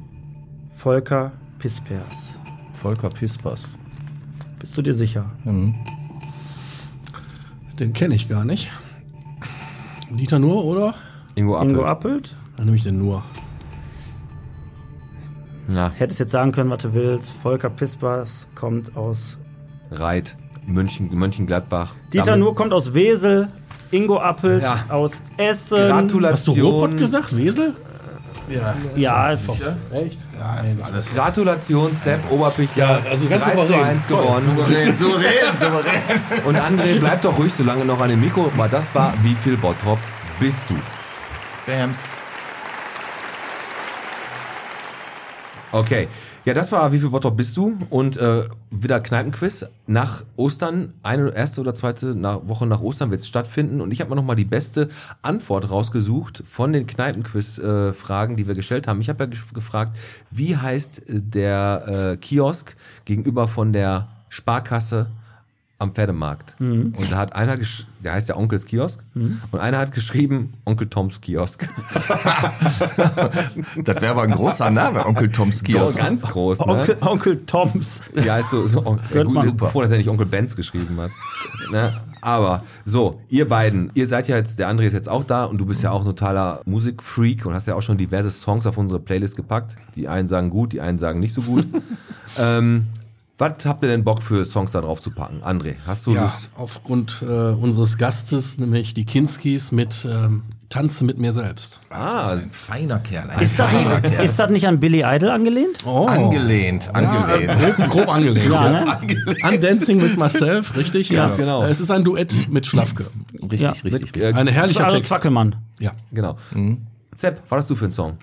[SPEAKER 2] Volker Pispers?
[SPEAKER 1] Volker Hm. Pispers.
[SPEAKER 2] Bist du dir sicher?
[SPEAKER 5] Den kenne ich gar nicht. Dieter Nur, oder?
[SPEAKER 3] Ingo Appelt.
[SPEAKER 2] Ingo Appelt?
[SPEAKER 5] Dann nehme ich den Nur.
[SPEAKER 3] Na,
[SPEAKER 2] Hättest jetzt sagen können, was du willst. Volker Pispers kommt aus.
[SPEAKER 3] Reit, München, Mönchengladbach.
[SPEAKER 2] Dieter
[SPEAKER 3] Damit-
[SPEAKER 2] Nuhr kommt aus Wesel. Ingo Appelt aus Essen.
[SPEAKER 3] Gratulation.
[SPEAKER 5] Hast du Ruhrpott gesagt? Wesel?
[SPEAKER 2] Ja, es-
[SPEAKER 5] Echt? Nein, alles.
[SPEAKER 3] Gratulation, Sepp Oberpichler.
[SPEAKER 5] Ja, also ganz
[SPEAKER 3] 3 zu
[SPEAKER 5] souverän.
[SPEAKER 3] 1
[SPEAKER 5] Toll,
[SPEAKER 3] gewonnen.
[SPEAKER 1] Souverän, souverän, souverän.
[SPEAKER 3] Und André, bleib doch ruhig so lange noch an dem Mikro. Weil das war, wie viel Bottrop bist du?
[SPEAKER 1] Bams.
[SPEAKER 3] Okay. Ja, das war, wie viel Bottrop bist du? Und äh, wieder Kneipenquiz. Nach Ostern, eine erste oder zweite nach, Woche nach Ostern wird es stattfinden. Und ich habe mir nochmal die beste Antwort rausgesucht von den Kneipenquiz-Fragen, die wir gestellt haben. Ich habe ja ge- gefragt, wie heißt der äh, Kiosk gegenüber von der Sparkasse am Pferdemarkt. Und da hat einer, gesch- der heißt ja Onkels Kiosk, und einer hat geschrieben, Onkel Toms Kiosk.
[SPEAKER 1] Das wäre aber ein großer Name, Onkel Toms Kiosk.
[SPEAKER 3] Ganz groß, ne?
[SPEAKER 2] Onkel, Onkel Toms.
[SPEAKER 3] Ja, ist so, so on, ja, gut,
[SPEAKER 2] man.
[SPEAKER 3] super. Froh, dass er nicht Onkel Benz geschrieben hat. ne? Aber so, ihr beiden, ihr seid ja jetzt, der André ist jetzt auch da und du bist ja auch ein totaler Musikfreak und hast ja auch schon diverse Songs auf unsere Playlist gepackt. Die einen sagen gut, die einen sagen nicht so gut. ähm, was habt ihr denn Bock für Songs da drauf zu packen? André, hast du
[SPEAKER 5] Ja,
[SPEAKER 3] Lust?
[SPEAKER 5] aufgrund äh, unseres Gastes, nämlich die Kinskis mit ähm, Tanze mit mir selbst.
[SPEAKER 3] Ah,
[SPEAKER 1] Ein feiner Kerl, ein
[SPEAKER 2] Ist das,
[SPEAKER 1] feiner
[SPEAKER 2] nicht,
[SPEAKER 1] Kerl.
[SPEAKER 2] ist das nicht an Billy Idol angelehnt?
[SPEAKER 5] Oh.
[SPEAKER 1] Angelehnt, angelehnt.
[SPEAKER 5] Ja, äh, grob, grob angelehnt.
[SPEAKER 2] Ja,
[SPEAKER 5] ja,
[SPEAKER 2] ne?
[SPEAKER 5] I'm Dancing with Myself, richtig?
[SPEAKER 2] Ja.
[SPEAKER 3] Ganz genau.
[SPEAKER 5] Es ist ein Duett mit Schlafke.
[SPEAKER 1] Richtig,
[SPEAKER 2] Ja.
[SPEAKER 1] richtig,
[SPEAKER 3] mit,
[SPEAKER 1] richtig.
[SPEAKER 3] äh,
[SPEAKER 5] Ein herrlicher
[SPEAKER 2] Also
[SPEAKER 5] Text.
[SPEAKER 2] Zwackelmann.
[SPEAKER 5] Ja.
[SPEAKER 3] genau. Sepp, was hast du für einen Song?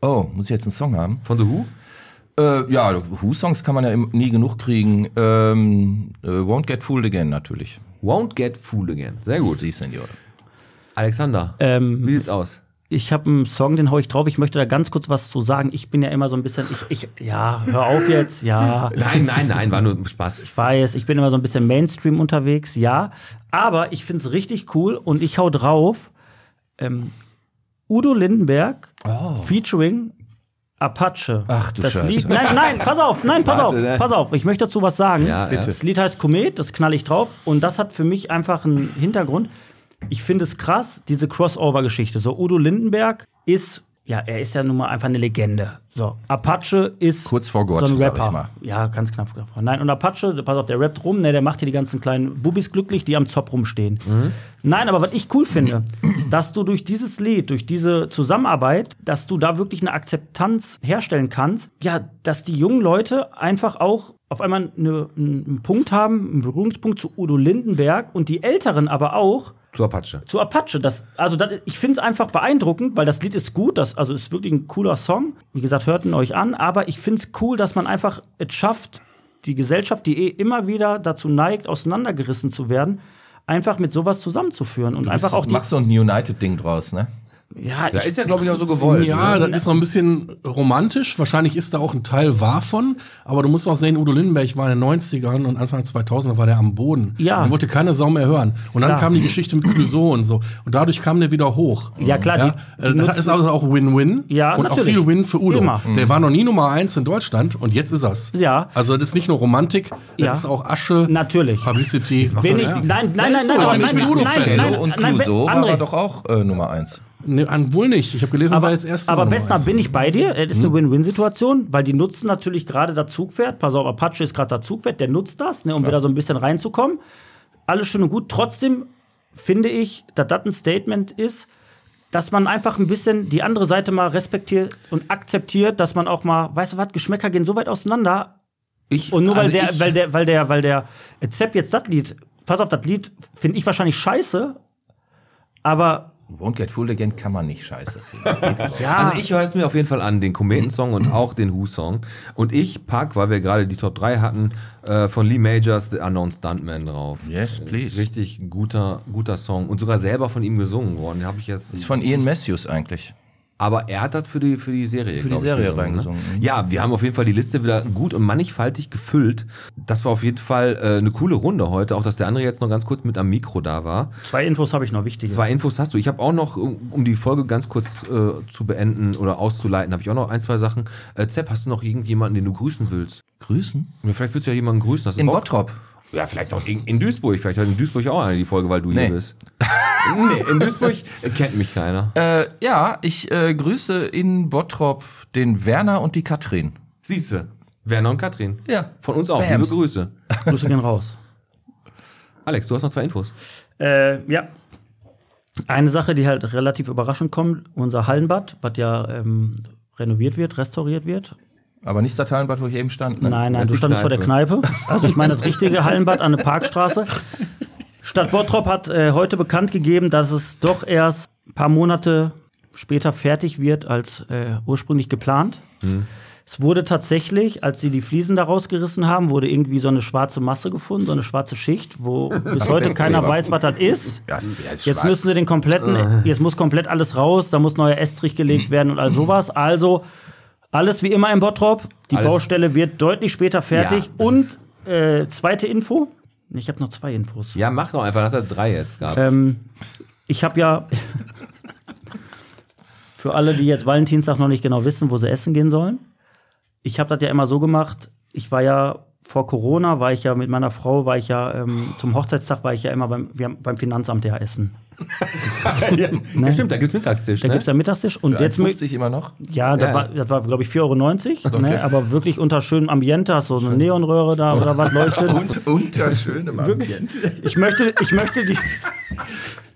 [SPEAKER 1] Oh, muss ich jetzt einen Song haben?
[SPEAKER 3] Von The Who?
[SPEAKER 1] Äh, ja, Who-Songs kann man ja im- nie genug kriegen. Ähm, äh, Won't Get Fooled Again natürlich.
[SPEAKER 3] Won't Get Fooled Again. Sehr gut.
[SPEAKER 1] Sie, Senior.
[SPEAKER 3] Alexander,
[SPEAKER 2] Ähm,
[SPEAKER 3] wie sieht's aus?
[SPEAKER 2] Ich habe einen Song, den hau ich drauf. Ich möchte da ganz kurz was zu sagen. Ich bin ja immer so ein bisschen, ich, ich ja, hör auf jetzt, ja.
[SPEAKER 3] Nein, nein, nein, war nur Spaß.
[SPEAKER 2] Ich weiß, ich bin immer so ein bisschen Mainstream unterwegs, ja. Aber ich finde es richtig cool und ich hau drauf. Ähm, Udo Lindenberg featuring Apache.
[SPEAKER 1] Oh. Ach du
[SPEAKER 2] das
[SPEAKER 1] Scheiße.
[SPEAKER 2] Lied, nein, nein, pass auf, nein, pass auf,
[SPEAKER 3] Warte, ne?
[SPEAKER 2] pass auf. Ich möchte dazu was sagen.
[SPEAKER 3] Ja, Bitte. ja.
[SPEAKER 2] Das Lied heißt Komet, das knall ich drauf. Und das hat für mich einfach einen Hintergrund. Ich finde es krass, diese Crossover-Geschichte. So, Udo Lindenberg ist, ja, er ist ja nun mal einfach eine Legende. So, Apache ist
[SPEAKER 1] Kurz vor Gott,
[SPEAKER 2] so ein
[SPEAKER 1] sag ich
[SPEAKER 2] Rapper.
[SPEAKER 1] mal.
[SPEAKER 2] Ja, ganz knapp. davor. Nein, und Apache, der- pass auf, der rappt rum, ne, der macht hier die ganzen kleinen Bubis glücklich, die am Zopf rumstehen. Nein, aber was ich cool finde, dass du durch dieses Lied, durch diese Zusammenarbeit, dass du da wirklich eine Akzeptanz herstellen kannst, ja, dass die jungen Leute einfach auch auf einmal eine, einen Punkt haben, einen Berührungspunkt zu Udo Lindenberg und die Älteren aber auch
[SPEAKER 3] Zu Apache.
[SPEAKER 2] zu Apache. Das, also das, ich finde es einfach beeindruckend, weil das Lied ist gut, das also ist wirklich ein cooler Song. Wie gesagt, hört ihn euch an, aber ich finde es cool, dass man einfach es schafft, die Gesellschaft, die eh immer wieder dazu neigt, auseinandergerissen zu werden, einfach mit sowas zusammenzuführen und einfach auch die.
[SPEAKER 1] Mach so ein United-Ding draus, ne?
[SPEAKER 2] Ja,
[SPEAKER 3] Da
[SPEAKER 2] ich-
[SPEAKER 3] ist ja, glaube ich, auch so gewollt. ne?
[SPEAKER 5] Ja, das ist noch ein bisschen romantisch. Wahrscheinlich ist da auch ein Teil wahr von. Aber du musst auch sehen, Udo Lindenberg war in den 90ern und Anfang 2000er war der am Boden.
[SPEAKER 2] Ja.
[SPEAKER 5] Den wollte keine Sau mehr hören. Und dann
[SPEAKER 2] Klar.
[SPEAKER 5] kam die Geschichte mit Clouseau und so. Und dadurch kam der wieder hoch.
[SPEAKER 2] Ja, klar,
[SPEAKER 5] Ja,
[SPEAKER 2] die- die
[SPEAKER 5] äh, das
[SPEAKER 2] nutzen-
[SPEAKER 5] ist also auch Win-Win.
[SPEAKER 2] Ja,
[SPEAKER 5] Und
[SPEAKER 2] natürlich.
[SPEAKER 5] auch viel Win für Udo.
[SPEAKER 2] Immer.
[SPEAKER 5] Der war noch nie Nummer eins in Deutschland und jetzt ist er's.
[SPEAKER 2] Ja.
[SPEAKER 5] Also das ist nicht nur Romantik,
[SPEAKER 2] Ja.
[SPEAKER 5] das ist auch Asche.
[SPEAKER 2] Natürlich.
[SPEAKER 5] Publicity.
[SPEAKER 2] Bin ich,
[SPEAKER 5] Ja.
[SPEAKER 2] nein, nein, nein,
[SPEAKER 5] Das
[SPEAKER 2] nein,
[SPEAKER 5] ist
[SPEAKER 2] nein,
[SPEAKER 5] so,
[SPEAKER 2] nein,
[SPEAKER 5] ich bin
[SPEAKER 2] nein,
[SPEAKER 5] Udo-Fan.
[SPEAKER 2] nein, nein,
[SPEAKER 1] Bello und
[SPEAKER 2] nein,
[SPEAKER 1] Clouseau
[SPEAKER 2] André.
[SPEAKER 1] war aber doch auch äh, Nummer eins.
[SPEAKER 5] Nee, an- wohl nicht. Ich habe gelesen, war jetzt erst
[SPEAKER 2] aber
[SPEAKER 5] Nummer
[SPEAKER 2] Bestner,
[SPEAKER 5] eins.
[SPEAKER 2] bin ich bei dir. Es ist
[SPEAKER 3] Hm?
[SPEAKER 2] eine Win-Win-Situation, weil die nutzen natürlich gerade das Zugpferd. Pass auf, Apache ist gerade das Zugpferd, der nutzt das, ne, um wieder so ein bisschen reinzukommen. Alles schön und gut. Trotzdem finde ich, dass das ein Statement ist, dass man einfach ein bisschen die andere Seite mal respektiert und akzeptiert, dass man auch mal, weißt du was, Geschmäcker gehen so weit auseinander,
[SPEAKER 3] Ich,
[SPEAKER 2] und nur weil,
[SPEAKER 3] also
[SPEAKER 2] der,
[SPEAKER 3] ich-
[SPEAKER 2] weil der, weil der, weil der Zepp jetzt das Lied, pass auf, das Lied finde ich wahrscheinlich scheiße, aber
[SPEAKER 1] Won't Get Fooled Again kann man nicht scheiße finden.
[SPEAKER 2] ja,
[SPEAKER 3] Also ich höre es mir auf jeden Fall an, den Kometensong und auch den Who-Song. Und ich pack, weil wir gerade die Top 3 hatten, äh, von Lee Majors The Unknown Stuntman drauf.
[SPEAKER 1] Yes, please.
[SPEAKER 3] Richtig guter, guter Song. Und sogar selber von ihm gesungen worden. Den habe ich jetzt.
[SPEAKER 1] Ist von Ian Matthews eigentlich.
[SPEAKER 3] Aber er hat das für die, für die Serie.
[SPEAKER 1] Für die
[SPEAKER 3] glaub ich,
[SPEAKER 1] Serie
[SPEAKER 3] ne?
[SPEAKER 1] reingesungen, mhm.
[SPEAKER 3] Ja, wir haben auf jeden Fall die Liste wieder gut und mannigfaltig gefüllt. Das war auf jeden Fall äh, eine coole Runde heute. Auch, dass der andere jetzt noch ganz kurz mit am Mikro da war.
[SPEAKER 2] zwei Infos habe ich noch wichtige.
[SPEAKER 3] Zwei Infos hast du. Ich habe auch noch, um um die Folge ganz kurz äh, zu beenden oder auszuleiten, habe ich auch noch ein, zwei Sachen. Äh, Zepp, hast du noch irgendjemanden, den du grüßen willst?
[SPEAKER 1] Grüßen?
[SPEAKER 3] Ja, Vielleicht willst du ja jemanden grüßen. Hast du
[SPEAKER 1] In
[SPEAKER 3] Bock?
[SPEAKER 1] Bottrop.
[SPEAKER 3] Ja, vielleicht auch in, in Duisburg. Vielleicht hat in Duisburg auch einer die Folge, weil du
[SPEAKER 1] Nee.
[SPEAKER 3] hier bist. nee, in Duisburg äh, kennt mich keiner.
[SPEAKER 1] Äh, ja, ich äh, grüße in Bottrop den Werner und die Katrin.
[SPEAKER 3] Siehste, Werner und Katrin.
[SPEAKER 1] Ja.
[SPEAKER 3] Von uns auch.
[SPEAKER 1] Bams.
[SPEAKER 3] Liebe Grüße.
[SPEAKER 2] Grüße gehen raus.
[SPEAKER 3] Alex, du hast noch zwei Infos.
[SPEAKER 2] Äh, ja. Eine Sache, die halt relativ überraschend kommt, unser Hallenbad, was ja ähm, renoviert wird, restauriert wird.
[SPEAKER 1] Aber nicht das Hallenbad, wo ich eben stand. ne?
[SPEAKER 2] Nein, nein,
[SPEAKER 3] ist
[SPEAKER 2] du
[SPEAKER 3] die
[SPEAKER 2] standest vor der Kneipe. Also ich meine das richtige Hallenbad an der Parkstraße. Stadt Bottrop hat äh, heute bekannt gegeben, dass es doch erst ein paar Monate später fertig wird als äh, ursprünglich geplant.
[SPEAKER 3] Hm.
[SPEAKER 2] Es wurde tatsächlich, als sie die Fliesen da rausgerissen haben, wurde irgendwie so eine schwarze Masse gefunden, so eine schwarze Schicht, wo bis heute keiner
[SPEAKER 1] Festkleber.
[SPEAKER 2] weiß, was das ist.
[SPEAKER 1] Ja, ist- ja, ist
[SPEAKER 2] Jetzt
[SPEAKER 1] schwarz.
[SPEAKER 2] müssen sie den
[SPEAKER 3] Äh.
[SPEAKER 2] kompletten, jetzt muss komplett alles raus, da muss neuer Estrich
[SPEAKER 3] Mhm.
[SPEAKER 2] gelegt werden und all sowas. Also alles wie immer im Bottrop. Die
[SPEAKER 3] Alles-
[SPEAKER 2] Baustelle wird deutlich später fertig.
[SPEAKER 3] Ja, das
[SPEAKER 2] und äh, zweite Info: Ich habe noch zwei Infos.
[SPEAKER 3] Ja, mach doch einfach, das hat drei jetzt gehabt.
[SPEAKER 2] Ähm, ich habe ja für alle, die jetzt Valentinstag noch nicht genau wissen, wo sie essen gehen sollen. Ich habe das ja immer so gemacht. Ich war ja vor Corona war ich ja mit meiner Frau war ich ja ähm, zum Hochzeitstag war ich ja immer beim, wir haben beim Finanzamt ja essen.
[SPEAKER 3] ja, ja, stimmt, da gibt's Mittagstisch.
[SPEAKER 2] Da
[SPEAKER 3] ne?
[SPEAKER 2] gibt's ja Mittagstisch und jetzt mö-
[SPEAKER 1] 50 immer noch.
[SPEAKER 2] ja, das
[SPEAKER 3] Ja.
[SPEAKER 2] war, das war glaube ich 4,90 Euro, ne? aber wirklich unter schönem Ambiente, hast so eine Neonröhre da oder was leuchtet.
[SPEAKER 1] Unterschön im Ambiente.
[SPEAKER 2] Ich möchte, ich möchte die.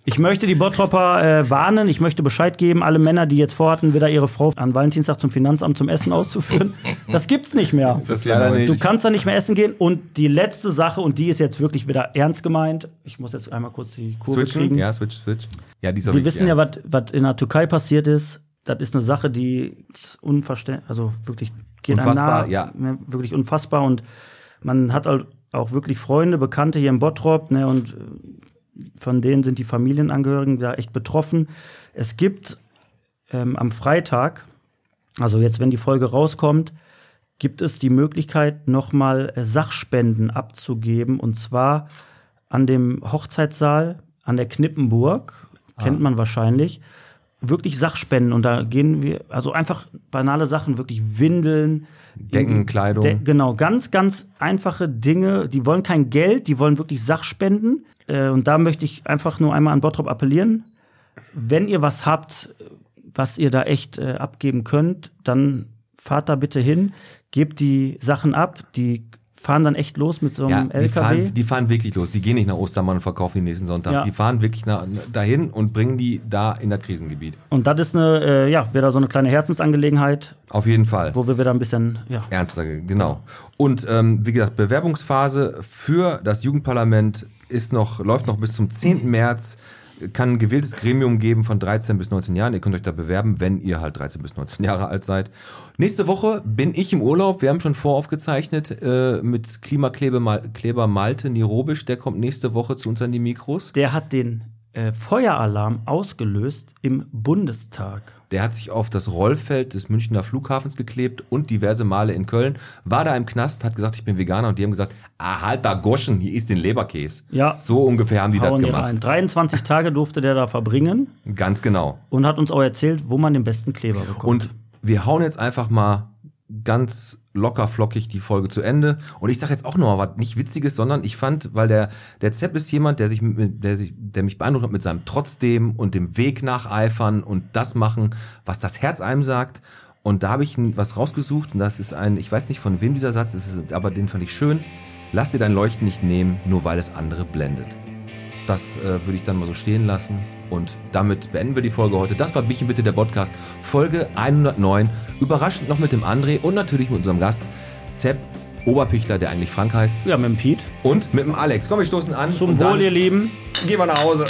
[SPEAKER 2] Ich möchte die Bottropper äh, warnen, ich möchte Bescheid geben, alle Männer, die jetzt vorhatten, wieder ihre Frau an Valentinstag zum Finanzamt zum Essen auszuführen, das gibt's nicht mehr.
[SPEAKER 3] das leider
[SPEAKER 2] Du
[SPEAKER 3] nicht.
[SPEAKER 2] kannst da nicht mehr essen gehen. Und die letzte Sache, und die ist jetzt wirklich wieder ernst gemeint, ich muss jetzt einmal kurz die Kurve
[SPEAKER 3] Switchen?
[SPEAKER 2] kriegen.
[SPEAKER 3] Ja, switch, switch. Ja, die soll
[SPEAKER 2] Wir
[SPEAKER 3] wirklich
[SPEAKER 2] wissen ja,
[SPEAKER 3] ernst.
[SPEAKER 2] was was in der Türkei passiert ist. Das ist eine Sache, die unverständlich, also wirklich geht einem
[SPEAKER 3] Unfassbar,
[SPEAKER 2] nahe,
[SPEAKER 3] ja.
[SPEAKER 2] ne, wirklich unfassbar. Und man hat halt auch wirklich Freunde, Bekannte hier in Bottrop, ne, und äh, von denen sind die Familienangehörigen da echt betroffen. Es gibt ähm, am Freitag, also jetzt, wenn die Folge rauskommt, gibt es die Möglichkeit, nochmal äh, Sachspenden abzugeben. Und zwar an dem Hochzeitssaal an der Knippenburg,
[SPEAKER 3] Ah.
[SPEAKER 2] kennt man wahrscheinlich, wirklich Sachspenden. Und da gehen wir, also einfach banale Sachen, wirklich Windeln,
[SPEAKER 3] Decken, Kleidung.
[SPEAKER 2] genau, ganz, ganz einfache Dinge. Die wollen kein Geld, die wollen wirklich Sachspenden. Äh, und da möchte ich einfach nur einmal an Bottrop appellieren. Wenn ihr was habt, was ihr da echt äh, abgeben könnt, dann fahrt da bitte hin, gebt die Sachen ab, die fahren dann echt los mit so
[SPEAKER 3] ja,
[SPEAKER 2] einem
[SPEAKER 3] die,
[SPEAKER 2] LKW.
[SPEAKER 3] fahren, die fahren wirklich los. Die gehen nicht nach Ostermann und verkaufen die nächsten Sonntag.
[SPEAKER 2] Ja.
[SPEAKER 3] Die fahren wirklich nach, dahin und bringen die da in das Krisengebiet.
[SPEAKER 2] Und das ist eine, äh, ja, wieder so eine kleine Herzensangelegenheit,
[SPEAKER 3] Auf jeden Fall.
[SPEAKER 2] wo wir wieder ein bisschen, ja.
[SPEAKER 3] Ernster, genau. Und ähm, wie gesagt, Bewerbungsphase für das Jugendparlament ist noch, läuft noch bis zum 10. März. Kann ein gewähltes Gremium geben von 13 bis 19 Jahren. Ihr könnt euch da bewerben, wenn ihr halt 13 bis 19 Jahre alt seid. Nächste Woche bin ich im Urlaub. Wir haben schon voraufgezeichnet äh, mit Klimakleber Mal Kleber Malte Nirobisch. Der kommt nächste Woche zu uns an die Mikros.
[SPEAKER 2] Der hat den äh, Feueralarm ausgelöst im Bundestag.
[SPEAKER 3] Der hat sich auf das Rollfeld des Münchner Flughafens geklebt und diverse Male in Köln. War da im Knast, hat gesagt, ich bin Veganer und die haben gesagt, ah, halt da Goschen, hier ist den Leberkäse.
[SPEAKER 2] Ja.
[SPEAKER 3] So ungefähr haben die das
[SPEAKER 2] Hauen die
[SPEAKER 3] gemacht.
[SPEAKER 2] rein. 23 Tage durfte der da verbringen
[SPEAKER 3] Ganz genau.
[SPEAKER 2] und hat uns auch erzählt, wo man den besten Kleber bekommt.
[SPEAKER 3] Und wir hauen jetzt einfach mal ganz locker flockig die Folge zu Ende. Und ich sage jetzt auch nochmal was nicht Witziges, sondern ich fand, weil der, der Zepp ist jemand, der sich, mit- der sich, der mich beeindruckt hat mit seinem Trotzdem und dem Weg nacheifern und das machen, was das Herz einem sagt. Und da habe ich n- was rausgesucht und das ist ein, ich weiß nicht von wem dieser Satz ist, aber den fand ich schön. Lass dir dein Leuchten nicht nehmen, nur weil es andere blendet. Das äh, würde ich dann mal so stehen lassen. Und damit beenden wir die Folge heute. Das war Bichen bitte der Podcast, Folge 109. Überraschend noch mit dem André und natürlich mit unserem Gast, Zepp Oberpichler, der eigentlich Frank heißt.
[SPEAKER 2] ja, mit dem Piet.
[SPEAKER 3] Und mit dem Alex. Komm, wir stoßen an.
[SPEAKER 2] Zum
[SPEAKER 3] und dann
[SPEAKER 2] Wohl, ihr Lieben.
[SPEAKER 3] Gehen wir nach Hause.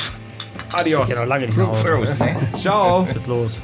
[SPEAKER 3] Adios.
[SPEAKER 2] Genau. Ja, noch lange nicht mehr. raus.
[SPEAKER 3] Ciao.
[SPEAKER 2] Geht los.